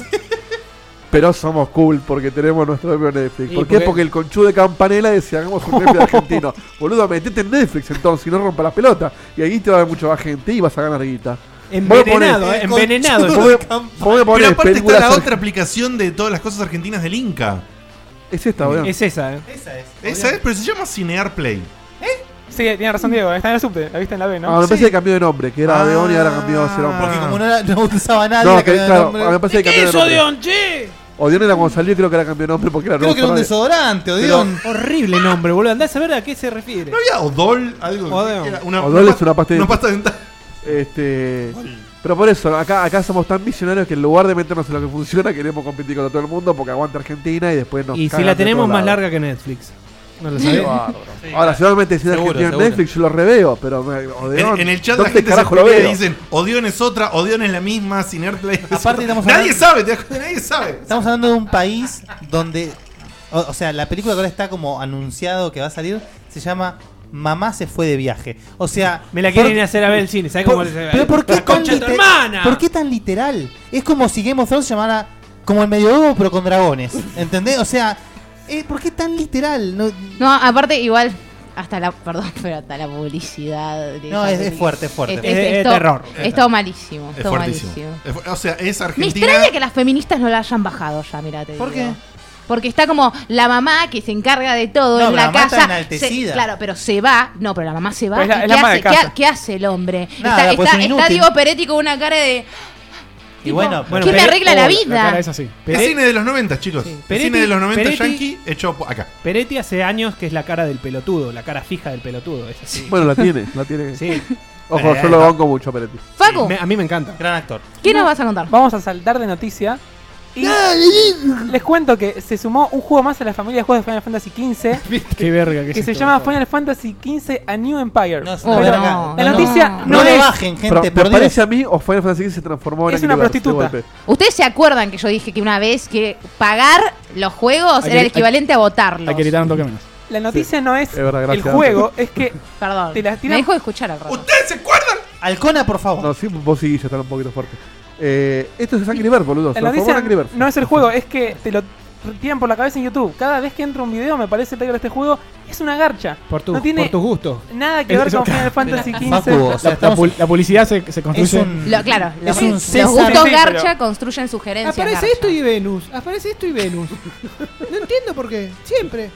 Pero somos cool porque tenemos nuestro propio Netflix. Y ¿Por qué? porque- Porque el conchu de Campanella decía, hagamos un Netflix (laughs) argentino. Boludo, metete en Netflix entonces y no rompa las pelotas. Y ahí te va a haber mucha más gente y vas a ganar guita. Envenenado, eh, envenenado. Vos me- vos me Pero ponés aparte está películas la arg- otra aplicación de todas las cosas argentinas del Inca. Es esta, boludo. Es esa, eh. Esa es. Esa es, pero se llama Cinear Play. Sí, tiene razón Diego, está en el subte, la viste en la B, Ah, ¿no? me parece que cambió de nombre, que era Odeon y ahora cambió a Odeon. Ah, Porque como no, era- (laughs) no usaba nadie, No, la que, cambiaron de claro, nombre. a mí me parece que cambió de nombre. Odeon era cuando salió, creo que era cambió de nombre porque era Creo que era un nombre. desodorante, Odeon. Horrible nombre, boludo. Andá a saber a qué se refiere. ¿No había Odol? Algo Odeon. Era una, Odol es una pasta de- Una pasta dental. Este, pero por eso, acá, acá somos tan misionarios que en lugar de meternos en lo que funciona, queremos competir contra todo el mundo porque aguanta Argentina y después nos Y si cagan la de tenemos todos más lados. larga que Netflix. No lo Qué sabía. bárbaro. Ahora, seguramente si Seguro, Argentina en seguro. Netflix yo lo reveo, pero me- Odeon, En, en el chat ¿dónde la gente se carajo lo pelea y veo? dicen Odeon es otra, Odeon es la misma, Cinear Play es Aparte otra. estamos Nadie hablando- sabe, te das cuenta, nadie sabe. Estamos hablando de un país donde. O, o sea, la película que ahora está como anunciado que va a salir se llama Mamá se fue de viaje. O sea. Me la quieren por- ir a hacer a ver el cine. ¿Sabes por- cómo les Pero ¿por qué, La tan concha de tu liter- hermana! ¿por qué tan literal? Es como si Game of Thrones se llamara. Como el medioevo, pero con dragones. ¿Entendés? O sea. eh, ¿Por qué tan literal? No, No, aparte, igual. Hasta la, (laughs) perdón, pero hasta la publicidad. de No, esa es- es peli- fuerte, es fuerte. Es- es todo- terror. Es todo malísimo. Es todo fuertísimo. malísimo. Es fu- o sea, es Me Argentina. extraña que las feministas no la hayan bajado ya, mirá, te ¿Por digo. qué? Porque está como la mamá que se encarga de todo No, en pero la la mamá está casa. enaltecida. Se- claro, pero se va. No, pero la mamá se va. Pero es la- ¿y es ¿qué, la ama hace, de casa. ¿Qué ha- qué hace el hombre? Nada, está, pues está- es un está inútil. Diego Peretti con una cara de. Y tipo, bueno, bueno, ¿Quién me Pere- arregla la Oh, La cara vida? es así. Es Pere- cine de los 90, chicos. Es Peretti- cine de los 90 Peretti- yankee hecho po- acá. Peretti hace años que es la cara del pelotudo, la cara fija del pelotudo. Es así. Bueno, la tiene, la tiene. Sí. Ojo, yo lo banco mucho, Peretti. Facu, Me- a mí me encanta. Gran actor. ¿qué nos vas a contar? Vamos a saltar de noticia. Y les cuento que se sumó un juego más a la familia de juegos de Final Fantasy (laughs) XV Qué verga que que es se esto, llama por favor. Final Fantasy XV A New Empire. No, es Oh, una Pero verga. no, la no, noticia no. no, No, le es. bajen, gente, Pero, por ¿Me Dios. parece a mí o Final Fantasy se transformó en Es una Angry Birds, de prostituta. golpe? ¿Ustedes se acuerdan que yo dije que una vez que pagar los juegos Hay que- era el hay- equivalente a votarlos? Hay que gritar un toque menos. La noticia no es, Es verdad, el gracias. juego, es (laughs) que Perdón. Te las Me tiran- dejo de escuchar al rato. ¿Ustedes se acuerdan? Alcona, por favor. No, sí, vos sí, ya están un poquito fuerte. Eh, esto es Angry Birds, boludo. Se la transformó en noticia Angry Birds. no es el juego, es que te lo tiran por la cabeza en YouTube. Cada vez que entra un video me parece trailer de este juego, es una (laughs) garcha. Por, tu, no tiene por tus gustos. nada que Es- ver es- (laughs) con Final Fantasy Facu, o XV. La, sea, estamos- la pul- la publicidad se, se es construye. un. Lo- claro, los, es un los César. gustos Sí, sí, garcha pero- construyen sugerencias. Aparece garcha. esto y Venus. Aparece esto y Venus. No entiendo por qué. Siempre.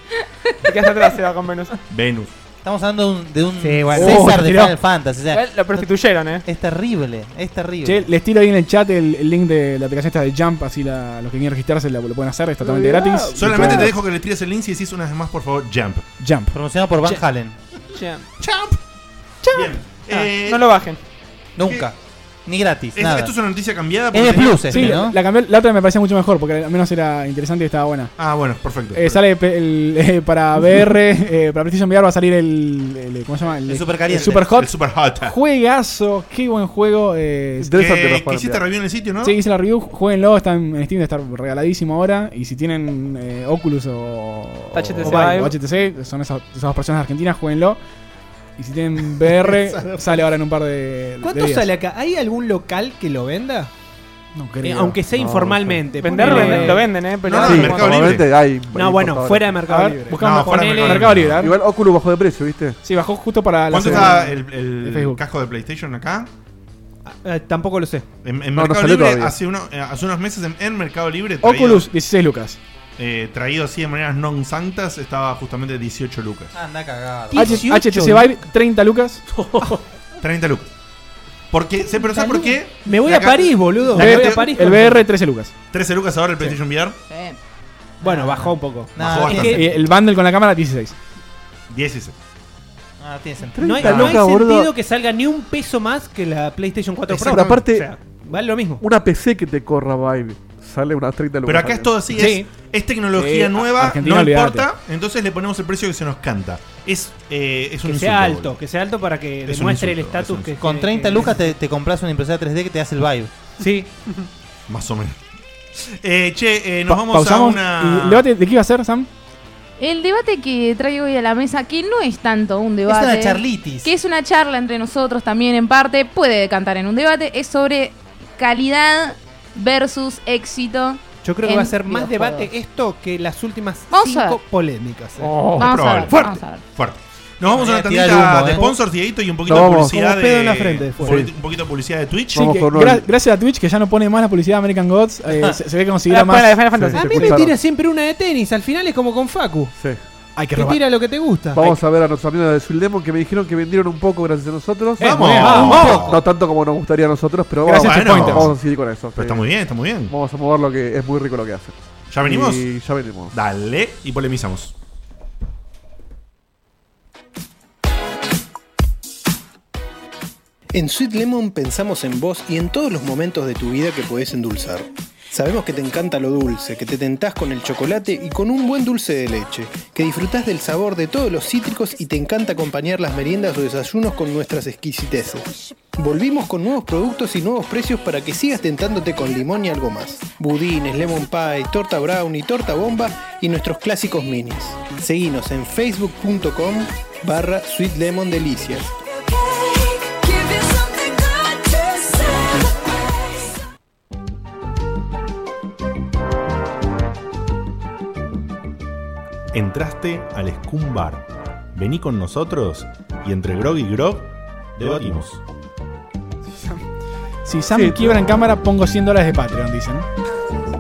Que hasta atrás se va con Venus. Venus. Estamos hablando de un, de un Sí, bueno. César Oh, de tiró. Final Fantasy. O sea, Igual Lo prostituyeron, eh. es terrible, es terrible. Che, les tiro ahí en el chat el, el link de la aplicación esta de Jump, así la, los que quieren registrarse la- lo, pueden hacer, es totalmente Ah. gratis. Ah, Solamente Y te todo- dejo que le tires el link si decís una vez más, por favor, Jump. Jump. Promocionado por Van Halen. Che. Bien. Ah, Eh, no lo bajen. Eh, Nunca. Ni gratis. es- nada. esto es una noticia cambiada. Es porque de tenía- plus, este, Sí, ¿no? la, cambié- la otra me parecía mucho mejor, porque al menos era interesante y estaba buena. Ah, bueno, perfecto. Eh, sale pe- el, (laughs) eh, para VR, eh, para PlayStation VR va a salir el, el- eh, ¿Cómo se llama? El supercaliente. Super el Hot. Super Hot. Juegazo, qué buen juego. eh, Interesante Que- los que juegos, hiciste mirá. review en el sitio, ¿no? Sí, hice la review, jueguenlo, está en en Steam, está regaladísimo ahora. Y si tienen eh, Oculus o HTC o Vive, o Vive. HTC, son esas, esas dos personas argentinas, jueguenlo. Y si tienen (laughs) VR, sale ahora en un par de. ¿Cuánto de días. sale acá? ¿Hay algún local que lo venda? No Eh, creo. aunque sea No, informalmente. Vender ponele- venden- lo venden, eh. Pero No, no, no, Sí, el Mercado Libre. normalmente hay No, bueno, importadores. fuera de A Mercado ver, Libre. buscamos No, fuera de ponele- Mercado Mercado Libre. a ver. Igual Oculus bajó de precio, ¿viste? Sí, bajó justo para la. ¿Cuánto semana. está el, el de Facebook. casco de PlayStation acá? Eh, tampoco lo sé. En, en No, no Mercado salió Libre, todavía. hace, uno- eh, hace unos meses en, en Mercado Libre. traído- Oculus, 16 lucas. eh, traído así de maneras non santas, estaba justamente 18 Ah, lucas. Anda cagado. (laughs) H- HTC Vive, 30 lucas. 30 lucas. Porque, ¿se- ¿Pero sabes por qué? Me voy La a ca- París, boludo. La Me voy ca- a París. El VR 13 lucas. 13 lucas ahora el PlayStation VR. Bueno, bajó un poco. No, Bajó es bastante. que Eh, El bundle con la cámara 16. 16. Ah, tiene sentido. no hay, 30 no hay lucas, sentido boludo. que salga ni un peso más que la PlayStation 4 Pro. Pero aparte, O sea, vale lo mismo. una PC que te corra Vive sale unas 30 lucas. Pero acá es todo así, es, Sí. es tecnología Sí, nueva, Argentina, no olvídate. importa, entonces le ponemos el precio que se nos canta. Es, eh, es un Que insulto, sea alto, boludo. que sea alto para que Es un demuestre el insulto, es estatus un que. Con que- 30 que- lucas te, te compras una impresora 3D que te hace el vibe. Sí. Más o menos. Eh, che, eh, nos Pa- vamos pausamos. a ¿Y una... el debate de qué iba a ser, Sam? El debate que traigo hoy a la mesa, que no es tanto un Es debate. una charlitis. que es una charla entre nosotros también en parte, puede decantar en un debate, es sobre calidad versus éxito. Yo creo que En va a ser más videojuegos. debate esto que las últimas Vamos a cinco ver. polémicas. eh. Oh, vamos, a probable. ver, Fuerte. vamos a ver. Fuerte. Nos vamos a una Voy a tirar tandita humo, de eh. sponsors, Dieguito, y un poquito Nos de vamos. publicidad Como pedo de... en la frente, fue. un poquito de publicidad de Twitch. Sí, Vamos que con gra- Noel. gracias a Twitch que ya no pone más la publicidad de American Gods. (laughs) eh, se, se ve que Ah, conseguirá para la de más. Final Fantasy. Sí, A sí, mí sí, me claro. tira siempre una de tenis. Al final es como con Facu. Sí. Hay que Te robar. tira lo que te gusta. Vamos a ver a nuestros amigos de Sweet Lemon que me dijeron que vendieron un poco gracias a nosotros. Eh, ¡Vamos! muy bien, ¡Vamos! No tanto como nos gustaría a nosotros, pero Gracias vamos, a Checkpointer. vamos a seguir con eso. Pero sí. está muy bien, está muy bien. Vamos a mover lo que es muy rico lo que hacen. ¿Ya venimos? Y ya venimos. Dale y polemizamos. En Sweet Lemon pensamos en vos y en todos los momentos de tu vida que podés endulzar. Sabemos que te encanta lo dulce, que te tentás con el chocolate y con un buen dulce de leche, que disfrutás del sabor de todos los cítricos y te encanta acompañar las meriendas o desayunos con nuestras exquisiteces. Volvimos con nuevos productos y nuevos precios para que sigas tentándote con limón y algo más. Budines, lemon pie, torta brownie, torta bomba y nuestros clásicos minis. Seguinos en facebook.com barra Sweet Lemon Delicias. Give you something good to celebrate. Entraste al Scum Bar. Vení con nosotros y entre Grog y Grog debatimos. Si Sam Sí, quiebra en cámara, pongo 100 dólares de Patreon, dicen.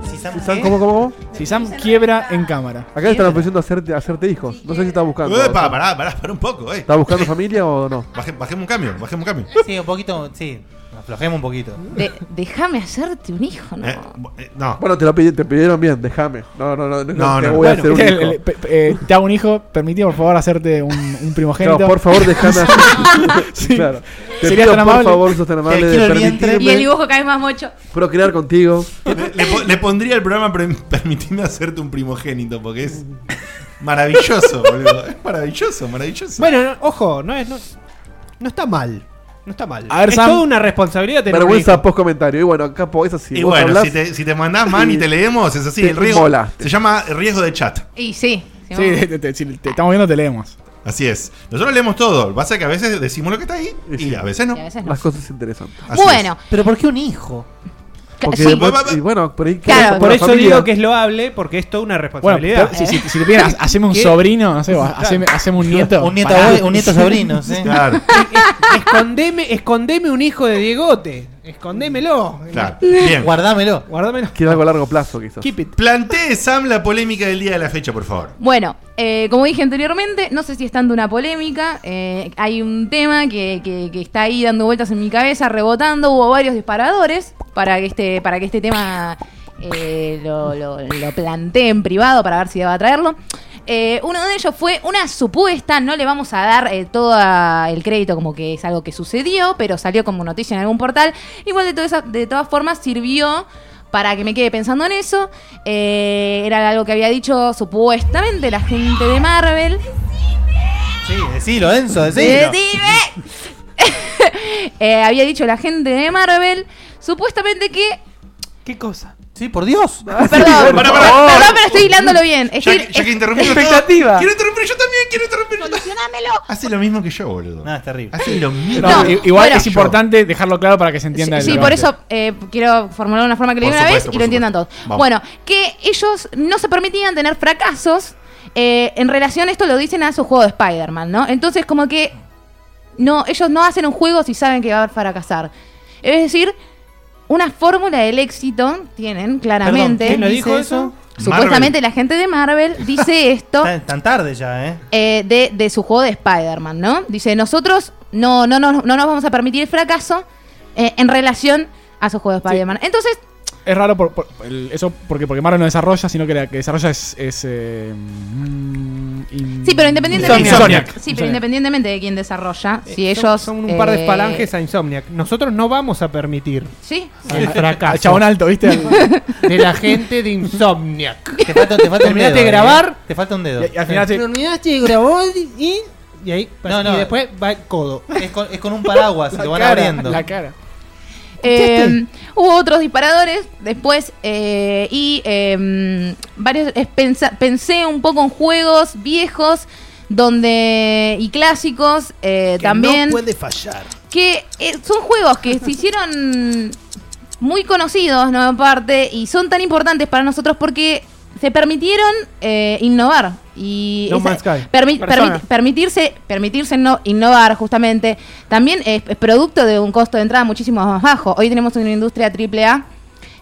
Si Sam- ¿Saben ¿eh? cómo, cómo, cómo? Si Sam quiebra en cámara. Acá le están ofreciendo hacerte, hacerte hijos. No sé si estás buscando. Epa, eh, pará, pará, pará un poco, eh. (laughs) ¿Estás buscando familia o no? Baje- bajemos un cambio, bajemos un cambio. Sí, un poquito, sí. Aflojemos un poquito. De- déjame hacerte un hijo, ¿no? Eh, bu- eh, no, Bueno, te lo pidieron, te pidieron bien, déjame. No, no, no, no, No, te no. voy a Bueno, hacer un el- hijo. el- pe- pe- eh, te hago un hijo, permití por favor hacerte un, un primogénito. Claro, por favor, (laughs) déjame hacer. (laughs) Sí. Claro. Te Sería pido, tan por amable. favor, sos tan amable quiero de el vientre. Y el permitirme dibujo cae más mocho. procrear contigo. le, po- le pondría el programa pre- Permitime hacerte un primogénito porque es (laughs) maravilloso, boludo. Es maravilloso, maravilloso. Bueno, no- ojo, no es. No, no está mal. No está mal. A ver, es Sam. toda una responsabilidad tener un Vergüenza hijo. post comentario. Y bueno, capo, es así. y Vos bueno, hablás- si te, si te mandás man y te leemos, es así, Te el riesgo. molaste. Se llama riesgo de chat. Y sí. sí, Sí, vamos. te, te- si te estamos viendo, te leemos. Así es. Nosotros leemos todo. Lo que pasa es que a veces decimos lo que está ahí Y y, sí. a veces no. Y a veces no. Las cosas interesantes. Así bueno, Pero ¿por qué un hijo? ca- Porque sí. después- Va, va, va. y bueno, por ahí Claro. Por eso digo que es loable, porque es toda una Bueno, responsabilidad. pero si, si- (laughs) si te piden, ha- haceme un ¿Qué? sobrino, no sé, o haceme, haceme un nieto. Un nieto, Pará. abue- un (laughs) nieto sobrino, sí. es. (laughs) Claro, escondeme, escondeme un hijo de Diegote. Escondémelo. (laughs) claro. Bien. Guardámelo. Guárdamelo. Quiero algo a largo plazo, quizás. Keep it. Plantee, Sam, la polémica del día de la fecha, por favor. Bueno, eh, como dije anteriormente, no sé si es tanto una polémica. eh, hay un tema que, que- que está ahí dando vueltas en mi cabeza, rebotando. Hubo varios disparadores para que este, para que este tema eh, lo, lo- lo planteé en privado para ver si deba traerlo. Eh, uno de ellos fue una supuesta, no le vamos a dar eh, todo el crédito como que es algo que sucedió, pero salió como noticia en algún portal. Igual de, todo esa- de todas formas sirvió para que me quede pensando en eso. Eh, era algo que había dicho supuestamente la gente de Marvel. Sí, decilo, Enzo, decilo. Decime. (laughs) Eh, había dicho la gente de Marvel, supuestamente que... ¿Qué cosa? Sí, por Dios. (laughs) Perdón, Pará, pará. perdón, pero estoy hilándolo bien. Ya, Estoy- que- ya que interrumpimos todo, Expectativa. Quiero interrumpir yo también, quiero interrumpir yo también. Solucionámelo. Hace lo mismo que yo, boludo. No, es terrible. Hace lo mismo. No, No, i- igual bueno. es importante dejarlo claro para que se entienda Sí, el sí, por debate. eso eh, quiero formular una forma que lo Por diga una vez supuesto, y por lo entiendan todos. supuesto. Vamos. Bueno, que ellos no se permitían tener fracasos eh, en relación, esto lo dicen a su juego de Spider-Man, ¿no? Entonces, como que no, ellos no hacen un juego si saben que va a fracasar. Es decir, una fórmula del éxito tienen, claramente. ¿quién lo Dice dijo eso? Supuestamente la gente de (laughs) Marvel dice esto Ah, Tan, tan tarde ya, ¿eh? eh, de, de su juego de Spider-Man, ¿no? Dice, nosotros no, no, no, no nos vamos a permitir el fracaso eh, en relación a sus juegos Spider-Man. Entonces, Es raro por, por- el- eso porque, porque Marvel no desarrolla, sino que la que desarrolla es. es, eh, mm, in- sí, pero independientemente, Insomniac. Sí, pero independientemente de quién desarrolla, si Eh, son- ellos son un par de eh, falanges a Insomniac. Nosotros no vamos a permitir Sí. el Sí. fracaso. Al chabón alto, ¿viste? De la gente de Insomniac. Te falta, te falta un dedo. Terminaste de grabar. eh. Te falta un dedo. y al final se- Terminaste de grabar y. Y ahí. No, no. Y después va el codo. Es con, es con un paraguas y La lo van cara, abriendo. la cara. Eh, hubo otros disparadores después eh, y eh, varios es- pensa- pensé un poco en juegos viejos donde y clásicos eh, también fallar. que eh, son juegos que se hicieron muy conocidos, ¿no? Aparte, y son tan importantes para nosotros porque se permitieron eh, innovar. Y No esa- Man's Sky. permi- Persona. permi- permitirse permitirse no innovar, justamente, también es, es producto de un costo de entrada muchísimo más bajo. Hoy tenemos una industria AAA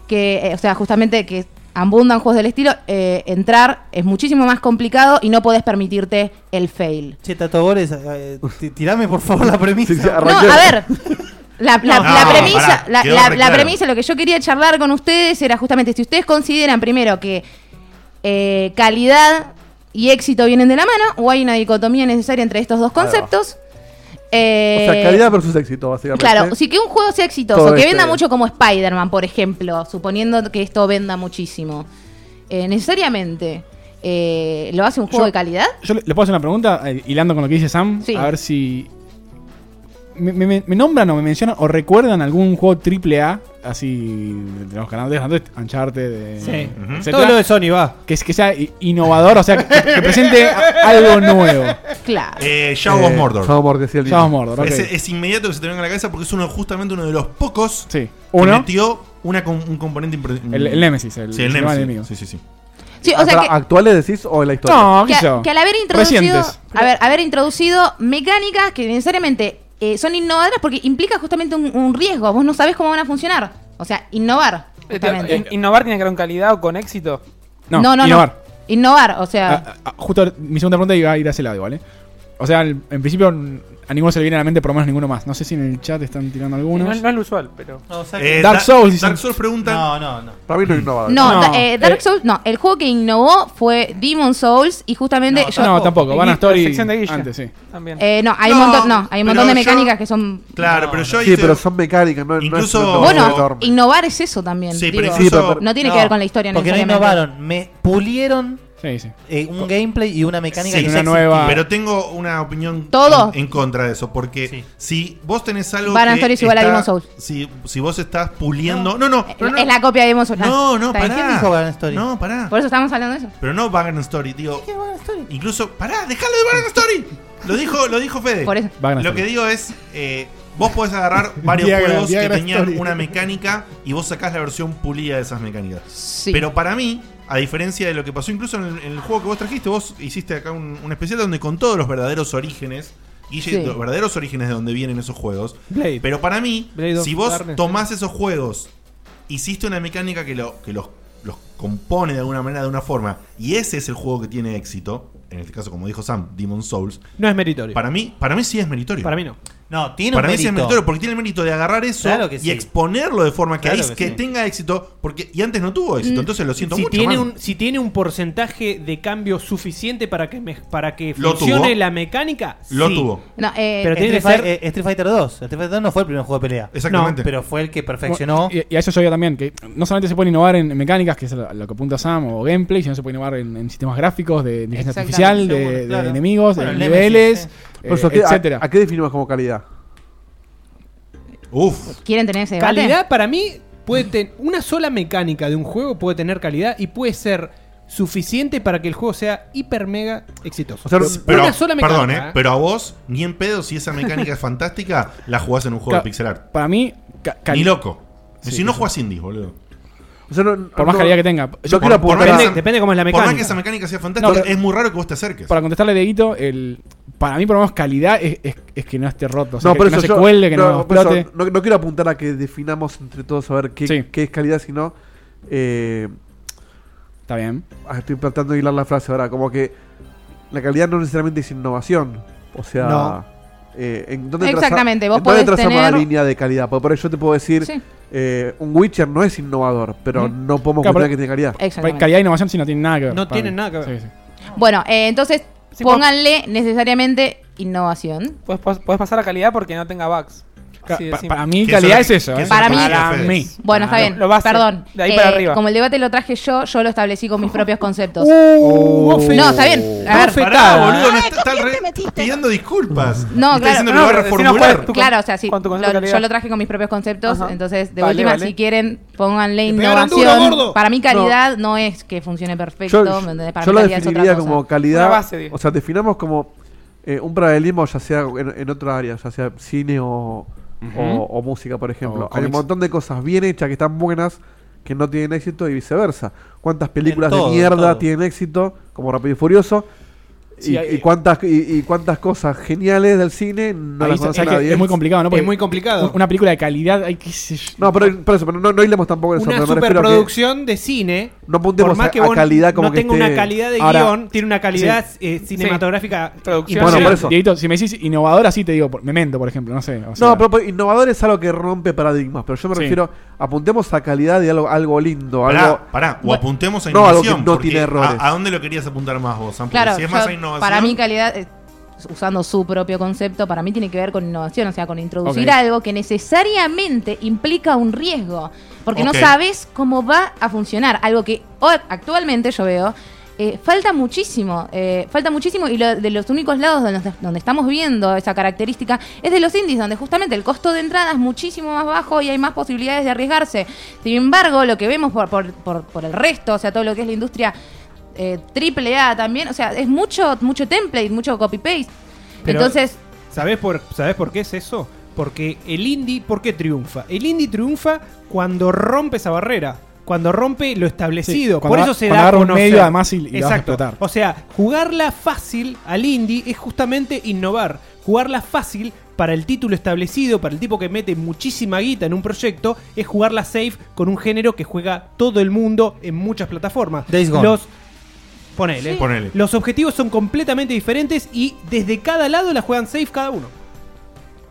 que, eh, o sea, justamente que abundan juegos del estilo, eh, entrar es muchísimo más complicado y no podés permitirte el fail. Che, Tato Bores, eh, ti- tirame por favor la premisa. No, a ver. La, la- No, la no, Ah, premisa, pará, la, quedó la- re la claro. premisa, lo que yo quería charlar con ustedes era justamente si ustedes consideran primero que eh, calidad y éxito vienen de la mano o hay una dicotomía necesaria entre estos dos va. conceptos. O Eh, sea, calidad versus éxito, básicamente. Claro, si que un juego sea exitoso, Todo que este- venda mucho como Spider-Man, por ejemplo, suponiendo que esto venda muchísimo, eh, necesariamente eh, lo hace un juego Yo- de calidad. Yo le, le puedo hacer una pregunta, eh, hilando con lo que dice Sam, Sí. a ver si. Me, me- me nombran o me mencionan o recuerdan algún juego triple A, así de los canales de Uncharted, de, Sí. Ujú. etcétera, Todo lo de Sony va. Que, es- que sea i- innovador, o sea, que, que presente a- algo nuevo. Claro. Eh, Shadow of Eh, Mordor. Shadow of Mordor, decía el Shadow of mismo. Mordor, ok. es, es inmediato que se te venga a la cabeza porque es uno justamente uno de los pocos Uno. que metió una, con- un componente importante. El- el Nemesis, el- sí, el el Nemesis. enemigo. Sí, sí, sí. Sí, o sea que- ¿Actuales decís o en la historia? No, que, que al haber introducido, Recientes. a ver, haber introducido mecánicas que necesariamente eh, son innovadoras porque implica justamente un, un riesgo. Vos no sabés cómo van a funcionar. O sea, innovar. Eh, justamente. In- innovar tiene que ver con calidad o con éxito. No, No, no, no. innovar. Innovar, o sea, Ah, ah, justo mi segunda pregunta iba a ir a ese lado igual, ¿eh? O sea, al- en principio n- a ninguno se le viene a la mente, por lo menos ninguno más. No sé si en el chat están tirando algunos. No, es- no es lo usual, pero. Eh, Dark Souls, dicen. pregunta. No, no, no. Para (clears throat) mí no ah, innovador. no, da- eh, Dark Souls, no. El juego que innovó fue Demon Souls y justamente No, eh, yo- no, tampoco. Van a Story sección de Guilla. antes, sí. También. Eh, no, hay un No, montón, no, hay un pero montón de yo- mecánicas que son. Claro, pero yo Sí, pero son mecánicas, no, no es- no Incluso- es Bueno, enorme. innovar es eso también. Sí, pero digo. incluso- no tiene que ver con la historia Porque no necesariamente. innovaron, me pulieron Sí, sí. eh, un gameplay y una mecánica que ya existía. Pero tengo una opinión Todo. En, en contra de eso. Porque si vos tenés algo. Van a que estar es igual a está- Demon's Souls. Eh, Si, si vos estás puliendo. No, no, no. no, Es la copia de Demon Souls. No, no, ¿Está bien? pará. ¿Quién dijo? dijo Vagrant Story? No, pará. Por eso estamos hablando de eso. Pero no Vagrant Story, digo. Incluso, pará, dejalo de Vagrant Story. Lo dijo, lo dijo Fede. Por eso. Lo Vagrant Story. que digo es, eh, vos podés agarrar varios Viagra, juegos Viagra que tenían Story. una mecánica y vos sacás la versión pulida de esas mecánicas. Sí. Pero para mí, a diferencia de lo que pasó incluso en el, en el juego que vos trajiste, vos hiciste acá un, un especial donde con todos los verdaderos orígenes, Guille, Sí. los verdaderos orígenes de donde vienen esos juegos. Blade. Pero para mí, Blade of si vos Darkness. tomás esos juegos, hiciste una mecánica que, lo, que los, los compone de alguna manera, de una forma, y ese es el juego que tiene éxito, en este caso, como dijo Sam, Demon Souls. No es meritorio. Para mí, para mí sí es meritorio. Para mí no. No, tiene Para un mí sí es mérito. meritorio, porque tiene el mérito de agarrar eso Claro que y sí. exponerlo de forma que, Claro ahí- que que sí. tenga éxito, porque y antes no tuvo éxito, entonces lo siento si mucho. Mm, Tiene man. un, si tiene un porcentaje de cambio suficiente para que, me- para que Lo funcione tuvo. la mecánica, Lo sí. tuvo. No, eh, Pero tiene que Street, Fi- ser. eh, Street Fighter 2. Street Fighter 2 no fue el primer juego de pelea. Exactamente. No, pero fue el que perfeccionó. Y, y a eso yo iba también, que no solamente se puede innovar en, en mecánicas, que es lo, lo que apunta Sam, o gameplay, sino se puede innovar en, en sistemas gráficos, de inteligencia Exactamente, artificial, de, seguro, de claro. enemigos, Bueno, de el niveles, eh, Por eso, ¿a qué- etcétera. ¿A a qué definimos como calidad? Uf. ¿Quieren tener ese debate? Calidad para mí puede tener una sola mecánica de un juego puede tener calidad y puede ser suficiente para que el juego sea hiper mega exitoso. O sea, Una pero, sola mecánica. perdón, ¿eh? pero a vos, ni en pedo, si esa mecánica es fantástica, la jugás en un juego Ca- de pixel art. Para mí, Ni loco. Sí, si no sí. jugás indies, boludo. por más no- calidad que tenga. no quiero apuntar a- Depende- depende cómo es la mecánica. por más que esa mecánica sea fantástica, es muy raro que vos te acerques. Para contestarle de Guito, el, para mí por lo menos calidad es, es- es que no esté roto. O sea, No, que, por que no eso se yo- cuelgue, que no, por eso explote. no- no quiero apuntar a que definamos entre todos a ver qué, Sí. qué es calidad, sino. eh, Está bien. ah, Estoy tratando de hilar la frase ahora. Como que la calidad no necesariamente es innovación. O sea. No. eh, en dónde traza- Exactamente, vos en dónde podés trazamos la tener- línea de calidad. Porque por eso te puedo decir, Sí. eh, un Witcher no es innovador, pero Mm. no podemos Claro, contar pero- que tiene calidad. Exactamente. Calidad e innovación si no tienen nada que ver. No para tienen mí. nada que ver. Sí, sí. Bueno, eh, entonces por- pónganle necesariamente innovación. Puedes, puedes pasar a calidad porque no tenga bugs. Ca- Así de pa- simple. para mí, calidad es eso. ¿eh? Para mí- Para mí. Bueno, está Claro. bien. Ah, lo base, Perdón. eh, de ahí para arriba. Como el debate lo traje yo, yo lo establecí con mis propios conceptos. Uh, ofe- no, está bien. A ver. Pará, Bofetada. boludo, no Ay, está, está ¿con quién re- te metiste? pidiendo disculpas. Está No, claro. diciendo que No, lo va a pero decinos reformular. cuál es tu- Claro, o sea, sí. Con tu concepto lo- de yo calidad. lo traje con mis propios conceptos, Ajá. entonces de Vale, última, vale. si quieren, pónganle Te pegaron duro, innovación. gordo. Para mí calidad no, es que funcione perfecto, Yo, ¿me entendés? Para yo mí lo calidad es otra definiría cosa. como Una calidad. base, digo. o sea, definamos como eh, un paralelismo, ya sea en, en otra área, ya sea cine o, o- o música, por ejemplo. Hay un cómics. montón de cosas bien hechas que están buenas que no tienen éxito y viceversa. ¿Cuántas películas todo, de mierda todo. tienen éxito, como Rápido y Furioso? Y, Sí, hay- y cuántas, y, y cuántas cosas geniales del cine no Ahí las está- conoce es, que nadie. Eh, es muy complicado, ¿no? Es Porque muy complicado. Una película de calidad, hay que sé yo. no, pero por eso, pero no, no hilemos tampoco en eso. Una pero me refiero a que superproducción de cine. No apuntemos por más a- que a vos calidad como no que tenga esté- una calidad de Ahora- guión, tiene una calidad eh, cinematográfica. Traducción. Bueno, por Pero, eso. Dieguito, si me decís innovador así te digo, por- Memento, por ejemplo, no sé. o sea, No, pero pues, innovador es algo que rompe paradigmas, pero yo me Sí. refiero, apuntemos a calidad de algo, algo lindo, Pará, algo... pará, o Bueno, apuntemos a no, algo que innovación. no porque tiene errores. ¿a, a dónde lo querías apuntar más vos, Sam? Porque Claro, si es más yo- a innovación. para mí calidad, eh, usando su propio concepto, para mí tiene que ver con innovación, o sea, con introducir Ok. algo que necesariamente implica un riesgo, porque Ok. no sabes cómo va a funcionar, algo que hoy- actualmente yo veo. eh, falta muchísimo, eh, falta muchísimo y lo- de los únicos lados donde, donde estamos viendo esa característica es de los indies, donde justamente el costo de entrada es muchísimo más bajo y hay más posibilidades de arriesgarse. Sin embargo, lo que vemos por, por- por- por el resto, o sea, todo lo que es la industria eh, triple A también. O sea, es mucho, mucho template, mucho copy-paste. Pero- Entonces, ¿Sabés por, ¿Sabés por qué es eso? Porque el indie, ¿por qué triunfa? El indie triunfa cuando rompe esa barrera. Cuando rompe lo establecido. Sí, cuando por a- eso se cuando da a agarra un conocer. medio, además, y- y lo vas a Exacto. explotar. O sea, jugarla fácil al indie es justamente innovar. Jugarla fácil para el título establecido, para el tipo que mete muchísima guita en un proyecto, es jugarla safe con un género que juega todo el mundo en muchas plataformas. Days Gone. Los ponele. Sí. Ponele. Los objetivos son completamente diferentes y desde cada lado la juegan safe cada uno.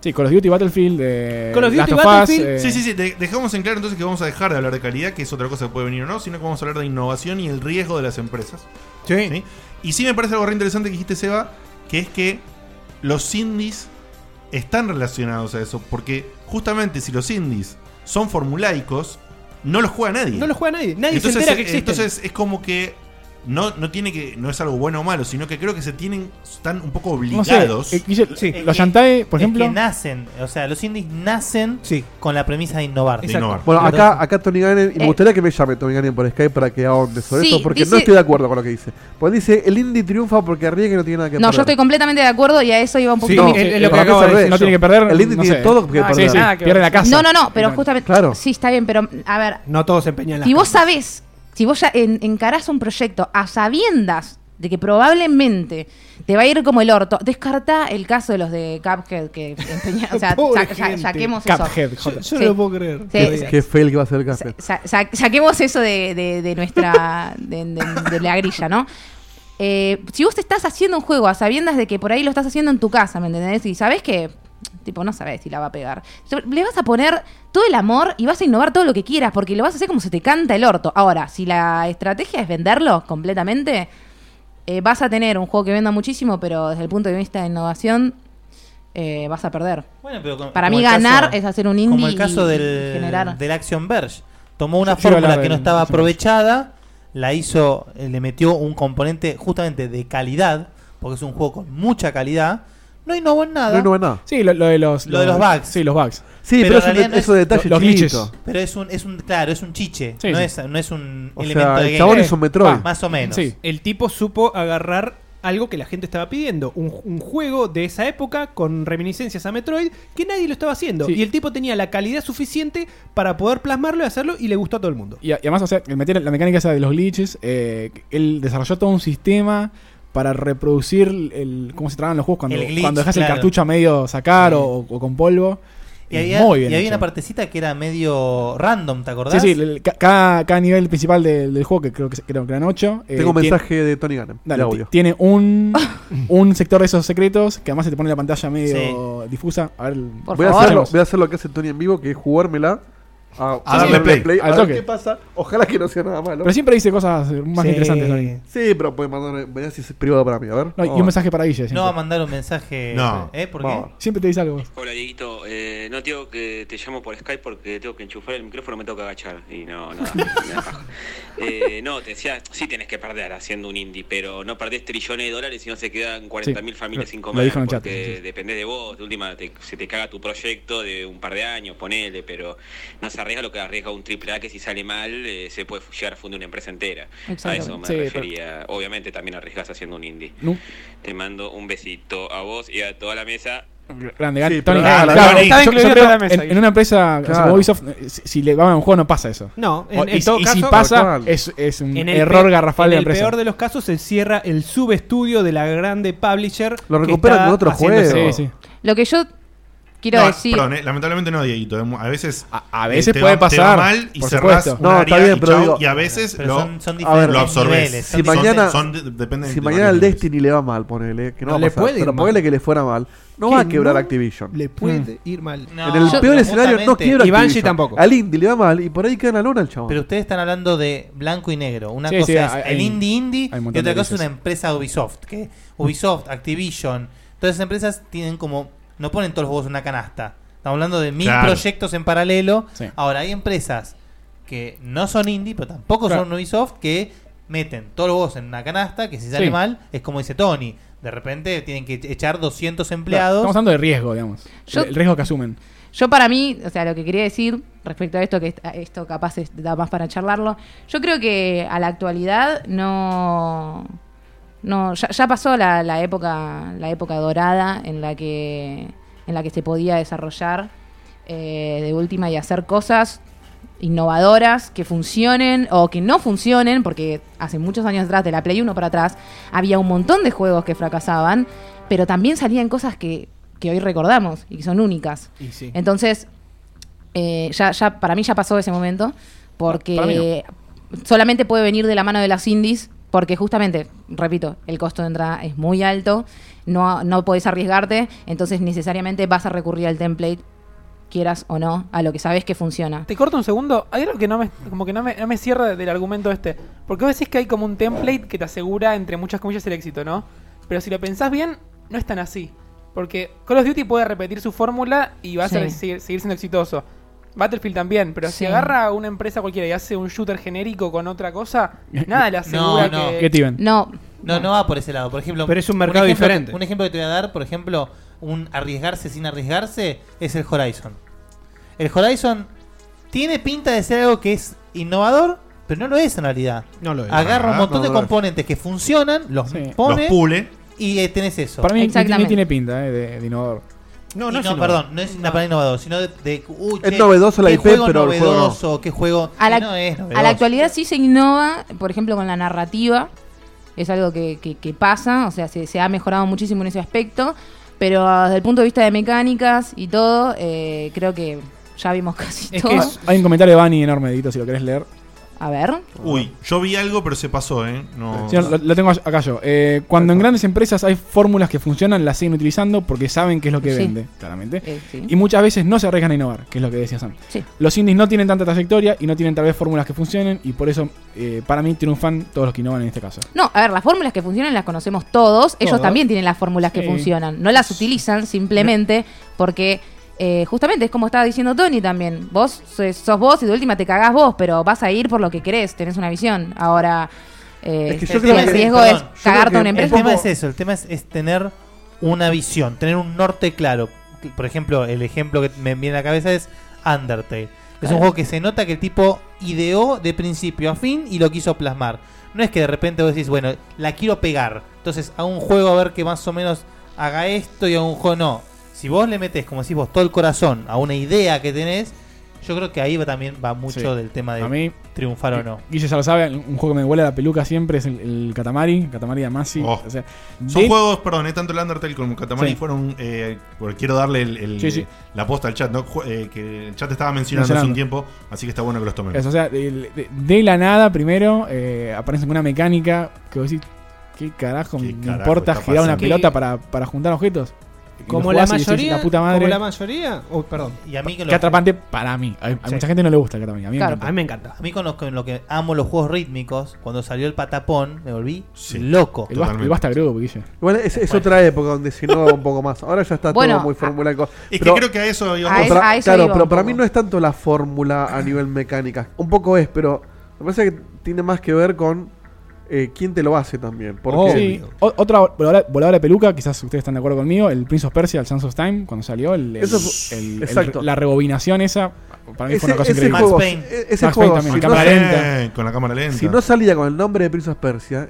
Sí, Call of Duty Battlefield. eh, Call of Duty, Last of Us, Battlefield. eh, Sí, sí, sí. de- dejamos en claro entonces que vamos a dejar de hablar de calidad, que es otra cosa que puede venir o no, sino que vamos a hablar de innovación y el riesgo de las empresas. ¿sí? Y sí me parece algo re interesante que dijiste, Seba, que es que los indies están relacionados a eso, porque justamente si los indies son formulaicos, no los juega nadie. No lo juega nadie. Nadie se entonces, entera que eh, existen. entonces es como que no, no tiene que no es algo bueno o malo, sino que creo que se tienen están un poco No sé, obligados. eh, Guille, Sí. los Yantae, por Es ejemplo. que nacen, o sea, los indies nacen sí. con la premisa de innovar. de exacto. innovar. Bueno, Entonces- acá, acá Tony Gannon, y me Eh. gustaría que me llame Tony Gannon por Skype para que ahonde sobre Sí, eso, porque no dice- estoy de acuerdo con lo que dice. Porque dice, el indie triunfa porque arriesga y no tiene nada que no, perder. yo estoy completamente de acuerdo y a eso iba un Sí, poquito. No, es- es lo que para mí acabo se de re- decir. eh, no tiene que perder. El indie no tiene sé. todo que Ah, perder. Sí, sí, Nada que pierde ver. la casa. No, no, no, pero justamente. Claro. Sí, está bien, pero a ver, No todos empeñan las si vos cartas. sabés, si vos ya en- encarás un proyecto a sabiendas de que probablemente te va a ir como el orto, descarta el caso de los de Cuphead que empeña- o sea, Pobre sa- sa- gente. saquemos eso. Cuphead, joder. Yo Sí. no lo puedo creer. Sí, Qué- sí. Qué fail que va a ser el café. Sa- sa- saquemos eso de, de- de nuestra. de, de- de la grilla, ¿no? Eh, si vos te estás haciendo un juego a sabiendas de que por ahí lo estás haciendo en tu casa, ¿me entendés? Y sabés que. Tipo, no sabés si la va a pegar. Le vas a poner todo el amor y vas a innovar todo lo que quieras, porque lo vas a hacer como se te canta el orto. Ahora, si la estrategia es venderlo completamente, eh, vas a tener un juego que venda muchísimo, pero desde el punto de vista de innovación, eh, vas a perder. Bueno, pero con- Para como mí el ganar caso- es hacer un indie Como el caso y- del, y generar- del Action Verge. Tomó una Yo quiero fórmula hablar que no del estaba Action Verge. aprovechada, la hizo, eh, le metió un componente justamente de calidad, porque es un juego con mucha calidad. No innovó Ah, en nada. No, no, nada. Sí, lo, lo de los. Lo de los bugs. Sí, los bugs. Sí, pero, Pero en eso realidad es no un esos es- detalles los glitches. chiquitos. Pero es un, es un, claro, es un chiche. Sí, no, sí. Es, no es un O elemento sea, de el chabón gameplay. hizo un Metroid. Ah, Más o menos. Sí. El tipo supo agarrar algo que la gente estaba pidiendo. Un, un juego de esa época con reminiscencias a Metroid que nadie lo estaba haciendo. Sí. Y el tipo tenía la calidad suficiente para poder plasmarlo y hacerlo y le gustó a todo el mundo. Y, a- y además, o sea, el meter la mecánica esa de los glitches, eh, él desarrolló todo un sistema para reproducir el, cómo se traban los juegos cuando, El glitch, cuando dejas claro. el cartucho a medio sacar o, o con polvo. Y había, Muy bien y había hecho. una partecita que era medio random, ¿te acordás? Sí, sí, el- ca- cada, cada nivel principal del, del juego, que creo que, creo que eran 8. Tengo un mensaje de Tony Gannem, Dale, de ti- audio. Tiene (laughs) un, un sector de esos secretos que además se te pone la pantalla medio difusa. A ver, Voy a, hacerlo, voy a hacer lo que hace Tony en vivo, que es jugármela a, A darle play. a Al ver toque. qué pasa. Ojalá que no sea nada malo. Pero siempre dice cosas más interesantes, Tony. Sí, pero puede mandar. Mirá si es privado para mí, a ver. Oh. No, y un mensaje para Guille. siempre. No va a mandar un mensaje. No. ¿Eh? ¿Por No. qué? Siempre te dice algo. Hola Dieguito, eh, no tengo que te llamo por Skype porque tengo que enchufar el micrófono, me tengo que agachar. Y no, (laughs) no, me da paja. Eh, no, te decía, sí tenés que perder haciendo un indie, pero no perdés trillones de dólares y no se quedan 40.000 familias lo- sin lo comer. dijo en el chat, porque sí, sí. depende de vos, de última te- se te caga tu proyecto de un par de años, ponele, pero no se arriesga lo que arriesga un AAA que si sale mal eh, se puede llegar a fundar una empresa entera. A Exactamente. eso me Sí, pero- refería. Obviamente también arriesgas haciendo un indie. Nu- Te mando un besito a vos y a toda la mesa. Grande, gan- Sí, Tony. pero- Ah, Gan- la- claro, Tony. yo- Estaba yo incluido creo en la mesa, en, ahí. en una empresa Claro. como Ubisoft, eh, si, si le va a un juego no pasa eso. No, en- O- y, en todo y si caso- pasa, es, es un En el error pe- garrafal de la En el empresa. peor de los casos se cierra el subestudio de la grande publisher. Lo que recuperan está con otro haciendo ese juego. juego. Sí, Lo que yo quiero No, decir. perdón, eh, lamentablemente no, Dieguito. eh, A veces, a veces puede pasar, mal y por cerrás supuesto. un No, área está bien, y, pero chau, digo- y a veces Pero lo, son- a son ver, diferentes lo absorbes. niveles, si si mañana, depende si mañana al Destiny le va mal, ponele, que no, No va le a pasar, puede ir pero mal. ponele que le fuera mal, no Que va a quebrar no Activision. Le Mm. puede ir mal. en el peor escenario no quiebra Y Banshee Activision. tampoco. Al Indy le va mal y por ahí queda en la lona el chabón. Pero ustedes están hablando de blanco y negro. Una Sí, cosa sí, es hay- el hay- indie indie hay un y montón otra de cosa es leyes. una empresa Ubisoft. Que Ubisoft, Activision, todas esas empresas tienen como. No ponen todos los huevos en una canasta. Estamos hablando de mil Claro. proyectos en paralelo. Sí. Ahora, hay empresas que no son indie, pero tampoco Claro. son Ubisoft, que meten todos los huevos en una canasta. Que si sale Sí. mal, es como dice Tony. De repente tienen que echar 200 empleados. Estamos hablando de riesgo, digamos. Yo- el, el riesgo que asumen. Yo para mí, o sea, lo que quería decir respecto a esto, que est- esto capaz es- da más para charlarlo, yo creo que a la actualidad no... no ya, ya pasó la, la época la época dorada en la que en la que se podía desarrollar eh, de última y hacer cosas innovadoras que funcionen o que no funcionen, porque hace muchos años atrás, de la Play 1 para atrás, había un montón de juegos que fracasaban, pero también salían cosas que, que hoy recordamos y que son únicas. Y sí. Entonces, eh, ya, ya, para mí ya pasó ese momento, porque Para mí solamente puede venir de la mano de las indies, porque justamente, repito, el costo de entrada es muy alto, no, no podés arriesgarte, entonces necesariamente vas a recurrir al template, quieras o no, a lo que sabes que funciona. Te corto un segundo. Hay algo que no me, como que no me, no me cierra del argumento este. Porque vos decís que hay como un template que te asegura, entre muchas comillas, el éxito, ¿no? Pero si lo pensás bien, no es tan así. Porque Call of Duty puede repetir su fórmula y va a Sí. ser- seguir, seguir siendo exitoso. Battlefield también, pero Sí. si agarra a una empresa cualquiera y hace un shooter genérico con otra (laughs) cosa, nada le asegura no. que... ¿Qué te iban? No. No, no va por ese lado. Por ejemplo, Pero es un mercado ejemplo- diferente. Un ejemplo que te voy a dar, por ejemplo, un arriesgarse sin arriesgarse es el Horizon. El Horizon tiene pinta de ser algo que es innovador, pero no lo es en realidad. No lo es. Agarra un Ah, montón no de lo es. componentes que funcionan, los pone Los pule. y eh, tenés eso. Para mí ni- ni tiene pinta eh, de, de innovador. No, no, es innovador. perdón, no es una palabra innovador, sino de, de, uy, Es che, novedoso la qué IP, juego pero el juego no. novedoso, qué juego A la, Y no es a la novedoso. actualidad sí se innova, por ejemplo, con la narrativa. Es algo que, que- que pasa, o sea, se, se ha mejorado muchísimo en ese aspecto. Pero ah, desde el punto de vista de mecánicas y todo, eh, creo que ya vimos (laughs) casi todo. Hay un comentario de Bani enorme, Edito, si lo querés leer. A ver. Uy, yo vi algo, pero se pasó, ¿eh? No. Sí, lo, lo tengo acá yo. Eh, cuando en grandes empresas hay fórmulas que funcionan, las siguen utilizando porque saben qué es lo que Sí. vende, claramente. Eh, sí. Y muchas veces no se arriesgan a innovar, que es lo que decía Sam. Sí. Los indies no tienen tanta trayectoria y no tienen tal vez fórmulas que funcionen y por eso eh, para mí triunfan todos los que innovan en este caso. No, a ver, las fórmulas que funcionan las conocemos todos. Ellos Todos. también tienen las fórmulas que Sí. funcionan. No las utilizan simplemente porque eh, justamente es como estaba diciendo Tony también. Vos sos sos vos y de última te cagás vos, pero vas a ir por lo que querés, tenés una visión. Ahora, eh, este, Es que yo el, creo tema- el que- riesgo perdón, es yo creo cagarte a una que empresa. El tema es eso, el tema es, es tener una visión, tener un norte claro. Por ejemplo, el ejemplo que me viene a la cabeza es Undertale. Es Claro. un juego que se nota que el tipo ideó de principio a fin y lo quiso plasmar. No es que de repente vos decís, bueno, la quiero pegar. Entonces, a un juego a ver que más o menos haga esto y a un juego no. Si vos le metes, como decís vos, todo el corazón a una idea que tenés, Yo creo que ahí va, también va mucho Sí. del tema de A mí- triunfar o no. Guille ya lo sabe, un juego que me huele a la peluca siempre es el, el Katamari, Katamari Damacy. Oh. O sea, Son de- juegos, perdón, eh, tanto el Undertale como Katamari Sí. fueron. eh, porque quiero darle el- el- Sí, sí. la posta al chat, ¿no? Ju- eh, que el chat estaba mencionando, hace un tiempo, así que está bueno que los tomemos. Es, o sea, de, de- de la nada primero eh, aparece una mecánica que vos decís, ¿qué carajo me carajo importa está girar una pasando? pelota para, para juntar objetos? Y Como lo la jugás y decís, mayoría. la puta madre. Como la mayoría. Uy, perdón. Y a mí que Qué lo- atrapante para mí. Hay, hay Sí. mucha gente que no le gusta el Katamari. A mí me encanta. a mí me encanta. A mí con lo, que- lo que amo los juegos rítmicos, cuando salió el patapón, me volví loco. El, basta, el basta grupo, Guille. Igual es, es otra época donde se innova un poco más. Ahora ya está Bueno, todo muy formulaico. ah, Es que creo que a eso iba No, vos. para- A eso Claro, iba pero un para poco. mí no es tanto la fórmula a nivel mecánica. Un poco es, pero me parece que tiene más que ver con eh, quién te lo hace también. Porque Oh, sí. O- Otra voladora, voladora de peluca, quizás ustedes están de acuerdo conmigo, el Prince of Persia, el Sands of Time, cuando salió, el, el- Eso fue- el- el- exacto. la rebobinación esa, para mí fue Ese- una cosa ese increíble. juego, e- ese Max juego, Payne también, si cámara no- lenta. Eh, con la cámara lenta. Si no salía con el nombre de Prince of Persia,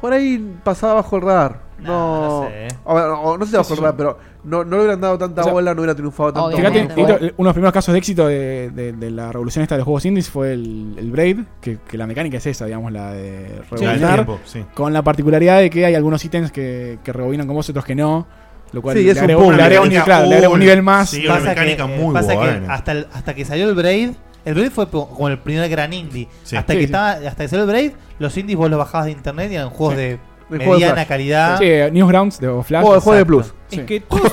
por ahí pasaba bajo el radar. No, no sé. O, o no sé bajo el radar, pero no, no le hubieran dado tanta O sea, bola, no hubiera triunfado tanto. como Fíjate, triunfó. Tito, uno de los primeros casos de éxito de, de- de la revolución esta de los juegos indies fue el, el Braid, que, que la mecánica es esa, digamos, la de rebobinar, La del tiempo, sí. con la particularidad de que hay algunos ítems que, que rebobinan con vos, otros que no, lo cual Sí, le, es un agrega, punto. le agrega un, Mecánica, claro, le agrega un uy, nivel más. sí, una mecánica que, eh, muy pasa que buena. hasta, el- hasta que salió el Braid, el Braid fue po- como el primer gran indie. Sí. Hasta, Sí, que sí. estaba, hasta que salió el Braid, los indies vos los bajabas de internet y eran juegos Sí. de De juegos de mediana Flash. calidad. Sí, eh, Newsgrounds de Flash. Juego de- juego de Exacto. Es Sí. que todos,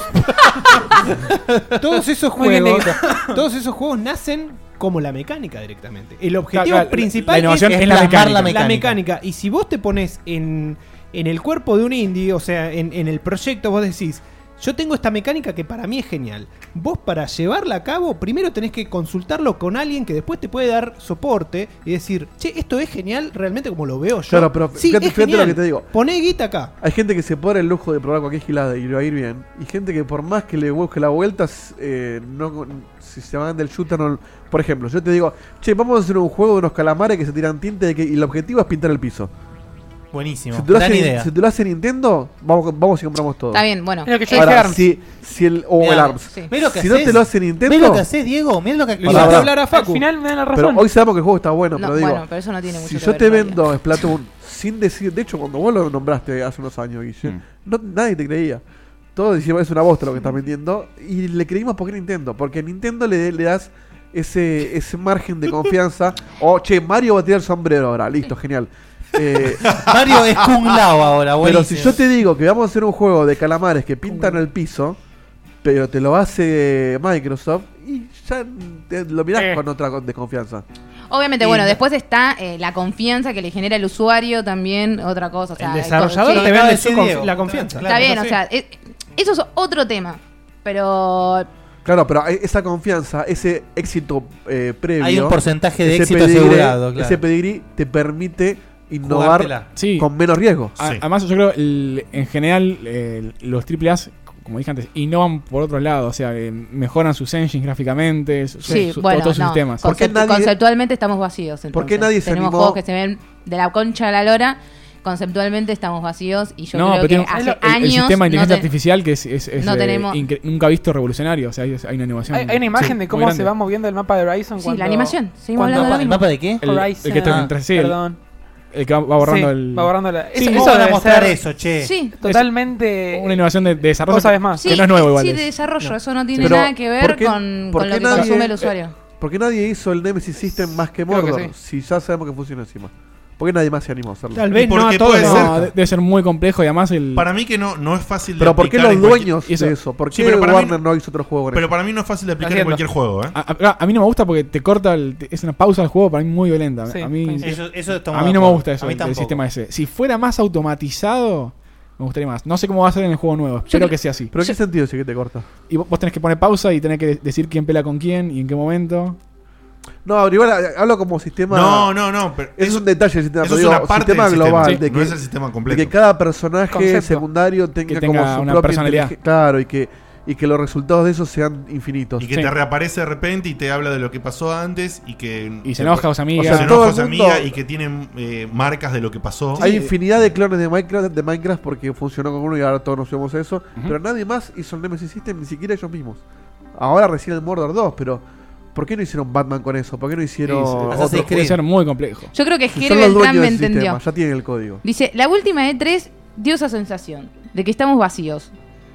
todos esos Muy bien, juegos, negrito. (laughs) todos esos juegos nacen como la mecánica directamente. El objetivo Claro, la- la principal es, innovación es la plasmar mecánica. la mecánica. Y si vos te pones en, en el cuerpo de un indie, o sea, en, en el proyecto, vos decís. Yo tengo esta mecánica que para mí es genial. Vos para llevarla a cabo, primero tenés que consultarlo con alguien que después te puede dar soporte y decir, che, esto es genial realmente como lo veo yo. Claro, pero Sí, fíjate- es fíjate lo genial. que te digo. Poné guita acá. Hay gente que se pone el lujo de probar cualquier gilada y le va a ir bien. Y gente que por más que le busque la vuelta, s- eh, no, con- si se van del shooter, no- por ejemplo, yo te digo, che, vamos a hacer un juego de unos calamares que se tiran tinte de que- y el objetivo es pintar el piso. Buenísimo. Si te, lo Gran hace, idea. si te lo hace Nintendo, vamos, vamos y compramos todo. Está bien, bueno. Es lo que yo Ahora, dije, Arms. Si, si el, o Mirá, el ARMS. sí. Mirá lo que si no haces. te lo hace Nintendo. Mirá lo que haces, Diego. Mirá lo que- Le Pará, hiciste pará. hablar a Facu. Al final me da la razón. Pero hoy sabemos que el juego está bueno, No, pero digo. bueno, pero eso no tiene mucho si que yo ver te todavía. vendo Splatoon (laughs) sin decir. De hecho, cuando vos lo nombraste hace unos años, Guille, no, nadie te creía. Todos decían, es una bosta lo que estás vendiendo. Y le creímos porque Nintendo. Porque a Nintendo le, le das ese, ese margen (laughs) de confianza. O, che, Mario va a tirar el sombrero ahora. Listo, genial. Eh, Mario es Kung Lao ahora, Pero buenísimo. si yo te digo que vamos a hacer un juego de calamares que pintan el piso, pero te lo hace Microsoft, y ya te- lo mirás Eh. con otra con- desconfianza. Obviamente, Y bueno, la- después está eh, la confianza que le genera el usuario también, otra cosa. O sea, El hay desarrollador cosas- te sí, vende está su confi- la confianza. bien, o sea, es- eso es otro tema. Pero Claro, pero hay- esa confianza, ese éxito eh, previo. Hay un porcentaje de ese éxito pedigrí- asegurado, claro. Ese pedigrí te permite innovar Sí. Ah, con menos riesgo. A- Además, yo creo, el- en general, eh, los AAAs, como dije antes, innovan por otro lado. O sea, eh, mejoran sus engines gráficamente, su- sí, su- bueno, todos sus no, sistemas. concept- conceptualmente estamos vacíos. ¿Por qué entonces. nadie se Tenemos animó? juegos que se ven de la concha a la lora. Conceptualmente estamos vacíos y yo no, creo pero que tiene un- hace el- el, años sistema de no inteligencia te- artificial que es, es- es, no eh, tenemos- incre- nunca visto revolucionario. O sea, hay, hay una innovación. Hay, hay una imagen sí, de muy cómo se grande. va moviendo el mapa de Horizon. Sí, cuando- la animación. Seguimos cuando- hablando de lo ¿El mapa de qué? El, el que te- Horizon. entre- sí, el- Ah, Perdón. el que va, va borrando Sí, el. va borrando la- Sí, eso- ¿cómo eso van a debe mostrar ser- eso, che? Sí. Totalmente. Una innovación de, de desarrollo. Vos sabés más. Que Sí, no es nuevo eh, igual. Sí, es. de desarrollo. No. Eso no tiene Pero, nada que ver ¿por qué- con, por con qué lo que nadie- consume el eh, usuario. ¿Por qué nadie hizo el Nemesis System más que Creo que Mordor? Si ya sabemos que funciona encima. ¿Por qué nadie más se animó a hacerlo? Tal vez no a todos. No, de- debe ser muy complejo y además el. Para mí que no, no es fácil Pero ¿por qué aplicar los en cualquier- dueños de eso? ¿Por qué Sí, pero para mí- Warner no hizo otro juego con Pero eso? para mí no es fácil de aplicar en Haciendo. cualquier juego, ¿eh? A, a- a mí no me gusta porque te corta, el- te- es una pausa del juego para mí muy violenta. Sí, a mí, eso- eso estamos a mí de no me acuerdo. gusta eso, A mí el- el, tampoco. sistema ese. Si fuera más automatizado, me gustaría más. No sé cómo va a ser en el juego nuevo, espero creo- que sea así. ¿Pero qué sentido ese que te corta? Y vos vos tenés que poner pausa y tenés que de- decir quién pela con quién y en qué momento. No, pero igual eh, hablo como sistema. No, no, no, pero es eso- un detalle del sistema. eso pero es digo, una parte sistema del global. sistema, de no que, es el sistema completo. de que cada personaje Concepto. secundario tenga, tenga como su una propia personalidad. inteligencia- Claro, y que, y que los resultados de eso sean infinitos. Y que te reaparece de repente y te habla de lo que pasó antes y que... Y se enoja a su amiga. O sea, O sea, se todo enoja a el su mundo- amiga y que tienen eh, marcas de lo que pasó. Hay infinidad de clones de Minecraft, de Minecraft porque funcionó con uno y ahora todos nos llevamos a eso. Pero nadie más hizo el Nemesis System, ni siquiera ellos mismos. Ahora recién el Mordor 2, pero ¿Por qué no hicieron Batman con eso? ¿Por qué no hicieron.? Assassin's otro Creed. juego? Puede ser muy complejo. Yo creo que Son Jere los Beltrán dueños me del sistema, entendió. Ya tienen el código. Dice, la última E3 dio esa sensación de que estamos vacíos.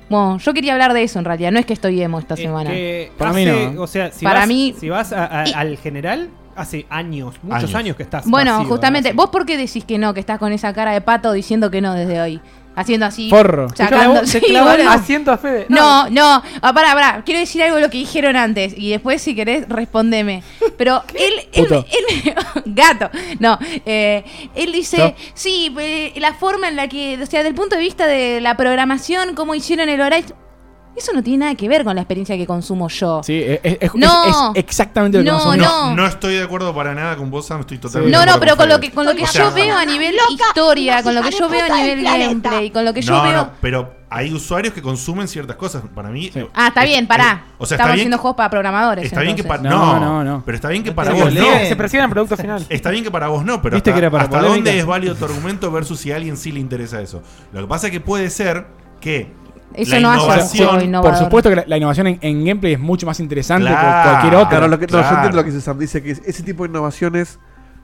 Bueno, yo quería hablar de eso en realidad, no es que estoy emo esta semana. que Para hace- mí no. O sea, si Para vas, mí- si vas a- a- al general, hace años, muchos Años. años, que estás. Bueno, vacío, justamente, ¿vos por qué decís que no? Que estás con esa cara de pato diciendo que no desde hoy. Haciendo así. Forro. Sacando, Se clavó- (laughs) se sí, clavó boludo. asiento a Fede. (laughs) No, no, Ah, pará, pará. Quiero decir algo de lo que dijeron antes y después, si querés, respondeme. (laughs) Pero él, él, Puto. él- gato, no. eh, él dice, No. sí, eh, la forma en la que, o sea, del punto de vista de la programación, cómo hicieron el horario. Eso no tiene nada que ver con la experiencia que consumo yo. Sí, es, es- es- No. es exactamente lo que No, nosotros- No, No. no estoy de acuerdo para nada con vos, Sam. Estoy totalmente. No, de no, acuerdo pero con lo que, Fede. con lo que O sea, yo veo a nivel historia, con lo que yo veo a nivel gameplay, con lo que yo no, veo... no, pero hay usuarios que consumen ciertas cosas. Para mí. eh, Ah, está bien, pará. O sea, Estamos está bien, haciendo juegos para programadores. está bien que entonces. para. No, No, no, no, no. Pero está bien que No para te vos no. Se percibe en producto final. Está bien que para vos no, pero Viste hasta, que era para hasta polémica. dónde es válido tu argumento versus si a alguien sí le interesa eso. Lo que pasa es que puede ser que Eso la no hace un innovación juego innovador. Por supuesto que la, la innovación en, en gameplay es mucho más interesante Claro. que cualquier otra. Ah, Claro, lo que, no, yo Claro. entiendo lo que dice Sam. Dice que ese tipo de innovaciones.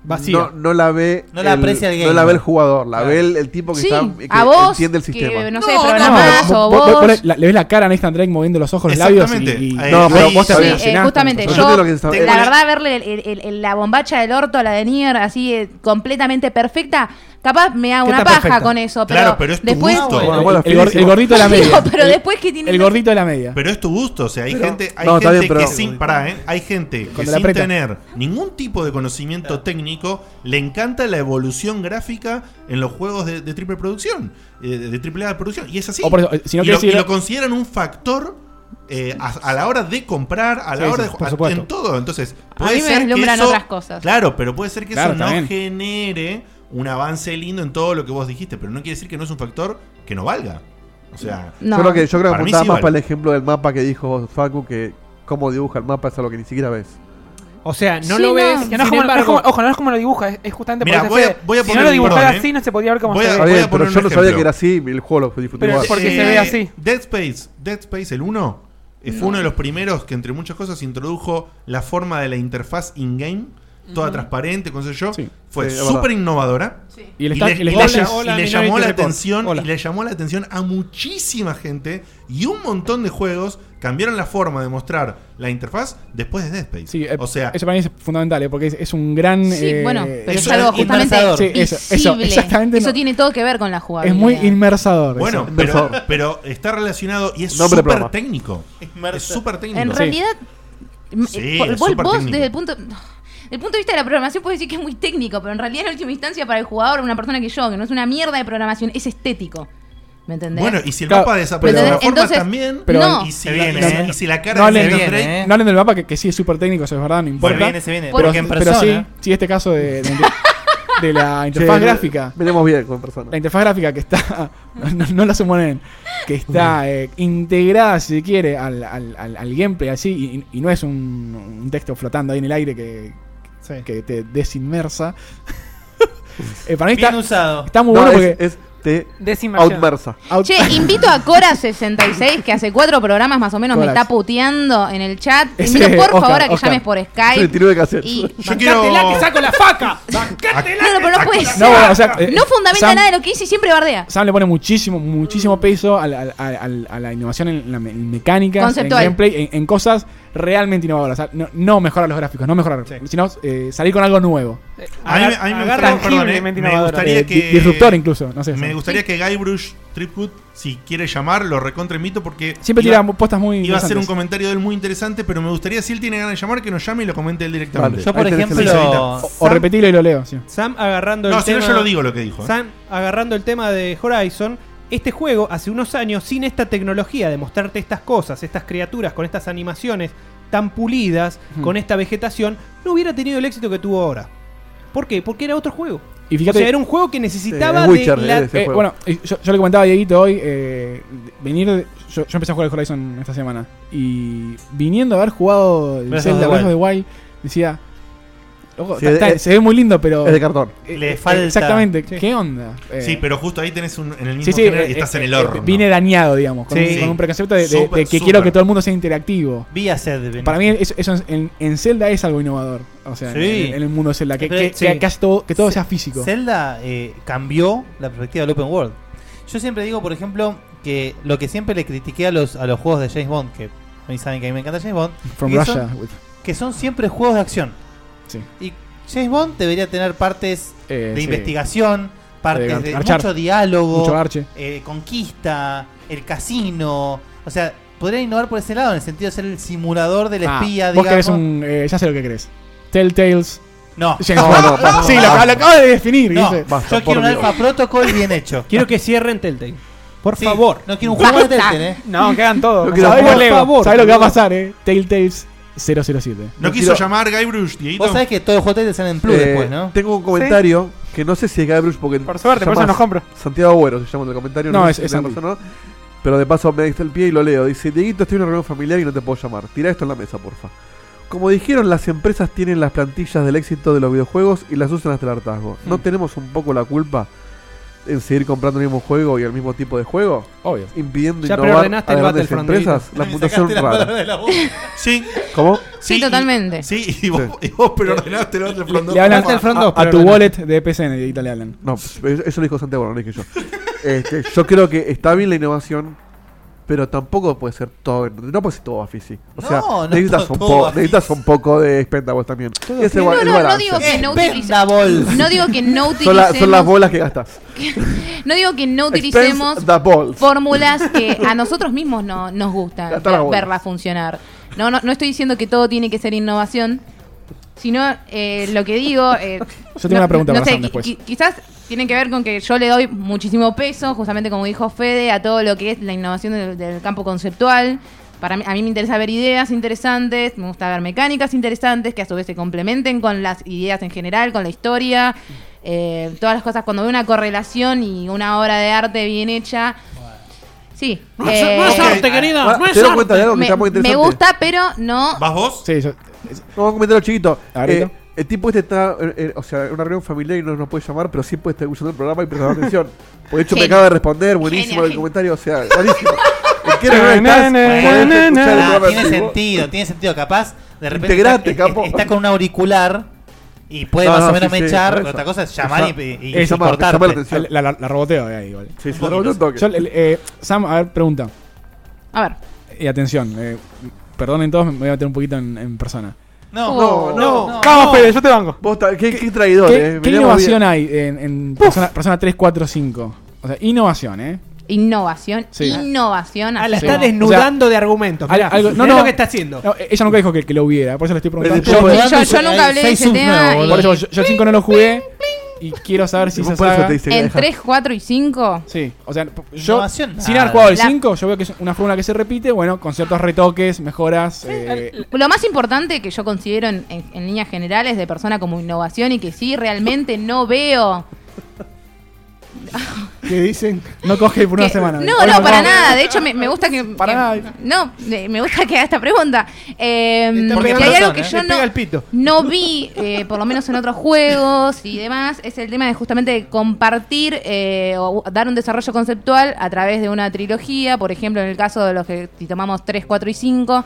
Vacía. No, no la ve. No la aprecia el No la gamer. ve el jugador, la Claro. ve el, el tipo que, Sí, está, que a vos, entiende el que, sistema. no sé, No, no, No, programás vos- o vos- vos... vos le- la- le ves la cara a Nathan Drake moviendo los ojos, los labios y- Exactamente. y, Ahí- No, pero ahí- vos te Sí, bien, eh, justamente, Yo yo, entiendo lo que se está- Tengo la la- verdad, verle el- el- el- el- la bombacha del orto a la de Nier así eh, completamente perfecta, capaz me hago Que una está paja perfecta. con eso, pero, Claro, pero es tu después... gusto. el- Bueno, el- bueno, el, gor- el gordito de la Digo, media. (laughs) pero El- después que tiene... El gordito de la media. Pero es tu gusto, o sea, hay Pero- gente, hay No, está gente bien, pero- que sin, pará, ¿eh? hay gente que Cuando la sin aprieta. tener ningún tipo de conocimiento técnico le encanta la evolución gráfica en los juegos de, de triple producción, eh, de, de triple A de producción, y es así. O por eso, eh, si no y, lo, quieres ir- y lo consideran un factor eh, a, a la hora de comprar, a la Sí, hora sí, de por a- supuesto. en todo. Entonces, A mí me deslumbran otras cosas. Claro, pero puede ser que Claro, eso está no bien. genere un avance lindo en todo lo que vos dijiste, pero no quiere decir que no es un factor que no valga. O sea, No. creo que, yo creo que Para mí apuntaba sí más vale. para el ejemplo del mapa que dijo Facu, que cómo dibuja el mapa es algo que ni siquiera ves. O sea, no Sí, lo no. ves. Que no es como- sin no es embargo, como- ojo, no es como lo dibuja, es, es justamente Mirá, por eso voy a- Fede. voy a Si no poner- lo dibujara perdón, eh. así, no se podía ver cómo Voy se Está ve. voy a bien, pero poner yo un no sabía ejemplo. que era así, el juego lo disfruté Pero más. porque se ve así. Dead Space, Dead Space el 1 eh, fue uno de los primeros que entre muchas cosas introdujo la forma de la interfaz in-game, toda transparente, con eso yo. Sí. Fue Sí, es súper innovadora. Y el Y sta- le- y el y Hola, stash le- es- hola, y le Minority llamó la Report. atención Hola. y le llamó la atención a muchísima gente y un montón de juegos cambiaron la forma de mostrar la interfaz después de Dead Space. Sí, eh, o sea, eso para mí es fundamental, eh, porque es, es un gran. Sí, eh, bueno, pero es eso algo es justamente inmersador. Sí, eso, eso, visible. exactamente Eso no. tiene todo que ver con la es jugabilidad. muy inmersador. bueno, eso. pero, Inversor. pero está relacionado y es Nombre súper de programa. técnico. Es súper técnico. En Sí. realidad, m- Sí, por- es vos, súper vos técnico. desde el punto... desde el punto de vista de la programación puedes decir que es muy técnico, pero en realidad en última instancia para el jugador, una persona que yo, que no es una mierda de programación, es estético. ¿Me entendés? Bueno, y si el Claro, mapa desaparece de pero- una forma Entonces, también, pero- no. y, si Se la, viene, y si- ¿eh? y si la cara No de le- Nathan se viene, Drake- ¿eh? No hablen del mapa, que, que sí es súper técnico, eso es verdad, no importa. Se viene, se viene. Pero, Porque en pero sí, persona. sí, este caso de, de- de (laughs) la interfaz Che, gráfica. Veremos bien con persona. La interfaz gráfica que está. (laughs) No, no- no la suponen. Que está eh, integrada, si se quiere, al, al- al- al gameplay así. Y, y no es un, un texto flotando ahí en el aire que, que te desinmersa. (laughs) Eh, para mí Bien está, usado. está muy No, bueno es, porque. es te Desinmersión. outmersa. out- Che, invito a Cora66, que hace cuatro programas más o menos Corax. me está puteando en el chat. Te Ese, invito por Oscar, favor a que Oscar. llames por Se Skype. tiró de cassette. Y... Yo quiero. ¡Bancátela que saco la faca! ¡Bancátela! No, no, pero no puede No, ser. bueno, o sea, eh, No fundamenta Sam- nada de lo que dice y siempre bardea. Sam le pone muchísimo, muchísimo peso al- al- al- al- a la innovación en, la me- en mecánicas, Conceptual. en gameplay, en, en cosas realmente innovadoras. O sea, no, no mejorar los gráficos, no mejorar, sino eh, salir con algo nuevo. A mí, a mí me, gustaría, Agarra- perdón, eh, tangiblemente me innovadora. gustaría Eh, di- que. disruptor incluso, no sé. Me Sam. gustaría que Guybrush Tripwood, si quiere llamar, lo recontremito porque. Siempre iba, tira postas muy iba a hacer un interesantes. comentario de él muy interesante, pero me gustaría, si él tiene ganas de llamar, que nos llame y lo comente él directamente. Vale. Yo, por Ahí tenés el ejemplo. O- O repetirlo y lo leo, sí. Sam agarrando No, el si no, tema. yo lo digo lo que dijo. eh. Sam agarrando el tema de Horizon. Este juego, hace unos años, sin esta tecnología de mostrarte estas cosas, estas criaturas con estas animaciones tan pulidas, con esta vegetación, no hubiera tenido el éxito que tuvo ahora. ¿Por qué? Porque era otro juego. Y fíjate- o sea, era un juego que necesitaba Sí, es Witcher, de la- es- ese Eh, juego. bueno, eh, yo, yo le comentaba a Dieguito hoy, eh, de- venir de- yo, yo empecé a jugar el Horizon esta semana. Y viniendo a haber jugado el Breath of Zelda the Breath of the Wild. Wild, decía, Ojo, Sí, está- es- se ve muy lindo, pero. es de cartón. Eh, Le eh, falta- Exactamente, Sí. ¿qué onda? Eh, Sí, pero justo ahí tenés un, en el mismo sí, sí, género eh, y estás eh, en el eh, horno. Vine dañado, digamos, con, Sí. un, con un preconcepto de, de- Súper, de que súper. quiero que todo el mundo sea interactivo. Vía Sedven. Para mí, eso, eso en, en Zelda es algo innovador. O sea, en- Sí. en, en el mundo de Zelda, que, Pero, que- sí. que- que hace todo, que todo Ce- sea físico. Zelda eh, cambió la perspectiva del open world. Yo siempre digo, por ejemplo, que lo que siempre le critiqué a los, a los juegos de James Bond, que a mí saben que a mí me encanta James Bond, From que, Russia Son, with- que son siempre juegos de acción. Sí. Y James Bond debería tener partes Eh, de sí. investigación, Eh, partes de garchar. mucho diálogo, Mucho garche. eh, conquista, el casino. O sea, podrían innovar por ese lado, en el sentido de ser el simulador del Ah, espía, vos digamos. querés un. eh, ya sé lo que querés. Telltales. No. James (laughs) No, Bond. no, basta, sí, lo, basta. lo acabo de definir. No, dice. yo quiero un Alpha Protocol bien hecho. (laughs) Quiero que cierren Telltale. Por Sí, favor. No quiero un juego de Telltale, eh. No, que hagan todo. No como ¿Sabés, juego (laughs) lo, Lego. sabés lo que va a pasar, eh? Telltales 007. No quiso llamar Guybrush, Dieguito. Vos sabés que todos los juegos te salen en plus Eh, después, ¿no? Tengo un comentario que no sé si es Gabriel porque. Por suerte, por eso nos compro. Santiago Bueno se llama en el comentario. No, sé es- si es tenés Santi. razón o no, Pero de paso me diste el pie y lo leo. Dice: Dieguito, estoy en una reunión familiar y no te puedo llamar. Tira esto en la mesa, porfa. Como dijeron, las empresas tienen las plantillas del éxito de los videojuegos y las usan hasta el hartazgo. Hmm. ¿No tenemos un poco la culpa en seguir comprando el mismo juego y el mismo tipo de juego? Obvio. Impidiendo Ya innovar a preordenaste el grandes Battlefront, empresas. Dieguito. La Me puntuación sacaste las rara. palabras de la boca. Sí. ¿Cómo? Sí, totalmente. Sí, y vos, y vos preordenaste el otro Le hablan Front a, dos. a tu wallet de PCN, de Italia hablan. No, pues, eso lo dijo Santiago, no lo dije yo. Este, yo creo que está bien la innovación, pero tampoco puede ser todo. No puede ser todo a físico. O No, sea, no necesitas, todo- un todo po- a necesitas un poco de expendables también. Y ese No, ba- el no, no balance. digo que no utilicemos. Expendables. No digo que no utilicemos. Son, la- son las bolas que gastas. No digo que no utilicemos Expense the balls. fórmulas que a nosotros mismos no, nos gustan Gastar ver- las bolas. verlas funcionar. No, no, no estoy diciendo que todo tiene que ser innovación, sino eh, lo que digo. eh, Yo tengo no- una pregunta no para sé, Sam después. qui- quizás tiene que ver con que yo le doy muchísimo peso, justamente como dijo Fede, a todo lo que es la innovación del, del campo conceptual. Para mí, a mí me interesa ver ideas interesantes, me gusta ver mecánicas interesantes que a su vez se complementen con las ideas en general, con la historia, eh, todas las cosas. Cuando veo una correlación y una obra de arte bien hecha, sí. eh, querida. Ahora, te das cuenta de algo que me, está muy me interesante. gusta, pero no. ¿Vas vos? Sí, yo, Vamos a comentar chiquito. Ahorita. Eh, el tipo este está, eh, eh, o sea, en una reunión familiar y no nos puede llamar, pero sí puede estar escuchando el programa y (laughs) prestar atención. Por hecho, me Genio. acaba de responder, buenísimo Genio, el genio. comentario, o sea, buenísimo. ¿En qué reunión estás? Podés Bueno, escuchar el pará, programa Ah, tiene en vivo. sentido, tiene sentido. Capaz, de repente Integrate, está, capo. está con un auricular y puede No, más no, o menos sí, sí, mechar. por pero eso. otra cosa es llamar y, y, y Esa marca, cortarte. llama la atención. Ah, la, la, la roboteo de ahí, igual. Sí, sí, la roboteo un toque. Yo, el- eh, Sam, a ver, pregunta. A ver. Y atención, eh, perdonen todos, me voy a meter un poquito en, en persona. No, No, no. Vamos, Fede, yo te banco. Vos ta- qué, qué traidor, ¿Qué, eh. qué Miremos bien. innovación hay en, en persona, persona 3, 4, 5? O sea, innovación, ¿eh? Innovación, Sí. innovación. Ah, la así está como- desnudando de argumentos. Al- Mirá, algo- no, mirá no. lo que está haciendo. No, eh, ella nunca dijo que, que lo hubiera, por eso le estoy preguntando. Pero Yo, después- yo, yo- yo nunca hablé de ese tema. por eso, y- yo, yo el 5 no lo jugué y quiero saber si Vos se por eso saga... te dice que en deja. 3, 4 y 5. Sí, o sea, p- yo Innovación, sin nada. haber jugado el La- 5, yo veo que es una fórmula que se repite, bueno, con ciertos retoques, mejoras. eh, Lo más importante que yo considero en, en- en líneas generales de persona como innovación y que sí, realmente no veo. ¿Qué dicen? no coge por una que- semana. No, Hoy no, para vamos. nada. De hecho, me, me gusta que. Para que- nada. No, eh, me gusta que haga esta pregunta. Eh, Está porque pegando hay algo razón, que ¿eh? yo Le pega el no, pito. no vi, eh, por lo menos en otros juegos y demás, es el tema de justamente de compartir eh, o dar un desarrollo conceptual a través de una trilogía. Por ejemplo, en el caso de los que si tomamos 3, 4 y 5,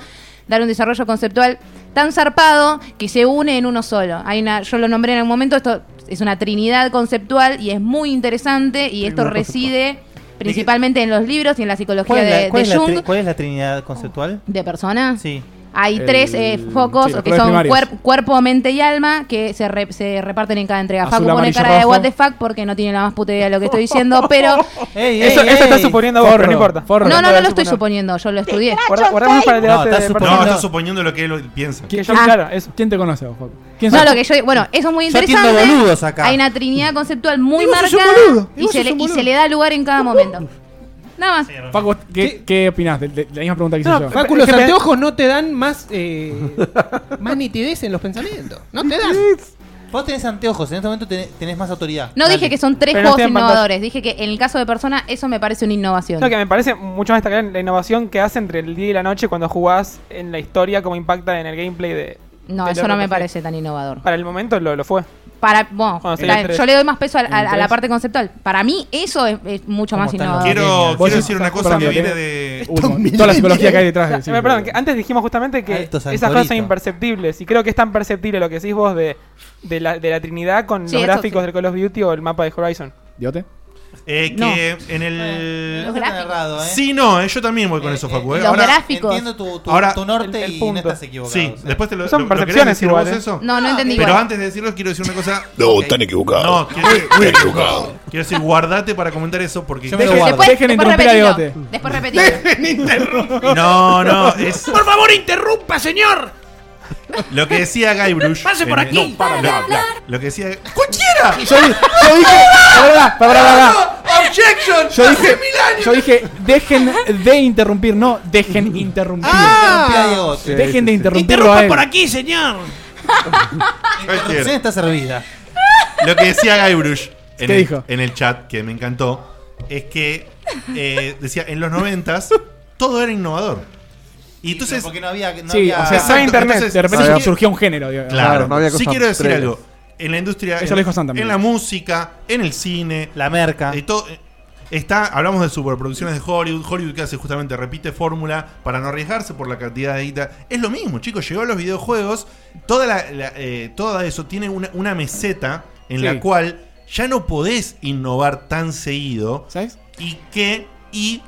dar un desarrollo conceptual tan zarpado que se une en uno solo. Hay una, yo lo nombré en algún momento, esto es una trinidad conceptual y es muy interesante y esto reside principalmente en los libros y en la psicología ¿Cuál es, de, la, cuál de es la tri- Jung. cuál es la trinidad conceptual? ¿De persona? Sí. Hay El- tres eh, focos sí, los que colores son primarios. cuerp- cuerpo, mente y alma que se, re- se reparten en cada entrega. Azul, Facu pone amarillo, cara de rojo. what the fuck porque no tiene la más puta idea de lo que estoy diciendo, pero... Ey, Eso, ey, eso está ey. suponiendo vos, Forro, pero no importa. forro. No, no, no lo estoy suponiendo, yo lo estudié. Guarda- Guardamos para el No, debate de está No, suponiendo- personas. estás suponiendo lo que él piensa. Que yo, Ah. claro, eso. ¿Quién te conoce, vos, Juan? ¿Quién No, sos? lo que yo... Bueno, eso es muy Yo atiendo interesante. boludos acá. Hay una trinidad conceptual muy Y vos sos un marcada boludo, y y, vos se sos le, un y se boludo. le da lugar en cada momento. Nada más. Facu, ¿vos ¿qué, Sí. ¿qué opinás? De, de- de la misma pregunta que hice No, yo. Facu, los anteojos no te dan más, eh, más nitidez en los pensamientos. No te dan. Vos tenés anteojos, en este momento tenés, tenés más autoridad. No Dale. dije que son tres Pero no juegos estoy en pantalla. innovadores, dije que en el caso de persona eso me parece una innovación. No, que me parece mucho más destacable la innovación que hace entre el día y la noche cuando jugás en la historia, cómo impacta en el gameplay de, No, de eso lo no que me fue. parece tan innovador. Para el momento lo, lo fue. Para, bueno, Cuando está salió bien, tres. yo le doy más peso a, a- a la Entonces- parte conceptual. Para mí eso es, es mucho más innovador. Quiero, Vos quiero decís- decir una cosa perdón, que lo viene tenés- de. Estos Toda la psicología que hay detrás. de- sí. Eh, perdón, que antes dijimos justamente que Alto esas Santorito. cosas son imperceptibles. Y creo que es tan perceptible lo que decís vos de, de, la, de la Trinidad con Sí, los eso gráficos del Call of Duty o el mapa de Horizon. ¿Diote? Eh, No. que en el. Los gráficos. errado, ¿eh? Sí, no, eh, yo también voy con eso, Facu. eh. los Ahora- gráficos. Entiendo tu, tu- Ahora- tu norte el- el y no punto. estás equivocado. Sí, después te lo, Son lo- lo querés percepciones decir igual, vos ¿eh? eso? No, no entendí Pero igual. antes de decirlo, quiero decir una (laughs) cosa. No, están equivocados. No, quiero, Muy equivocados. quiero decir, guardate para comentar eso porque. Dejen- después, después repetilo. (laughs) Después repetilo. No, no, es- Por favor, interrumpa, señor. Lo que (laughs) decía Guybrush. Pase por en el- aquí. No, para, Para lo- hablar. Lo que (laughs) decía. ¡Cualquiera! Yo, di- yo dije. la verdad, la verdad, la verdad. ¡Objection! Yo dije, yo dije, dejen de interrumpir, no, dejen interrumpir. Ah, Sí, dejen de interrumpirlo Interrumpa a él. por Aquí, señor. Cualquiera. está servida. Lo que decía Guybrush en, ¿Qué el, dijo? en el chat, que me encantó, es que eh, decía, en los noventas todo era innovador. Y entonces... porque no había- no Sí, había- o sea, estaba internet, de repente sí que- surgió un género, digamos. Claro, Claro, no había sí cosas quiero decir previas. algo. En la industria... Eso en, lo dijo Santa en la música, en el cine... La merca. Y todo... Está, hablamos de superproducciones de Hollywood. Hollywood que hace justamente repite fórmula para no arriesgarse por la cantidad de guita. Es lo mismo, chicos. Llegó a los videojuegos. Toda la, la, eh, todo eso tiene una, una meseta en Sí. la cual ya no podés innovar tan seguido. ¿Sabes? Y que. Y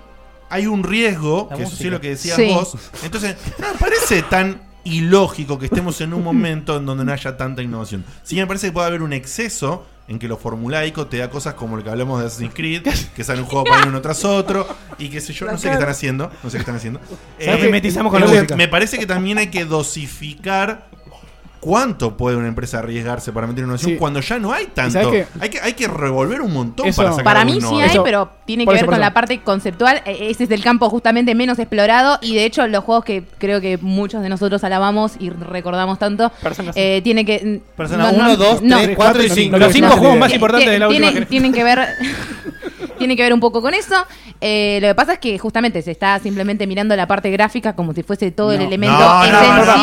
hay un riesgo, La que eso sí música. es lo que decías Sí. vos. Entonces, no me parece tan ilógico que estemos en un momento en donde no haya tanta innovación. Sí me parece que puede haber un exceso en que lo formulaico te da cosas como lo que hablamos de Assassin's Creed, que sale un juego para ir uno tras otro, y qué sé yo, no sé qué están haciendo, no sé qué están haciendo. ¿Sabes qué? Metizamos con la me- música. Me parece que también hay que dosificar cuánto puede una empresa arriesgarse para meter innovación Sí. cuando ya no hay tanto. sabes qué? Hay que, hay que revolver un montón Eso- para sacar Para algo mí sí innovador. hay, pero tiene que Por eso, ver por con eso. la parte conceptual. E- Ese es el campo justamente menos explorado y de hecho los juegos que creo que muchos de nosotros alabamos y recordamos tanto, eh, tiene que... Persona uno, dos, tres, cuatro y cinco. Los cinco No, juegos no, más no. importantes de la última Tiene- Tienen que ver. Tiene que ver un poco con eso. Eh, lo que pasa es que justamente se está simplemente mirando la parte gráfica como si fuese todo el elemento No, no, no, no, no, no, no, esencial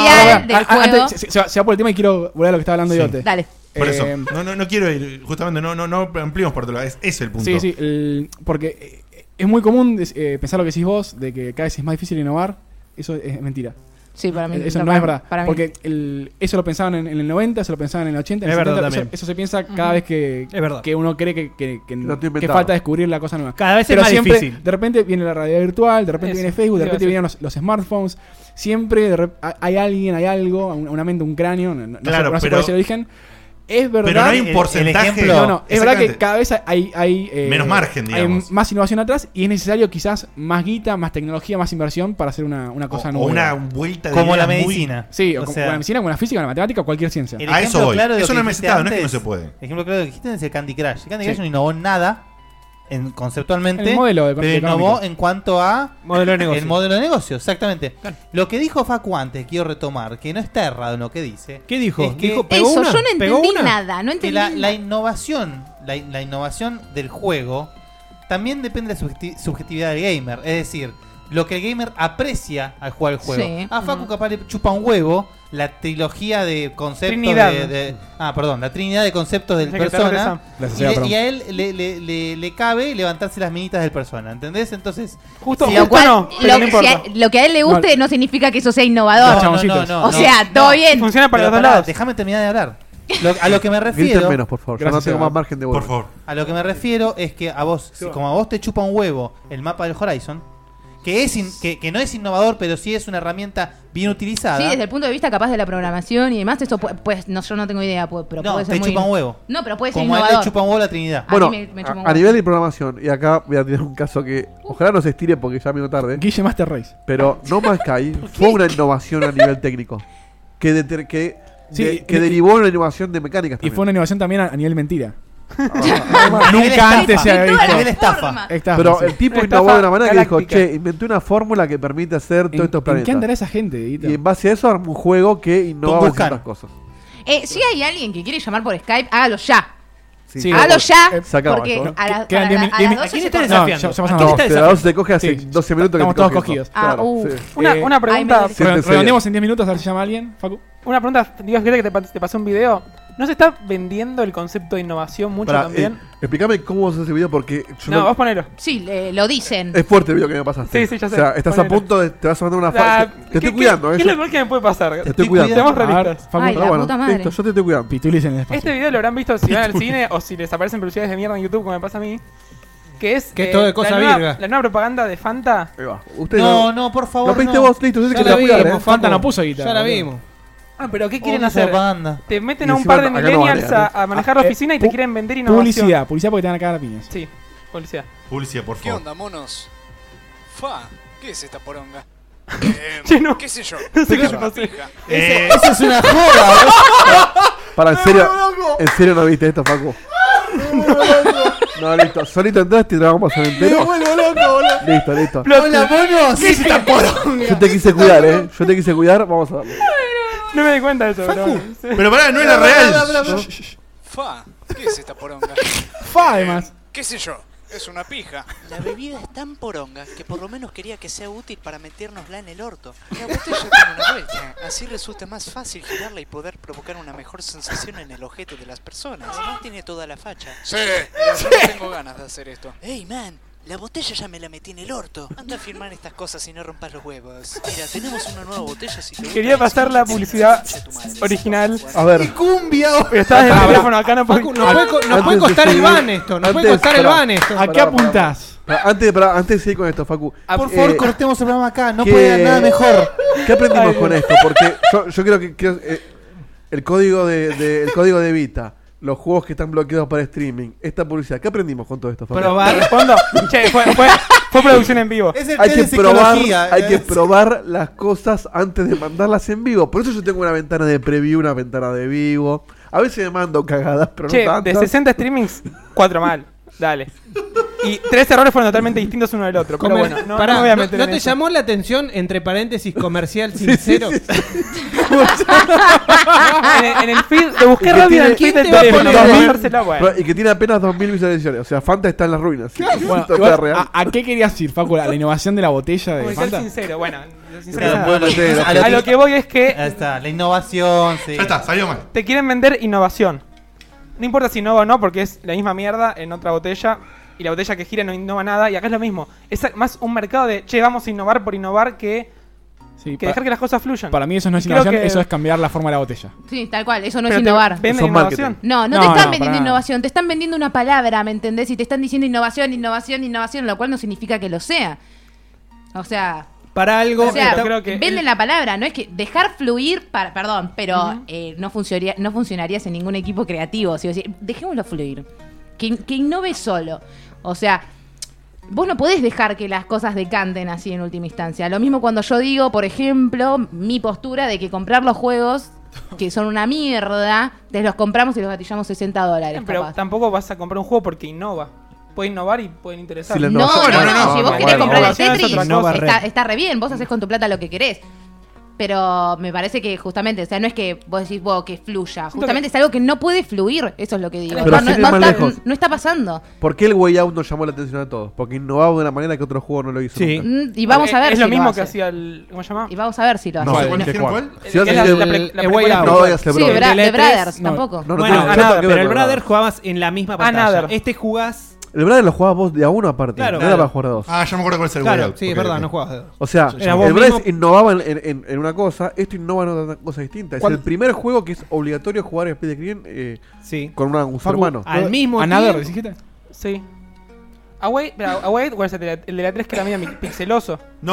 del no, no, no, juego. Ah, antes, se, se va, se va por el tema y quiero volver a lo que estaba hablando Sí. Diote. Dale. Por eso, Eh, no, no, no quiero ir, justamente no, no, no ampliemos por otro lado, es, es el punto. Sí, sí, el- porque eh, es muy común des- eh, pensar lo que decís vos, de que cada vez es más difícil innovar. Eso es mentira. Eh, Sí, para mí. Eso no, para- es verdad. para mí. Porque el- eso lo pensaban en, en el 90, eso lo pensaban en el 80. En el Es verdad 70, eso- también. Eso, se piensa cada vez que, que uno cree que, que- que- Lo que inventado. falta descubrir la cosa nueva. Cada vez es Pero más siempre, difícil. De repente viene la realidad virtual, de repente Eso, viene Facebook, de te iba a repente decir. vienen los, los smartphones. Siempre de rep- hay- hay alguien, hay algo, un- una mente, un cráneo. No, no- no Claro, se- no se pero- puede decir el origen. Es verdad. no hay un El- el porcentaje. ejemplo- no, no, es verdad que Exactamente. cada vez hay. hay, eh, Menos margen, hay digamos. más innovación atrás y es necesario quizás más guita, más tecnología, más inversión para hacer una, una cosa o nueva. una vuelta de Como la ideas muy- medicina. Sí, o, O como sea- la medicina, como la física, como la matemática, o cualquier ciencia. El ejemplo claro de lo que dijiste antes- El ejemplo claro de lo que dijiste es el Candy Crush. El Candy Sí. Crush no innovó en nada en- conceptualmente. El modelo de- pero económico. innovó en cuanto a modelo de negocio. el modelo de negocio, exactamente. Lo que dijo Facu antes, quiero retomar, que no está errado en lo que dice. ¿Qué dijo? es que- Dijo, Eso, yo no entendí nada. No que entendí la, la nada. innovación, la, la innovación del juego también depende de la subjeti- subjetividad del gamer. Es decir, lo que el gamer aprecia al jugar el juego. Sí. A Facu capaz le chupa un huevo la trilogía de conceptos Trinidad. de- de- Ah, perdón, la trinidad de conceptos del Hay que persona. tardar esa. Y, Gracias, señora, le- perdón. y a él le, le- le- le cabe levantarse las minitas del persona, ¿entendés? Entonces, justo, Lo cual- lo, que- si a, lo que a él le guste No. no, significa que eso sea innovador. No, chaboncitos. no, no, o no, sea, no. todo bien. Pero pará, Déjame terminar de (laughs) hablar. Lo- a lo que me refiero. Griten menos, por favor. Yo no tengo más margen de voz. Por favor. A lo que me refiero es que a vos, si como a vos te chupa un huevo el mapa del Horizon, que es in- que, que no es innovador, pero sí es una herramienta bien utilizada. Sí, desde el punto de vista capaz de la programación y demás, eso pu- pues no, yo no tengo idea, pu- pero No, puede ser te muy- chupa un huevo. No, pero puede ser como a él innovador. le chupa un huevo la Trinidad. A Ah. Bueno, mí me- me a- chupa un a, huevo. nivel de programación, y acá voy a tirar un caso que ojalá no se estire porque ya vino tarde. Guille Master Race. Pero No Man's (laughs) Sky fue una innovación a nivel técnico. Que, deter- que, Sí, de- y- que derivó en una innovación de mecánicas Y también. fue una innovación también a, a nivel mentira. (laughs) Ah. A nivel Nunca estafa. antes se De había todas visto. las estafa. Estafa, Pero sí. el tipo Estafa innovó de una manera que dijo, galáctica. che, inventé una fórmula que permite hacer ¿En- todos estos en planetas. qué andará esa gente, Dieguito? Y en base a eso armó un juego que innovaba en Buscan. ciertas cosas. Eh, si hay alguien que quiere llamar por Skype, hágalo ya. Sí. hágalo ya. Eh, se acaba porque esto. a, la- Quedan a diez la- min- a las diez min- 12 se está pone- desafiando? No, ya- ya pasamos No, a la pero voz. a vos te coge hace Sí. 12 minutos que Estamos te todos coge cogidos. esto. Claro, Claro, sí. sí. Una- una pregunta- Re- Siéntese. Redondeamos en 10 minutos a ver si llama alguien, Facu. una pregunta, Dios, creo que te, pa- te pasó un video. ¿No se está vendiendo el concepto de innovación mucho Pará, también? eh, explícame cómo vos haces ese video porque. yo no, vos ponelo. Sí, le- lo dicen. Es fuerte el video que me pasaste. Sí, sí, ya sé. O sea, estás Ponelo. a punto de. Te vas a mandar una Ah, falsa. Te estoy cuidando, ¿Qué ¿eh? es lo peor que me puede pasar? Te estoy cuidando. Seamos A ver, realistas. Facu- Ah, bueno, Listo, yo te estoy cuidando. Pitulis en el espacio. Este video lo habrán visto si (laughs) van al cine o si les aparecen publicidades de mierda en YouTube, como me pasa a mí. Que es. eh, Que es todo de cosa la nueva- virga. la nueva propaganda de Fanta. Usted No, no. no, por favor, Lo pediste no. vos, listo, usted Ya que la te la cuidara, vimos, ¿eh? Fanta no puso guitarra, Ya la boludo. vimos. Ah, pero ¿qué Vos quieren no sos hacer? banda. Te meten Y a un encima par de acá no van a millennials a, ganar. a manejar la Ah, eh, oficina y te pu- quieren vender innovación. Publicidad, publicidad porque te van a cagar a piñas. Sí, publicidad. Publicidad, por ¿Qué favor. onda, monos? Fa, ¿qué es esta poronga? Che, no. ¿Qué sé yo? No sé qué te Una pasó. pija. Eh. Esa es una joda, Para, en serio. En serio no viste esto, Facu. No, listo. Solito entraste y te vamos a pasar entero. loco, boludo. Listo, listo. Hola, monos. ¿Qué es esta poronga? Yo te quise cuidar, eh. Yo te quise cuidar, vamos a darle. (laughs) No me di cuenta de eso, Facu. bro. Sí. Pero pará, no era Pará, real. pará, pará, pará. Shh, Fa, ¿qué es esta poronga? Fa, además. ¿Qué sé yo? Es una pija. La bebida es tan poronga que por lo menos quería que sea útil para metérnosla en el orto. La botella tiene una vuelta. Así resulta más fácil girarla y poder provocar una mejor sensación en el ojete de las personas. No tiene toda la facha. Sí, yo no tengo ganas de hacer esto. Ey, man, la botella ya me la metí en el orto. Anda a firmar estas cosas y no rompas los huevos. Mira, tenemos una nueva botella si te gusta. Quería pasar la publicidad original. A ver. cumbia! Pero estabas en el Pará, teléfono acá, no Facu, nos puede co- nos puede costar el ban esto, nos puede costar el ban esto. ¿A qué apuntás? Antes, pará, antes de seguir con esto, Facu. Por Eh, favor, cortemos el programa acá. No ¿qué- puede haber nada mejor. ¿Qué aprendimos Ay. con esto? Porque yo, yo creo que creo, eh, el código de, de- el código de Vita, los juegos que están bloqueados para streaming, esta publicidad, ¿qué aprendimos con todo esto? Facu? Te respondo. Che, fue, fue- fue producción en vivo. hay que probar, hay que probar las cosas antes de mandarlas en vivo. Por eso yo tengo una ventana de preview, una ventana de vivo. A veces me mando cagadas, pero Che, no de tantas. 60 streamings, 4 mal. Dale. Y tres errores fueron totalmente distintos uno del otro. Pero Comer- bueno, no, Pará, no me voy a meter ¿no en te eso. llamó la atención, entre paréntesis, (laughs) comercial sincero? (laughs) en, el, en el feed, lo Y busqué que rápido en el tiene- feed del ¿quién te va a teléfono poner para dos mil- bajársela, bueno. Y que tiene apenas 2.000 visualizaciones. O sea, Fanta está en las ruinas. Bueno, Esto igual, es real. ¿a, a qué querías ir, Facu? ¿A la innovación de la botella de Comercial Fanta? sincero, bueno. Pero Sincero. bueno, sí, lo a, que- lo que voy es que. Ahí está, la innovación. Sí. Ya está, salió mal. Te quieren vender innovación. No importa si innova o no, porque es la misma mierda en otra botella. Y la botella que gira no innova nada. Y acá es lo mismo. Es más un mercado de, che, vamos a innovar por innovar que, que pa- dejar que las cosas fluyan. Para mí eso no es Y creo innovación, que- eso es cambiar la forma de la botella. Sí, tal cual, eso no Pero es te innovar. venden Eso es innovación. marketing. No, no, te No, están no, para vendiendo nada. innovación, te están vendiendo una palabra, ¿me entendés? Y te están diciendo innovación, innovación, innovación, lo cual no significa que lo sea. O sea, Para algo. o sea, está- venden la palabra, no es que dejar fluir, para, perdón, pero eh, no, funcionaría, no funcionarías en ningún equipo creativo. ¿sí? O sea, dejémoslo fluir, que, in- que innove solo. O sea, vos no podés dejar que las cosas decanten así en última instancia. Lo mismo cuando yo digo, por ejemplo, mi postura de que comprar los juegos que son una mierda, te los compramos y los gatillamos 60 dólares. Pero capaz. tampoco vas a comprar un juego porque innova. Puede innovar y pueden interesar. Si la No, innovación- no, no, si vos querés comprar el Innovación es Tetris, otra cosa. está, está re bien, vos haces con tu plata lo que querés. Pero me parece que justamente, o sea, no es que vos decís, wow, que fluya. Justamente es algo que no puede fluir, eso es lo que digo. Pero no, sin no- ir no más está, lejos. no está pasando. ¿Por qué el Way Out nos llamó la atención a todos? Porque innovaba de una manera que otro juego no lo hizo. Sí. nunca. Mm, Y vamos Es- a ver es si lo lo mismo hace. que hacía el. ¿Cómo se llama? Y vamos a ver si lo No, hace. ¿cuál? ¿Qué cuál? Si vas a decir el- el Way Out. No, ya sé, Sí, bro. Bra- El de E3, Brothers, no. tampoco. No, no Bueno, tiene a tanto nada, que pero ver el con Brother jugabas en la misma pantalla. nada. Este jugás. El Brother lo jugabas vos de a uno aparte. Claro. no era para jugar a dos. Ah, ya me acuerdo cuál es el Claro, Way Out. sí, es Ok, verdad, ok. no jugabas a dos. O sea, Era vos el Brother mismo. innovaba en, en- en- en una cosa, esto innova en otra cosa distinta. Es ¿Cuál? el primer juego que es obligatorio jugar en Speed Green eh, con una- un ser Facu, humano. al mismo Another, tiempo- ¿dijiste? Sí. Away, pero Away, ¿cuál es el de la, el de la 3 que era medio mi- pixeloso? Eh,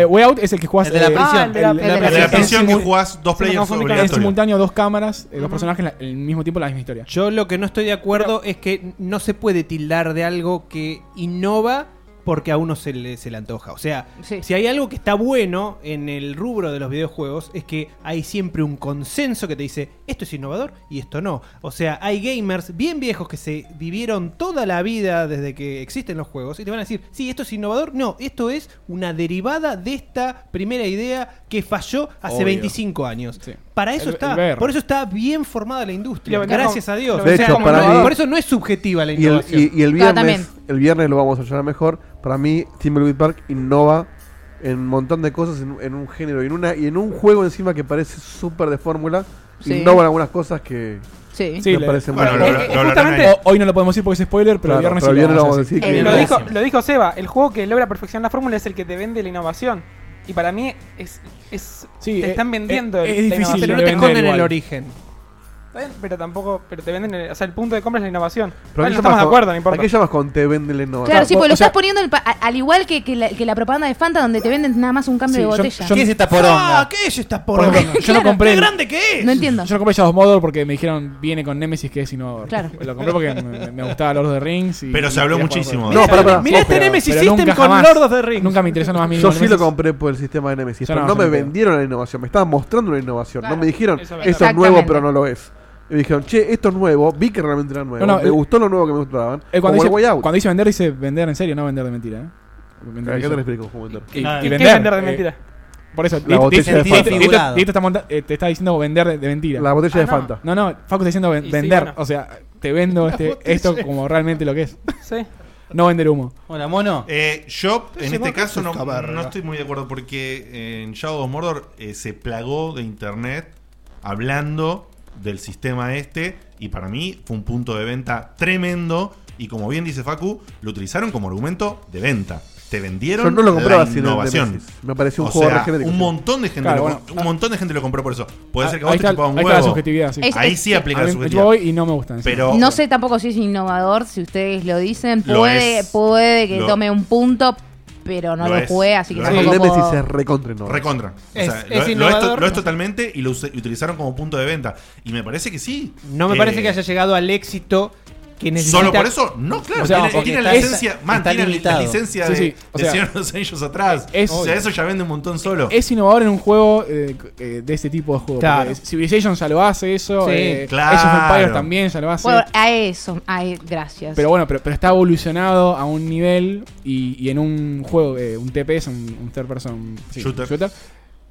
eh, Way Out es el que jugás. El de la eh, prisión. Ah, el de la- el de la prisión. prisión que simu- jugás dos se players me confundí con- En obligatorio. simultáneo, dos cámaras, eh, dos Ujú. personajes en la- en el mismo tiempo, la misma historia. Yo lo que no estoy de acuerdo es que no se puede tildar de algo que innova porque a uno se le, se le antoja. O sea, si hay algo que está bueno en el rubro de los videojuegos es que hay siempre un consenso que te dice esto es innovador y esto no. O sea, hay gamers bien viejos que se vivieron toda la vida desde que existen los juegos y te van a decir, sí, esto es innovador. No, esto es una derivada de esta primera idea que falló hace Obvio. 25 años. Para eso El- está, el VR. por eso está bien formada la industria. Lo vendés Gracias como- a Dios. lo O vendés sea, como no- innovador. por eso no es subjetiva la Y el, innovación. y, y el No, también. viernes, el viernes lo vamos a llevar mejor. Para mí, Timberwolf Park innova en un montón de cosas, en, en un género y en, una, y en un juego encima que parece súper de fórmula. Sí. Innovan algunas cosas que Sí. me parecen muy Eh, buenas. eh, justamente- ho- hoy no lo podemos decir porque es spoiler, Claro, pero el viernes pero sí el viernes vamos a decir. que- Eh, Lo dijo, lo dijo Seba, el juego que logra perfeccionar la fórmula es el que te vende la innovación. Y para mí es, es te eh, están vendiendo eh, el- es la difícil innovación. Pero no de te vender esconden el igual. origen. Está bien, pero tampoco, pero te venden, el- o sea, el punto de compra es la innovación. Pero Bueno, aquí no estamos llamas de con- acuerdo, no importa. Aquí llamas con te venden la Claro, innovación. sí, porque lo estás poniendo al, pa- a- al igual que, que la, que la propaganda de Fanta donde te venden nada más un cambio Sí, de yo- botella. yo- ¿Qué es esta poronga? Ah, ¿qué es esta Por ejemplo, poronga? yo no compré. el- que No entiendo. Yo no compré Shadow Modern porque me dijeron viene con Nemesis que es innovador. Claro. Lo compré porque me, me gustaba Lord of the Rings. y- Pero se habló y quería jugar muchísimo con- de No, eso. pará, pará. Mirá este Pero- Nemesis pero System nunca con jamás- Lord of the Rings. Nunca me interesó nomás mínimo Yo el sí lo Nemesis. compré por el sistema de Nemesis, Yo pero no, no yo me no creo. vendieron la innovación, me estaban mostrando una innovación. Claro, no me dijeron, eso es verdad. esto es nuevo, Exactamente. pero no lo es. Me dijeron, che, esto es nuevo, vi que realmente era nuevo. No, no, me el- gustó lo nuevo que me mostraban. Eh, como cuando, el Way dice, Out. cuando dice vender, dice vender en serio, no vender de mentira. ¿eh? Vender ¿Qué en te serio. explico cómo vender? Y, ¿Y- y y Ah, qué vender, vender de eh, mentira? por eso, La botella de Fanta. Dieto, está monta- eh, te está diciendo vender de, de mentira. La botella Ah, de no. Fanta. No, no, Facu está diciendo ven- Y sí, vender. bueno. O sea, te vendo La este, botella. esto como realmente lo que es. Sí. No vender humo. Hola, mono. yo, en Sí, este vos, caso, no, esta verga. no estoy muy de acuerdo porque eh, en Shadow of Mordor eh, se plagó de internet hablando del sistema este y para mí fue un punto de venta tremendo y como bien dice Facu, lo utilizaron como argumento de venta. Te vendieron Yo no lo compraba la sin el innovación. Nemesis. Me pareció un O juego sea, re genérico. un montón de gente Claro, lo, bueno. un montón de gente lo compró por eso. Puede Ah, ser que a vos ahí te está- chupaba un ahí huevo. está la subjetividad, sí. Es- Ahí es- sí aplica a la mí- yo subjetividad. voy y no me gusta, sí. Pero No sé tampoco si es innovador, si ustedes lo dicen. Lo Puede, es. puede que Lo- tome un punto, pero no Lo lo, es. jugué, así que Lo tampoco es. puedo- Nemesis es recontra innovador. Recontra. Es- o sea, es lo- lo, es innovador. to- lo es totalmente y lo us- utilizaron como punto de venta. Y me parece que sí. No me Eh, parece que haya llegado al éxito que necesita. Solo por eso, no, claro. tiene, tiene la licencia, man, tiene la- la licencia de, de Señor de los Anillos atrás. es- o sea, eso ya vende un montón solo. Es innovador en un juego eh, eh, de este tipo de juego. Claro. porque Civilization ya lo hace eso. Sí. eh, Claro. Age of Empires también ya lo hace. Bueno, a eso, a e- gracias. Pero bueno, pero, pero está evolucionado a un nivel y, y en un juego, eh, un TPS, un, un third person sí, Shooter.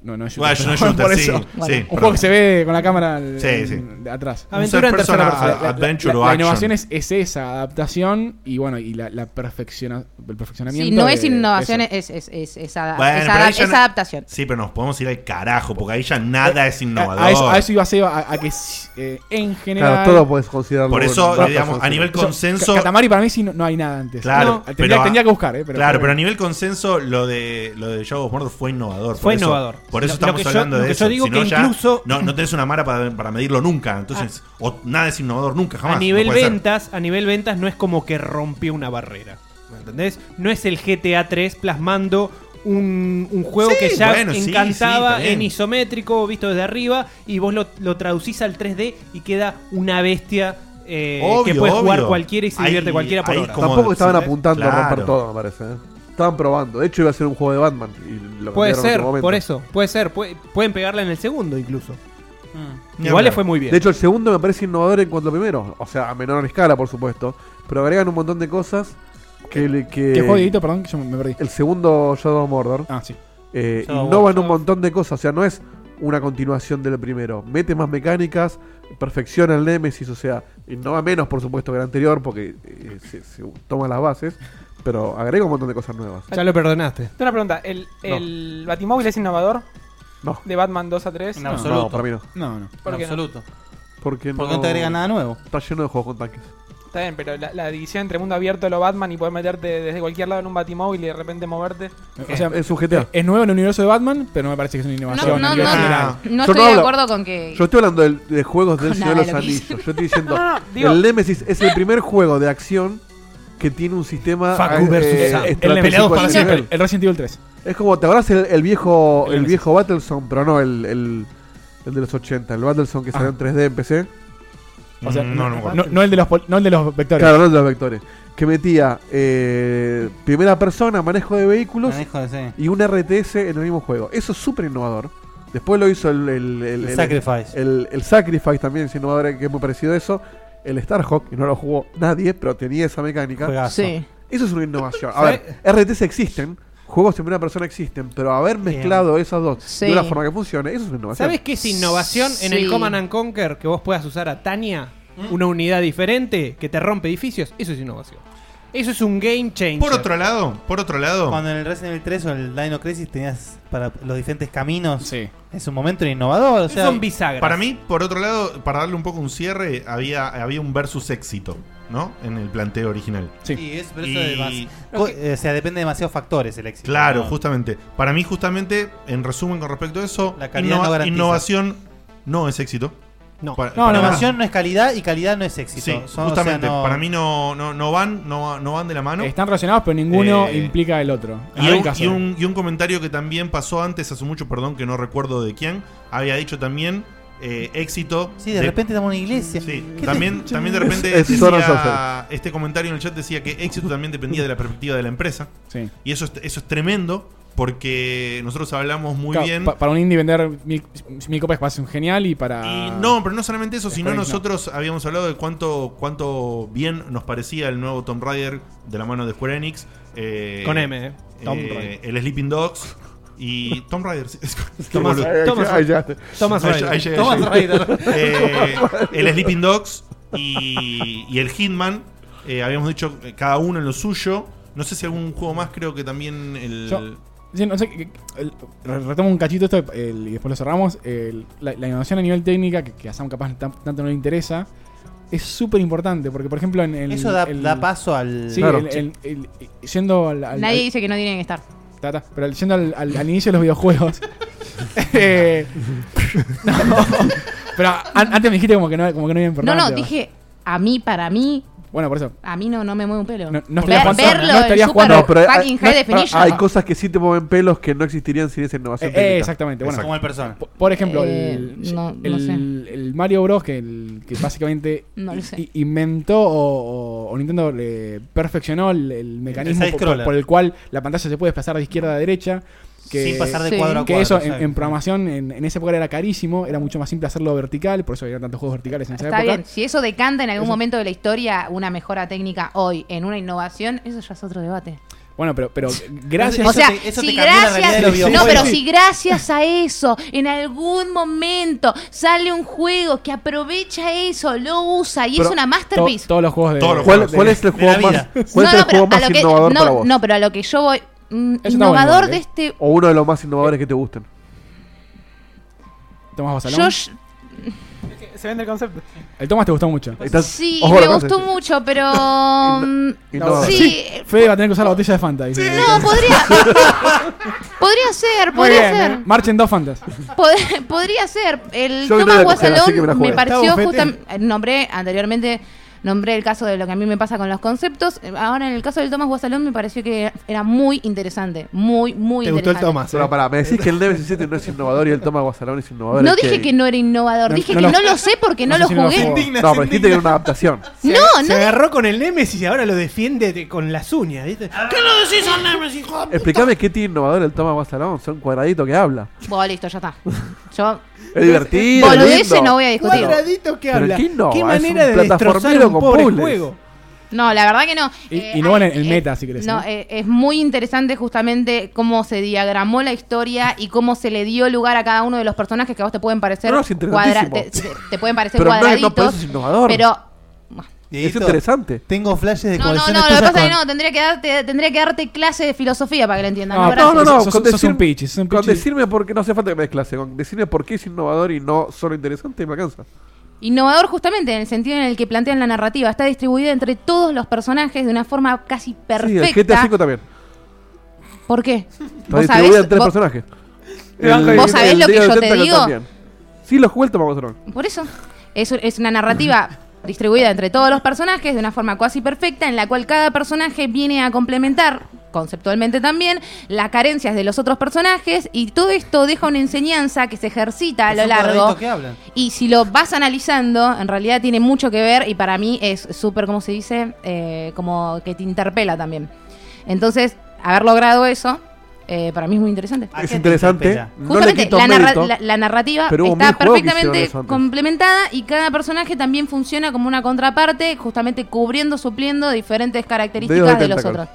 No, no es Bueno, shooter. no es pero shooter, por sí, eso. sí, un perdón. juego que se ve con la cámara al- Sí, en- sí. de atrás. Un Aventura en third tercera person, persona. a- adventure La, o la action. innovación es, es esa, adaptación y bueno, y la, la perfecciona- el perfeccionamiento. si no de- es innovación, eso. es, es, es, es ada- Bueno, es pero ada- ahí ya es no- adaptación. Sí, pero nos podemos ir al carajo, porque ahí ya Eh, nada es innovador. A eso, a eso iba a ser, a, a que eh, en general. Claro, todo puedes considerarlo. Por eso, bueno, digamos, a nivel Eso, consenso- Ca- Catamari para mí sí no, no hay nada antes. Claro, No, tendría, tendría que buscar, ¿eh? Pero, claro, pero a nivel consenso, lo de, lo de Shadow of Mordor fue innovador. Fue por eso- innovador. por eso Lo- estamos lo que yo- hablando lo de que eso. yo digo Si no, que ya incluso- Ah. No, no tenés una mara para, para medirlo nunca. Entonces, o nada es innovador nunca, jamás. a nivel no puede ser. ventas, a nivel ventas no es como que rompió una barrera. ¿Me entendés? No es el GTA 3 plasmando un, un juego Sí, que ya bueno, sí, sí, encantaba está bien. en isométrico, visto desde arriba, y vos lo, lo traducís al 3D y queda una bestia eh, Obvio, que puede jugar obvio. cualquiera y se Ahí- divierte cualquiera por ahí hora. como- Tampoco estaban ¿entendés? apuntando a Claro. romper todo, me parece. ¿eh? Estaban probando. De hecho, iba a ser un juego de Batman. y lo cambiaron Puede en ser, otro momento. por eso, puede ser. Puede- pueden pegarla en el segundo incluso. Ni Igual le hablar. fue muy bien. De hecho, el segundo me parece innovador en cuanto al primero. O sea, a menor escala, por supuesto. Pero agregan un montón de cosas que. le- que ¿Qué juego, Dieguito? Perdón, que yo me perdí. El segundo Shadow of Mordor. Ah, sí. Eh, Shadow of innovan un montón de cosas. O sea, no es una continuación del primero. Mete más mecánicas, perfecciona el Nemesis. O sea, innova menos, por supuesto, que el anterior, porque eh, se, se toma las bases. Pero agrega un montón de cosas nuevas. Ya lo perdonaste. Tengo una pregunta, ¿el, el Batimóvil es innovador? No. ¿De Batman 2 a 3? No, absoluto. no, para mí no. No, no. ¿Por En qué no? absoluto. Porque no, Porque no te agrega nada nuevo. Está lleno de juegos con tanques. Está bien, pero la, la división entre mundo abierto, lo Batman y poder meterte desde cualquier lado en un Batimóvil y de repente moverte. O sea, eh, es un GTA. Es, nuevo en el universo de Batman, pero no me parece que es una innovación. No, no, a nivel no, general. no estoy de hablo- acuerdo con que- Yo estoy hablando del- de, juegos del Con (laughs) Señor nada de de los lo que Anillos. hice. Yo estoy diciendo. No, no, digo- el Nemesis es el primer juego de acción que tiene un sistema. eh, Facu versus Sam. El estratégico peleados para al siempre. nivel. El Resident Evil 3. Es como, ¿te acuerdas el, el viejo El el Nemesis. viejo Battlezone? Pero no, el, el, el de los 80. El Battlezone que salió Ah. en 3D en PC. O sea, Mm, no, no, no me no, acuerdo. no el de los, pol- no el de los vectores. Claro, no de los vectores. Que metía eh, primera persona, manejo de vehículos Manejo de- sí. y un RTS en el mismo juego. Eso es súper innovador. Después lo hizo el, el, El Sacrifice. El, el Sacrifice también es innovador, que es muy parecido a eso. El Starhawk, que no lo jugó nadie, pero tenía esa mecánica. Juegazo. Sí. Eso es una innovación. A ver, RTS existen, juegos en primera persona existen, pero haber mezclado esas dos Sí. de una forma que funcione, eso es una innovación. ¿Sabes qué es innovación en Sí. el Command and ¿Mm? Conquer? Que vos puedas usar a Tania, una unidad diferente que te rompe edificios. Eso es innovación. Eso es un game changer. Por otro lado, por otro lado. Cuando en el Resident Evil 3 o el Dino Crisis tenías para los diferentes caminos, es un momento innovador. O sea, Para mí, por otro lado, para darle un poco un cierre, había, había un versus éxito, ¿no? En el planteo original. Sí, es, pero eso es demasi- co- eh, O sea, depende de demasiados factores el éxito. Claro, ¿no? justamente. Para mí, justamente, en resumen con respecto a eso, La calidad no garantiza. innovación no es éxito. Para- No, para- innovación no es calidad y calidad no es éxito. Sí, Son- o justamente. sea, no- Para mí no, no, no van, no, no van de la mano. Están relacionados, pero ninguno Eh, implica el otro. Ah, En Y algún un, caso. y un- y un comentario que también pasó antes, hace mucho, perdón, que no recuerdo de quién, había dicho también eh, éxito. Sí, de repente estamos en una iglesia. ¿Qué te- También, también de repente Es- es Sonos decía, Software. este comentario en el chat decía que éxito también dependía de la perspectiva de la empresa. Sí. Y eso es, eso es tremendo porque nosotros hablamos muy Claro, bien. pa- para un indie vender mil, mil copias parece un genial y para. Y no, pero no solamente eso, sino Square Enix Ah. no. nosotros habíamos hablado de cuánto, cuánto bien nos parecía el nuevo Tomb Raider de la mano de Square Enix. eh, Con M, eh. Tomb eh, Raider. El Sleeping Dogs. Y Tomb Raider. (laughs) sí, es- Thomas- qué boludo. Thomas- Ahí llegaste. Thomas Ahí- Raider. ahí llegué, Thomas llegué. Raider. (laughs) Eh, el Sleeping Dogs y, y el Hitman. eh, habíamos dicho eh, cada uno en lo suyo. No sé si algún juego más, creo que también el. Yo- Sí, no sé, que- que- el- re- retomo un cachito esto el- y después lo cerramos. El- la, la innovación a nivel técnica, que, que a Sam capaz tan- tanto no le interesa, es súper importante. Porque, por ejemplo, en el. Eso da- el- da paso al- Sí, Claro. el- el- el- yendo al. al- Nadie al- dice que no tienen que estar. Ta, ta. Pero yendo al, al- al inicio de los videojuegos. (laughs) eh, (laughs) no, pero an- antes me dijiste como que no, como que no era No, importante. no, dije a mí, para mí, Bueno, por eso. a mí no, no me mueve un pelo. No- no Ver- estarías jugando- verlo no en estarías Super jugando- pero hay, fucking High no- Definition. hay cosas que sí te mueven pelos que no existirían sin esa innovación. Eh, técnica. exactamente, bueno. Como el persona. P- Por ejemplo, Eh, el, no- no el- sé. el Mario Bros. que, el- que básicamente No lo i- sé. inventó o, o- o Nintendo eh, perfeccionó el, el mecanismo por- por, side-scroller. por el cual la pantalla se puede desplazar de izquierda a derecha. Que, Sin pasar de Sí. cuadro a que cuadro, eso en, exacto. en programación en, en esa época era carísimo, era mucho más simple hacerlo vertical, por eso había tantos juegos verticales en esa Está época. bien, si eso decanta en algún Eso- momento de la historia una mejora técnica hoy en una innovación, eso ya es otro debate. Bueno, pero, pero gracias o sea, si gracias, no, pero si gracias a eso en algún momento sale un juego que aprovecha eso, lo usa y es Pero una To- masterpiece. todos los juegos de Todos los ¿Cuál- juegos de- cuál es el de la juego vida. más- cuál es el juego a más lo que- innovador no, para vos? no, pero a lo que yo voy, mm, está innovador bueno, de ¿eh? este O uno de los más innovadores que te gusten. Eh, Tomás Basalón. Josh Se vende el concepto. El Tomás te gustó mucho. sí me gustó mucho, (laughs) pero mm, sí, Fede va a tener que usar la botella de Fanta. No, podría. podría ser, Muy podría bien, ¿eh? ser. Marchen dos Fantas. Pod- (laughs) podría ser. El Yo Thomas creo que Guasalón así que me me, la juego. pareció Gustavo justamente. Nombré anteriormente. Nombré el caso de lo que a mí me pasa con los conceptos. Ahora, en el caso del Thomas Guasalón, me pareció que era muy interesante. Muy, muy interesante. eh? Pero pará, me decís que el Nemesis 7 no es innovador y el Thomas Guasalón es innovador. No dije que no era innovador. No, dije no que lo- no lo sé porque no, no sé lo si no lo jugué. jugó. No, pero dijiste que era una adaptación. Se- No, se no. agarró con el Nemesis y ahora lo defiende de- con las uñas, ¿viste? Ah, ¿Qué lo decís a Nemesis, hijo de puta? Explícame qué tiene innovador el Thomas Guasalón. Son cuadraditos que habla. Bueno, listo, ya está. Yo. Es divertido. Boludeces lindo. no voy a discutir. Cuadradito que Pero habla. ¿qué innova? Qué Es manera un de plataformero destrozar un con pobre puzzles. juego. No, la verdad que no. Eh, Y, y no van en el meta, si querés. No, ¿eh? eh, es muy interesante justamente cómo se diagramó la historia y cómo se le dio lugar a cada uno de los personajes que a vos te pueden parecer No, es cuadra- te, interesantísimo. te- te pueden parecer Pero no, no, cuadraditos. pero eso es innovador. pero- Es interesante. Tengo flashes de no, no, colecciones no, lo que tuyas pasa es que con- no, tendría que darte, tendría que darte clase de filosofía para que lo entiendan. Ah, No, ¿no? no, no, Gracias. con sos un decir- pichi, sos un Con pichi. decirme por qué no hace falta que me des clase. Con decirme por qué es innovador y no solo interesante me alcanza. Innovador justamente en el sentido en el que plantean la narrativa. Está distribuida entre todos los personajes de una forma casi perfecta. Sí, el GTA V también. ¿Por qué? Está ¿Vos distribuido sabés, en tres vos- personajes. ¿Vos sabés lo que Río yo del te Tentacle digo? también. Sí, lo jugué el Thomas Guasalón. Por eso. Es, es una (laughs) narrativa distribuida entre todos los personajes de una forma cuasi perfecta en la cual cada personaje viene a complementar conceptualmente también las carencias de los otros personajes y todo esto deja una enseñanza que se ejercita a Es lo un largo cuadradito que hablan. y si lo vas analizando en realidad tiene mucho que ver y para mí es súper como se dice Eh, como que te interpela también entonces haber logrado eso eh, para mí es muy interesante Es interesante. No le Justamente, quito la, narra- mérito. la- la narrativa pero hubo está mil juegos que hicieron perfectamente eso antes. complementada y cada personaje también funciona como una contraparte, justamente cubriendo, supliendo diferentes Dedos características de de los Tentacle. otros.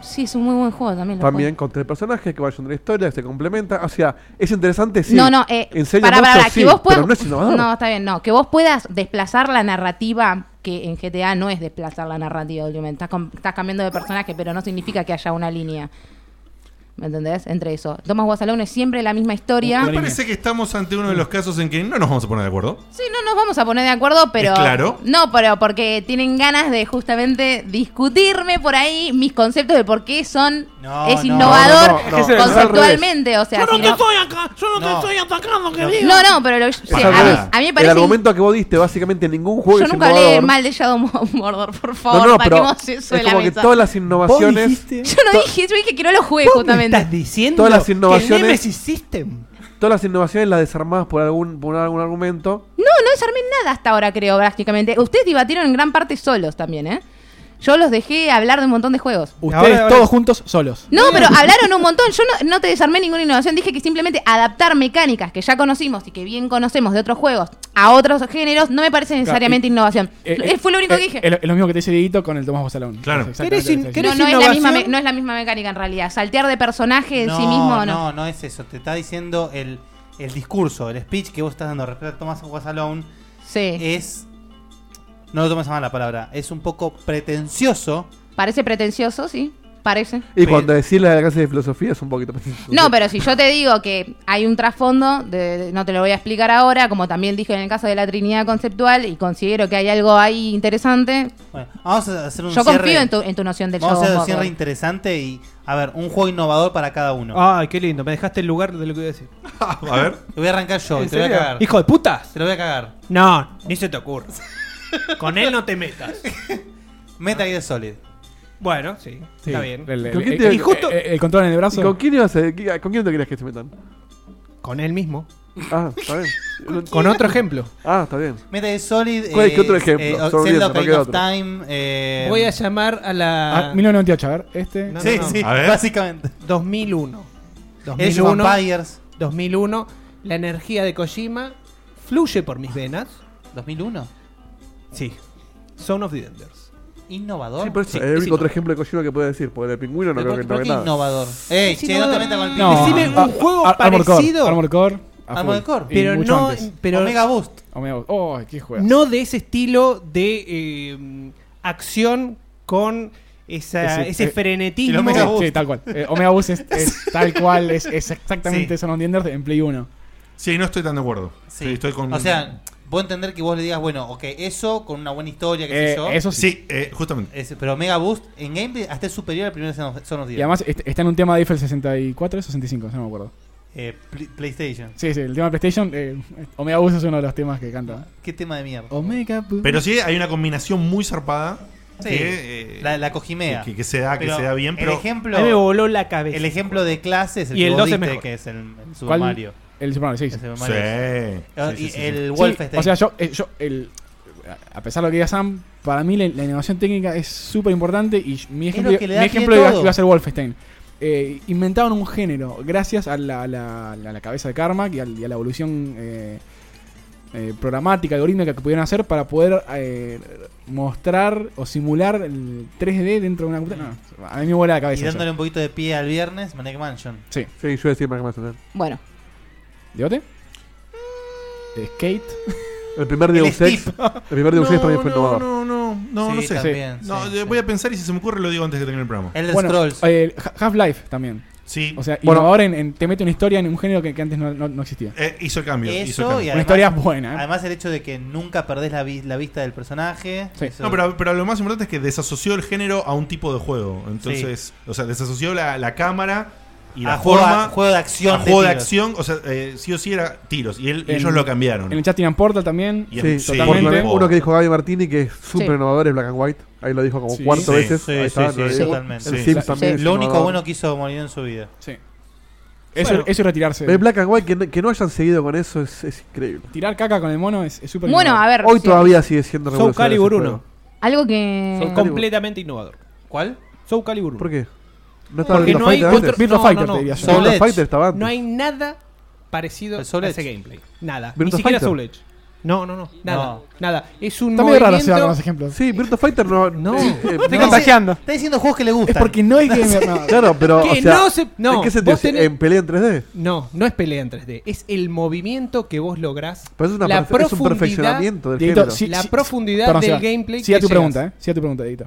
Sí, es un muy buen juego también. lo También con tres personajes que vayan de una historia, que se complementan. O sea, es interesante, juego. sí. No, no, eh, Enseña para, mucho, para, sí, que vos puedas. Pero no es innovador. No, está bien, no. Que vos puedas desplazar la narrativa que en GTA no es desplazar la narrativa, obviamente. Estás, com- estás cambiando de personaje, pero no significa que haya una línea. ¿Me entendés? Entre eso. Thomas Guasalón es siempre la misma historia. Me parece que estamos ante uno de los casos en que no nos vamos a poner de acuerdo. Sí, no nos vamos a poner de acuerdo, pero. Es claro. No, pero porque tienen ganas de justamente discutirme por ahí mis conceptos de por qué son. es no, innovador no, no, no. Es que se- conceptualmente. O sea, Yo no si te no- estoy acá, yo no, te estoy atacando, querido. No, no, pero lo- sí, Pasa a, mí, nada. a mí me El parece. argumento que vos diste, básicamente, en ningún juego Yo es nunca hablé innovador. mal de Shadow Mo- Mordor, por favor, no, no, pero paquemos es eso de la como que mesa. todas las innovaciones, Yo no dije, yo dije que no lo jugué justamente. estás diciendo Todas las innovaciones- que Nemesis System? todas las innovaciones las desarmadas por algún, por algún argumento. No, no desarmé nada hasta ahora, creo, prácticamente. Ustedes debatieron en gran parte solos también, ¿eh? Yo los dejé hablar de un montón de juegos. Ustedes todos juntos, solos. No, pero hablaron un montón. Yo no, no te desarmé ninguna innovación. Dije que simplemente adaptar mecánicas que ya conocimos y que bien conocemos de otros juegos a otros géneros no me parece necesariamente y- innovación. Eh, Eh, Fue lo único eh, que dije. Es lo, es lo mismo que te dice Dieguito con el Tomás Bosalón. Claro. No, no es, la misma, me- no es la misma mecánica en realidad. Saltear de personaje en sí mismo no. no, no es eso. Te está diciendo el, el discurso, el speech que vos estás dando respecto a Tomás Guasalón. Sí. Es. No lo tomes a mal la palabra. Es un poco pretencioso. Parece pretencioso, sí. Parece. Y cuando decís la clase de filosofía es un poquito No, pero si yo te digo que hay un trasfondo, de- de- no te lo voy a explicar ahora, como también dije en el caso de la Trinidad Conceptual, y considero que hay algo ahí interesante. Bueno, vamos a hacer un Yo cierre. confío en tu, en tu noción del Vamos a hacer Shadow un cierre Mordor. interesante y. A ver, un juego innovador para cada uno. Ay, qué lindo, me dejaste el lugar de lo que iba (laughs) a decir. A ver. Te voy a arrancar yo, ¿En te voy a serio? cagar. Hijo de puta. Te lo voy a cagar. No, ni se te (laughs) ocurra. Con él no te metas. Metal Gear Solid. Bueno, sí, está bien. El, el- ¿Con quién el- te- el- el- el control en el brazo. ¿Y ¿Con quién, ibas a, ¿Con quién te querías que se metan? Con él mismo. Ah, está bien. Con otro ejemplo. Ah, está bien. Metal Gear Solid. ¿Cuál es eh, que otro ejemplo? eh, Solo Zelda olvidando, no Ocarina queda of otro. Time. eh, Voy a llamar a la. Ah, 1998, a ver, este. No, no, Sí, no. sí, básicamente. 2001. Age 2001. of Empires. 2001. La energía de Kojima fluye por mis venas. ¿2001? Sí. Son of the Enders. Innovador. Sí, pero es Sí, el único sí, otro ejemplo de Kojima que puede decir, porque el pingüino no creo que ¿Por no qué nada. innovador? Eh. Ey, che, no te metas con el No, Decime ah, un juego ah, Armored Core, parecido. Armored Core. a Armored full. Core. Y Pero mucho no- antes. pero- Pues. Omega Boost. Omega Boost. Oh, qué juego. No de ese estilo de eh, acción con esa, Sí, ese eh, frenetismo. Sí, tal (laughs) cual. Eh, Omega Boost es, es tal cual, es, es exactamente Son of the Enders en Play 1. Sí, no estoy tan de acuerdo. Sí, estoy con. O sea, puedo entender que vos le digas, bueno, ok, eso con una buena historia, qué sé Eh, yo. eso sí. Sí, justamente. pero Mega Boost en gameplay hasta es superior al primer Son of Son of the Y además est- está en un tema de IFL 64 o 65, ya no me acuerdo. Eh, pl- PlayStation. Sí, sí, el tema de PlayStation, eh, Omega Boost es uno de los temas que canta. Qué tema de mierda. Omega Boost. Pero sí, hay una combinación muy zarpada. Sí, que, eh, la, la cojimea. Que, que se da, que se da bien, pero. El ejemplo, A mí me voló la cabeza. El ejemplo de clase es el Y que el vos 12 diste, mejor. que es el, el Super ¿Cuál? Mario. El Super Mario, sí. El Super Mario, sí. Ah, y el este. Sí, Wolfenstein. O sea, yo, eh, yo el, a pesar de lo que diga Sam, para mí la, la innovación técnica es súper importante y sh- mi Es ejemplo, lo que le da mi pie ejemplo iba, todo. iba a ser Wolfenstein. Eh, inventaron un género gracias a la, a la- a la cabeza de Karma y, al- y a la evolución eh, eh, programática, algorítmica que pudieron hacer para poder eh, mostrar o simular el 3D dentro de una computadora. No, a mí me vuela la y cabeza. eso. dándole un poquito de pie al viernes, Maniac Mansion. Sí. Sí, yo iba a decir Mark Manson. Bueno. ¿Diote? Mm. ¿De skate? El primer Deus Ex. El primer Deus Ex para mí fue innovador. No, no, no, Sí, no sé. también, no, sí, eh, voy a pensar y si se me ocurre lo digo antes de que termine el programa. Bueno, eh, Ha- Half-Life también. Sí. O sea, Bueno. innovador en, en- te mete una historia en un género que, que antes no, no- no existía. Eh, hizo el cambio. hizo el Eso cambio. y Una además, historia buena, ¿eh? Además, el hecho de que nunca perdés la, vi- la vista del personaje. Eso- No, pero, pero lo más importante es que desasoció el género a un tipo de juego. Entonces, o sea, desasoció la, la cámara y la A Ah, juego- forma. a juego de acción a de juego de, tiros. acción, o sea, eh, sí o sí era tiros. Y, él, y En- ellos lo cambiaron. En el chat tiran Portal también. Y Sí, totalmente. Portland, uno que dijo Gaby Martini que es súper Sí. innovador es Black and White. Ahí lo dijo como Sí. cuatro Sí, veces. sí, Ahí sí, está, sí, lo sí, digo. totalmente. El Sí. Sims Sí. también es Lo único innovador. bueno que hizo Molino en su vida. Sí. Eso, Bueno. eso es retirarse. Ve Black and White, que no, que no hayan seguido con eso es, es increíble. Tirar caca con el mono es es súper Bueno, innovador. a ver, Hoy sí. todavía sigue siendo Soul revolucionario Calibur ese 1. juego. Algo que. Son completamente innovador. ¿Cuál? Soul Calibur 1. ¿Por qué? No estaba Porque Virtua no hay Fighter antes. otro- Virtua no, Fighter, no, te no. diría yo. Virtua Fighter estaba antes. No hay nada parecido Soul a ese Edge. gameplay. Nada. Virtua Ni siquiera Fighter. Soul Edge. No, no, no. Nada. No. Nada. Es un. Está medio raro movimiento- Seba con los ejemplos. Sí, Virtua Fighter no. eh, No, (laughs) Está contagiando. Está diciendo juegos que le gustan. Es porque no hay gamer. no. Claro, pero. Que o sea, no se- no, ¿En qué sentido? vos tenés- ¿En pelea en 3D? No, no es pelea en 3D. Es el movimiento que vos lográs. Pero es una perfe- la es un profundidad, perfeccionamiento del Dieguito, sí, la sí, profundidad perdón, del Seba. gameplay. Sí, a que ¿Eh? tu llegas. pregunta, ¿eh? Sí, a tu pregunta, Edito.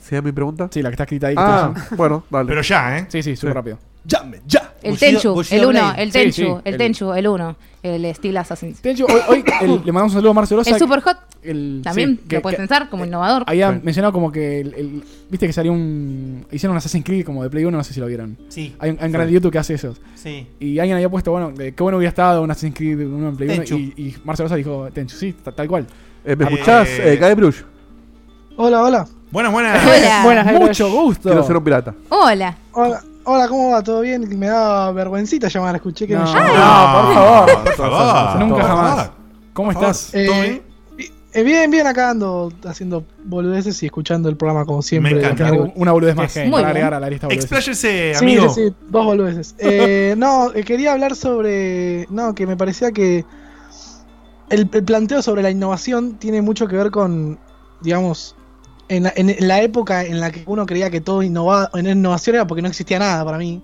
¿Sí a mi pregunta? Sí, la que está escrita ahí. que Ah, está llamando. bueno, dale. Pero ya, ¿eh? Sí, sí, súper rápido. Llame, ya. El Tenchu, el 1, el Sí, Tenchu, sí, el Tenchu, el 1, el Steel Assassin. Tenchu, hoy, (coughs) hoy el- le mandamos un saludo a Marcio Rosa. el Superhot el- también sí, lo que- puedes que eh, pensar como innovador. Había mencionado como que. el- el- Viste que salió un. Hicieron un Assassin's Creed como de Play 1, no sé si lo vieron. Sí. Hay un, hay un canal Sí. de YouTube que hace eso. Sí. Y alguien había puesto, bueno, eh, qué bueno hubiera estado un Assassin's Creed uno en Play 1. Tenchu. Y, y Marcelo Rosa dijo, Tenchu, sí, ta- tal cual. Eh, ¿Me Ah, escuchás, eh, eh, Guy Bruch? Hola, hola. Buenas, Hola. (laughs) Buenas, Mucho gusto. Quiero ser un pirata. Hola. Hola, hola, ¿cómo va? ¿Todo bien? Me da vergüencita llamar, escuché que No, me no, llamaron. por favor. Por favor. Nunca Por jamás. favor. ¿Cómo estás? Eh, eh, bien, bien, acá ando haciendo boludeces y escuchando el programa como siempre. Me encanta. Mierda. Una boludez más Qué genio. para agregar a la lista boludez. Expláyese, Sí, amigo. sí, sí, dos boludeces. Eh, no, eh, quería hablar sobre. No, que me parecía que. El, el planteo sobre la innovación tiene mucho que ver con, digamos, en la, en la época en la que uno creía que todo innovaba, en innovación era porque no existía nada para mí.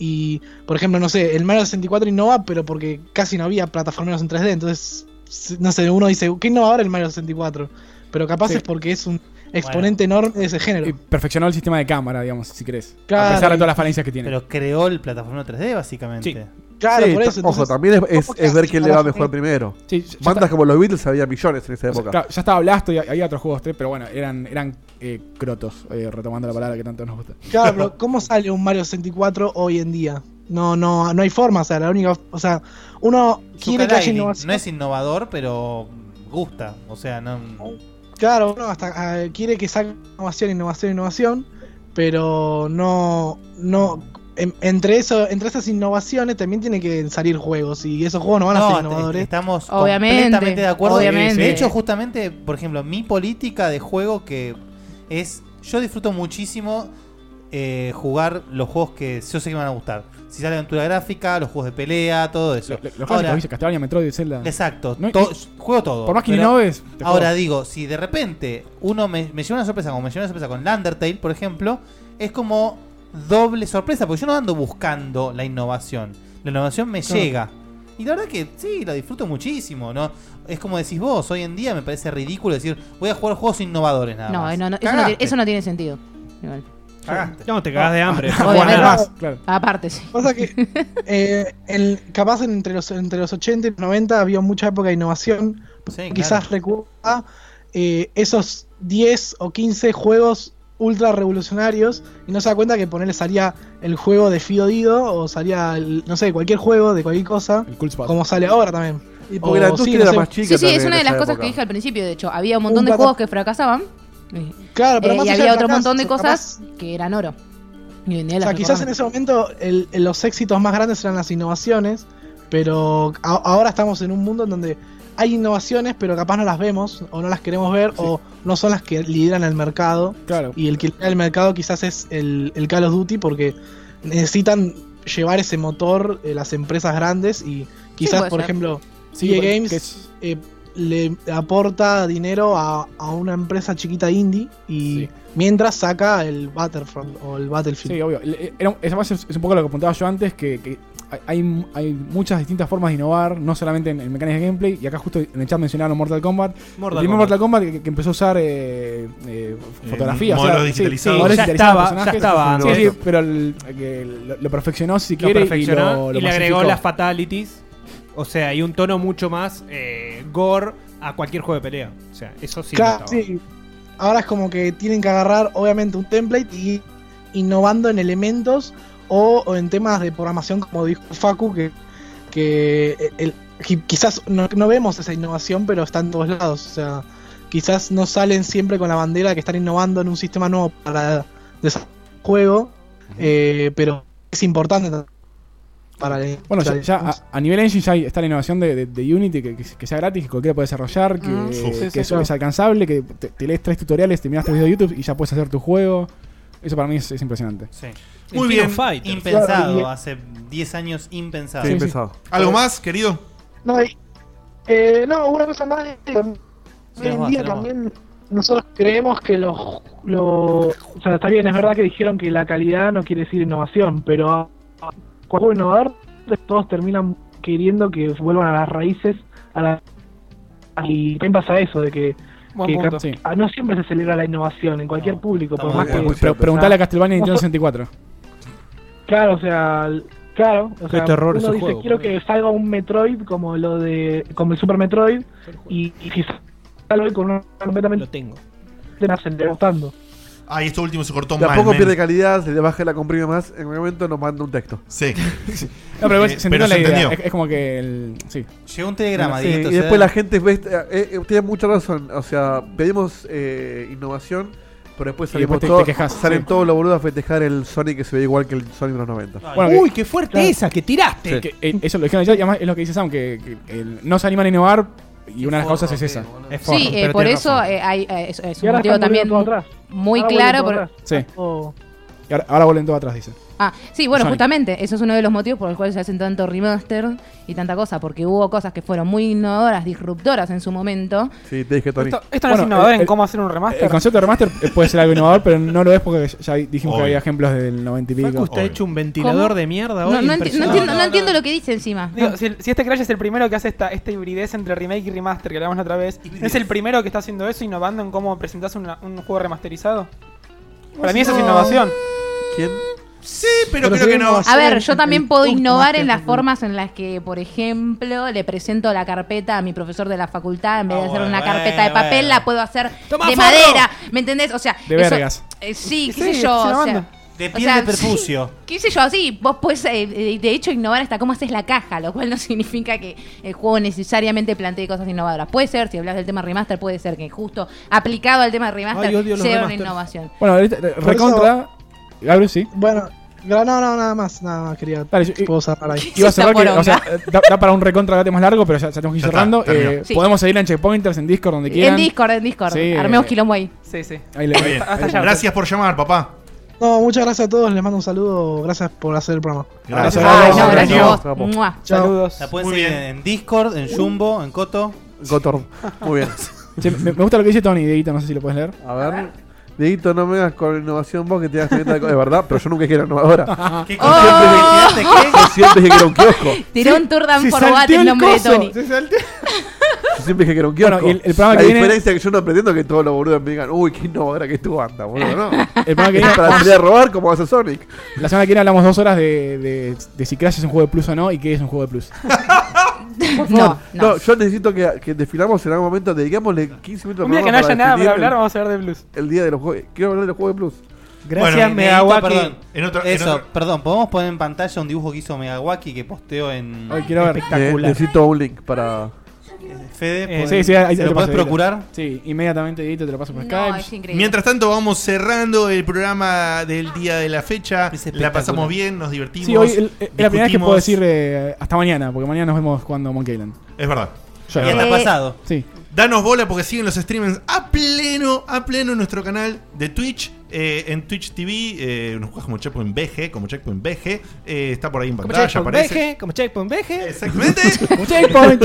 Y, por ejemplo, no sé, el Mario 64 innova, pero porque casi no había plataformeros en 3D. Entonces, s- no sé, uno dice, qué innovador el Mario 64. Pero capaz Sí. es porque es un exponente enorme de ese género. Y perfeccionó el sistema de cámara, digamos, si querés. A Claro. pesar de todas las falencias que tiene. Pero creó el plataforma 3D, básicamente. Claro, Sí, por ta- eso. Ojo, entonces- también es, es- ¿cómo es ver haces quién le para va la mejor primero. Sí, ya- ya Bandas está. como los Beatles había millones en esa O sea, época. claro, ya estaba Blasto y había otros juegos 3, pero bueno, eran, eran eh, crotos, eh, retomando la palabra que tanto nos gusta. (laughs) Claro, (laughs) pero ¿cómo sale un Mario 64 hoy en día? No, no, no hay forma, o sea, la única, o sea, uno quiere que haya Ukulele. innovación. No es innovador, pero gusta. O sea, no. Claro, uno hasta eh, quiere que salga innovación, innovación, innovación, pero no, no, en- entre eso, entre esas innovaciones también tienen que salir juegos y esos juegos no van a No, ser est- innovadores. Estamos Obviamente, completamente de acuerdo. obviamente. De hecho, justamente, por ejemplo, mi política de juego que es. Yo disfruto muchísimo eh, jugar los juegos que yo sé que me van a gustar. Si sale aventura gráfica, los juegos de pelea, todo eso. Los Ahora, clásicos, viste, Castlevania, Metroid, Zelda. Exacto. No, to- juego todo. por más que Pero innoves, te Ahora jodas. digo, si de repente uno me, me lleva una sorpresa, como me lleva una sorpresa con Undertale, por ejemplo, es como doble sorpresa, porque yo no ando buscando la innovación. La innovación me Claro. llega. Y la verdad que sí, la disfruto muchísimo, ¿no? Es como decís vos, hoy en día me parece ridículo decir, voy a jugar juegos innovadores nada No, eh, más. no, no, eso, no tiene, Cagaste. eso no tiene sentido. Igual. Cagaste. Ah. No, te cagás de (laughs) hambre. Obviamente. Bueno, además, Claro. Aparte, sí. Pasa que (laughs) eh, el- capaz en- entre los, entre los 80 y los 90 había mucha época de innovación. Sí, quizás recuerda eh, esos 10 o 15 juegos ultra revolucionarios y no se da cuenta que ponerle salía el juego de Fido Dido o salía, el- no sé, cualquier juego de cualquier cosa, El Cool Spot. como sale ahora también. Y Porque la industria era más chica Sí, sí, es también una en de las esa cosas época. que dije al principio, de hecho. Había un montón Un de plata- juegos que fracasaban Claro, pero eh, más y allá había del otro fracaso, montón de capaz- cosas que eran oro. Y hoy en día O las sea, quizás en recordamos. ese momento el- el- los éxitos más grandes eran las innovaciones, pero a- ahora estamos en un mundo en donde hay innovaciones, pero capaz no las vemos o no las queremos ver o no son las que lideran el mercado. Claro. Y el que lidera el mercado quizás es el, el Call of Duty porque necesitan llevar ese motor eh, las empresas grandes y quizás, puede por ser. ejemplo, Sí, EA porque- Games que es- eh, le aporta dinero a, a una empresa chiquita indie y mientras saca el Battlefront o el Battlefield. Sí, obvio. Le- eh, era- esa base es es un poco lo que apuntaba yo antes, que, que hay, hay muchas distintas formas de innovar, no solamente en, en mecánicas de gameplay, y acá justo en el chat mencionaron Mortal Kombat. Mortal el primer Kombat. Mortal Kombat que, que empezó a usar eh, eh, fotografía. o sea, modelos sí, digitalizados. sí, modelos Ya digitalizados estaba, de personajes. ya estaba Sí, antes. sí, pero el- que lo, lo perfeccionó si Lo quiere y, perfeccionó lo- y, lo le agregó masificó. las fatalities. O sea, y un tono mucho más eh, gore a cualquier juego de pelea. O sea, eso sí. Claro, notaba. sí. Ahora es como que tienen que agarrar, obviamente, un template y innovando en elementos o, o en temas de programación, como dijo Facu, que, que el- qui- quizás no, no vemos esa innovación, pero está en todos lados. O sea, quizás no salen siempre con la bandera de que están innovando en un sistema nuevo para desarrollar un juego, eh, pero es importante para el- Bueno, para ya, el- ya a, a nivel engine ya hay- está la innovación de, de- de Unity, que, que- que sea gratis, que cualquiera puede desarrollar, que, Mm, sí, que sí, sí, es, claro. es alcanzable, que te, te lees tres tutoriales, te miras tres videos de YouTube y ya puedes hacer tu juego. Eso para mí es, es impresionante. Sí. Muy El bien. King of Fighters. Impensado, hace 10 años impensado. Sí, impensado. ¿Algo más, querido? No, y, Eh, no, una cosa más. eh, también Hoy en más, día tenemos también nosotros creemos que los. los- o sea, está bien, es verdad que dijeron que la calidad no quiere decir innovación, pero cuando juego innovador, todos terminan queriendo que vuelvan a las raíces. A la, y también pasa eso, de que. Buen que punto. cap- ah, No siempre se celebra la innovación en cualquier público. Por más que, Ah. Pre- preguntale a Castlevania y Nintendo Nosotros- 64. Claro, o sea, l- claro, o Qué sea, terror uno ese dice juego, quiero que salga un Metroid como lo de como el Super Metroid y, y si sale hoy con una completamente lo tengo. Te nacen gustando. Ah, y esto último se cortó mal. Tampoco men. pierde calidad, se le baja la comprime más. En algún momento nos manda un texto. Sí. (laughs) No, pero, vos Eh, se pero entendió la se idea. entendió. Es, es como que. El, sí. Llegó un telegrama, Sí, Dieguito, y se después da- la gente ve, eh, eh, tiene mucha razón. O sea, pedimos eh, innovación, pero después Y salimos después te- todos- te quejas. salen Sí. todos los boludos a festejar el Sonic que se ve igual que el Sonic de los 90. Bueno, Uy, qué fuerte esa que tiraste. Que- que- eso lo dijeron ya, y además es lo que dice Sam, que, que, el- no se animan a innovar y una de las causas es esa. Sí, eh, por eso eh, hay, eh, es, es Y un ahora motivo están también volviendo todo atrás. muy Ahora claro. vuelven todo por- atrás. Sí. Oh. O- Y ahora, ahora vuelven todo atrás, dice. Ah, sí, bueno, Sonic. justamente, eso es uno de los motivos por los cuales se hacen tanto remaster y tanta cosa, porque hubo cosas que fueron muy innovadoras, disruptoras en su momento. Sí, te dije, Tony. Esto, esto no es innovador en cómo hacer un remaster. El concepto de remaster eh, puede ser algo innovador, pero no lo es porque ya dijimos Obvio. que había ejemplos del 90 y pico. Facu está hecho un ventilador ¿Cómo? de mierda No, hoy. no, enti- no impresionante. entiendo, no entiendo lo que dice encima. Digo, si, el- si este Crash es el primero que hace esta, esta hibridez entre remake y remaster que hablamos la otra vez, ¿no es el primero que está haciendo eso innovando en cómo presentás una- un juego remasterizado? Para mí eso es No. innovación. ¿Quién? Sí, pero creo que no. A ver, yo también puedo innovar en las formas en las que, por ejemplo, le presento la carpeta a mi profesor de la facultad, en vez de hacer una bueno, carpeta de bueno. papel, la puedo hacer Tomá, de forro. madera, ¿me entendés? O sea, De eso- vergas. eh, sí, qué Sí, sé yo, se la o sea, mando. De o piel sea, de perfucio. qué sé yo, sí, vos puedes eh, de hecho innovar hasta cómo haces la caja, lo cual no (laughs) significa que el juego necesariamente plantee cosas innovadoras. Puede ser, si hablas del tema remaster, puede ser que justo aplicado al tema remaster Ay, odio los sea una remasters. innovación. Bueno, ahorita, eh, Por eso- recontra. Gabriel, sí. Bueno, no, no, no, nada más, nada más quería. puedo cerrar ahí. Iba a cerrar que, o sea, eh, da, da para un recontra debate más largo, pero ya, ya tenemos que ir Ya está, cerrando. terminó. Eh, Sí. Podemos seguir en checkpointers, en Discord, donde quieran. En Discord, en Discord. Sí, Armemos eh, quilombo ahí. Sí, sí. Ahí le- pues. ahí- ahí- Gracias por llamar, papá. No, muchas gracias a todos, les mando un saludo, gracias por hacer el programa. Gracias. Ay, no, gracias a vos. Chao. Mua. Saludos. La pueden Muy seguir bien. en Discord, en Jumbo, en Coto. Gotor. Muy bien. Che, me, me gusta lo que dice Tony, Dieguito, no sé si lo puedes leer. A ver. Dieguito, no me hagas con innovación vos que te das cuenta de co- Es verdad, pero yo nunca quiero innovadora. ¿Qué Yo siempre dije- ¿Qué? Yo siempre dije que era un kiosco. Tiró un turdan se por salteó Watt en el nombre coso, de Tony. Yo siempre dije que era un kiosco. Bueno, y el- el programa la que viene- diferencia es que yo no pretendo que todos los boludos me digan, uy, qué innovadora que es tu banda, boludo. No. (laughs) El programa que viene- Es (laughs) para salir a robar como hace Sonic. La semana que viene hablamos dos horas de, de, de si Crash es un juego de plus o no y qué es un juego de plus. No, no, yo necesito que, que desfilamos en algún momento, dediquémosle 15 minutos Un día al que no programa haya nada definir para hablar, el- vamos a hablar de blues. El día de los juegos. Quiero hablar de los juegos de blues. Bueno, Megawaki- perdón. En otro- en Eso, otro- perdón, podemos poner en pantalla un dibujo que hizo Megawaki que posteó en Ay, quiero ver. Eh, necesito un link para. Fede, Eh, sí, sí, ahí te ¿lo paso, puedes Dieguito. procurar? Sí, inmediatamente, Dieguito, te lo paso por Skype. es increíble. Mientras tanto, vamos cerrando el programa del día de la fecha. La espectacular. pasamos bien, nos divertimos. Sí, hoy el- el- es la primera vez que discutimos. puedo decir eh, hasta mañana, porque mañana nos vemos cuando Monkey Island. Es verdad. Yo- Es verdad. Sí. Danos bola porque siguen los streamings a pleno, a pleno en nuestro canal de Twitch. eh, en Twitch TV, eh, nos juegas como Checkpoint BG, como Checkpoint BG. eh, está por ahí en Como pantalla, Checkpoint aparece. BG, como Checkpoint BG. Exactamente. (laughs) Como checkpoint,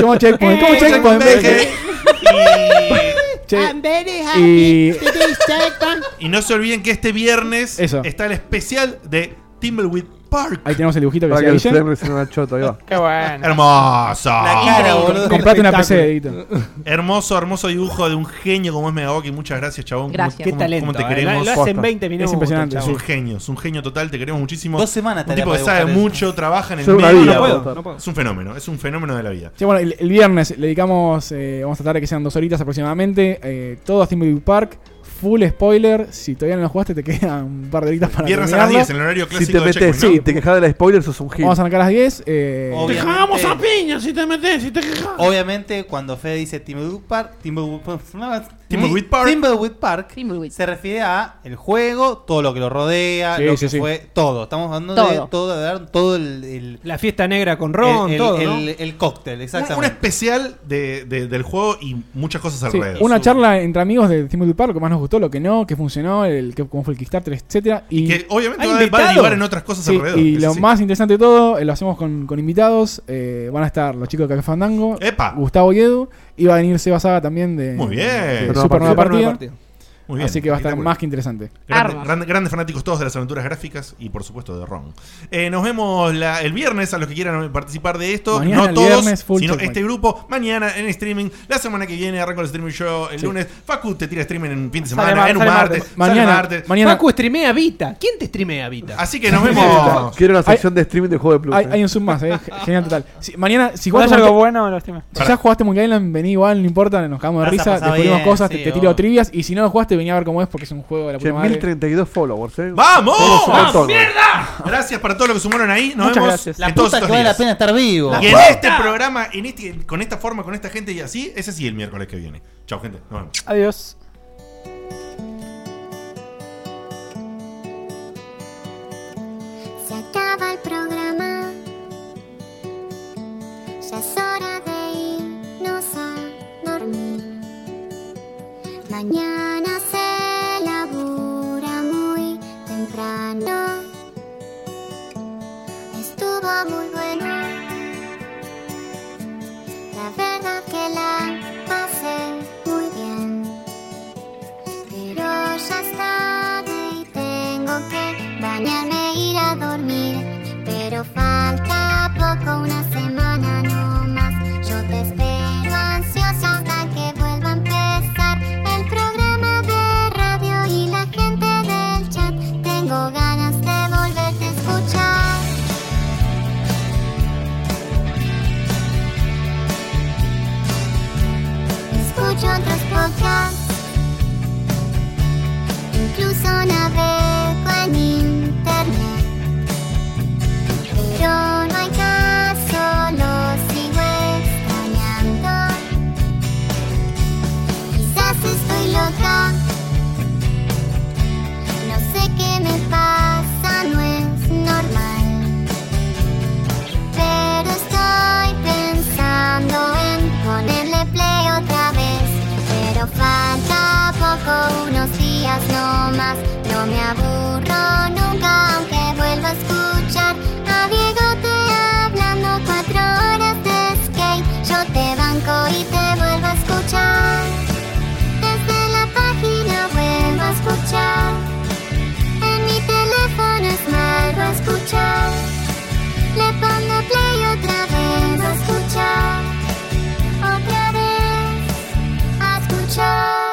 (laughs) como checkpoint, como checkpoint. Che, y- Y no se olviden que este viernes Eso. está el especial de Timbleweed Park. Ahí tenemos el dibujito que Para se que el avise. tren reciba una chota, ahí va. Qué bueno. Hermoso. La cara, boludo. Comprate una PC, Edito. Hermoso, hermoso dibujo de un genio como es Megawaki. Muchas gracias, chabón. ¿Cómo- Gracias. Qué cómo- talento, cómo te eh. queremos? Lo- lo hace en 20 minutos, Es impresionante, Es chabón. un genio, es un genio total. Te queremos muchísimo. Dos semanas Un tarea tipo para que sabe dibujar eso. mucho, trabaja en el Yo una medio. vida, No puedo, no puedo. Es un fenómeno, es un fenómeno de la vida. Sí, bueno, el, el viernes le dedicamos, eh, vamos a tratar de que sean dos horitas aproximadamente, eh, todo a Thimbleweed Park, full spoiler, si todavía no lo jugaste te quedan un par de horitas para Viernes a las terminarlo. 10 en el horario Si clásico te de metes Checkpoint, ¿no? sí, te quejas de la spoiler, sos un gil. Vamos a arrancar a las 10. eh, Te Obvio. Obviamente. cagamos a piña si te metes, si te quejas. Obviamente, cuando Fede dice Timbukpar, Timbukpar, Timbleweed Park. Timbleweed Park se refiere a el juego, todo lo que lo rodea, Sí, lo sí, que sí. fue, todo. Estamos hablando Todo. de todo, de dar todo el, el- La fiesta negra con ron, el- el- todo. ¿no? el- el cóctel, exactamente. Un especial de- de- del juego y muchas cosas Sí, alrededor. una charla entre amigos de Timothy Park, lo que más nos gustó, lo que no, que funcionó, el, que, cómo fue el Kickstarter, etcétera Y que obviamente va a- va a derivar en otras cosas alrededor, Y eso lo sí. más interesante de todo, eh, lo hacemos con, con invitados. eh, van a estar los chicos de Café Fandango, Gustavo y Edu. Y va a venir Seba Saga también de, Muy bien. de Supernova Supernova Partida. Partida. Muy bien. Así que va a estar Espectacular. más que interesante. Grande- grande- grandes fanáticos todos de las aventuras gráficas y por supuesto de Ron. Eh, nos vemos la- el viernes a los que quieran participar de esto. Mañana no el todos, viernes, full sino checkpoint. este grupo. Mañana en streaming. La semana que viene arranco el streaming yo el Sí. lunes. Facu te tira streaming en un fin de Sale semana, mar- en un sale martes. martes. sale Mañana- martes. Mañana. Facu streamea Vita. ¿Quién te streamea Vita? Así que nos Quiero- Quiero la sección de streaming del juego de Plus. Hay, eh. hay un sub más, eh, ge- genial total. Si- mañana, si ¿Podés jugaste algo Monkey- bueno, lo estimé. Si ya jugaste Monkey Island, vení igual, no importa, nos cagamos de Vas a risa, pasar descubrimos bien, cosas, sí, te, te obvio. tiro trivias. Y si no lo jugaste, vení a ver cómo es, porque es un juego de la Che, puta madre. 1032 followers, eh. ¡Vamos! Somos un ¡Vamos, montón. mierda! Gracias para todos los que sumaron ahí. Nos Muchas vemos. gracias. La en todos puta que estos vale la días. pena estar vivo. Y en La este programa, en este, con esta forma, con esta gente y así, ese sí el miércoles que viene. Chao, gente. Nos vemos. Adiós. Se acaba el programa. Ya es hora de irnos a dormir. Mañana se labura muy temprano. Estuvo muy bueno. La verdad que la pasé muy bien. Pero ya es tarde y tengo que bañarme e ir a dormir. Pero falta poco, una semana no más. Yo te espero ansiosa hasta que vuelva a empezar el programa de radio y la gente del chat. Tengo ganas de volverte a escuchar. Escucho otros podcasts. Incluso navego en internet. Pero no hay caso, lo sigo extrañando. Quizás estoy loca. No sé qué me pasa, no es normal. Pero estoy pensando en ponerle play otra vez. Pero falta poco, unos días no más. No me aburro nunca, aunque vuelva a escuchar a Diego te hablando cuatro horas de skate. Yo te banco y te vuelvo a escuchar. Desde la página vuelvo a escuchar. En mi teléfono es vuelvo a escuchar. Le pongo play otra vez a escuchar. Otra vez a escuchar.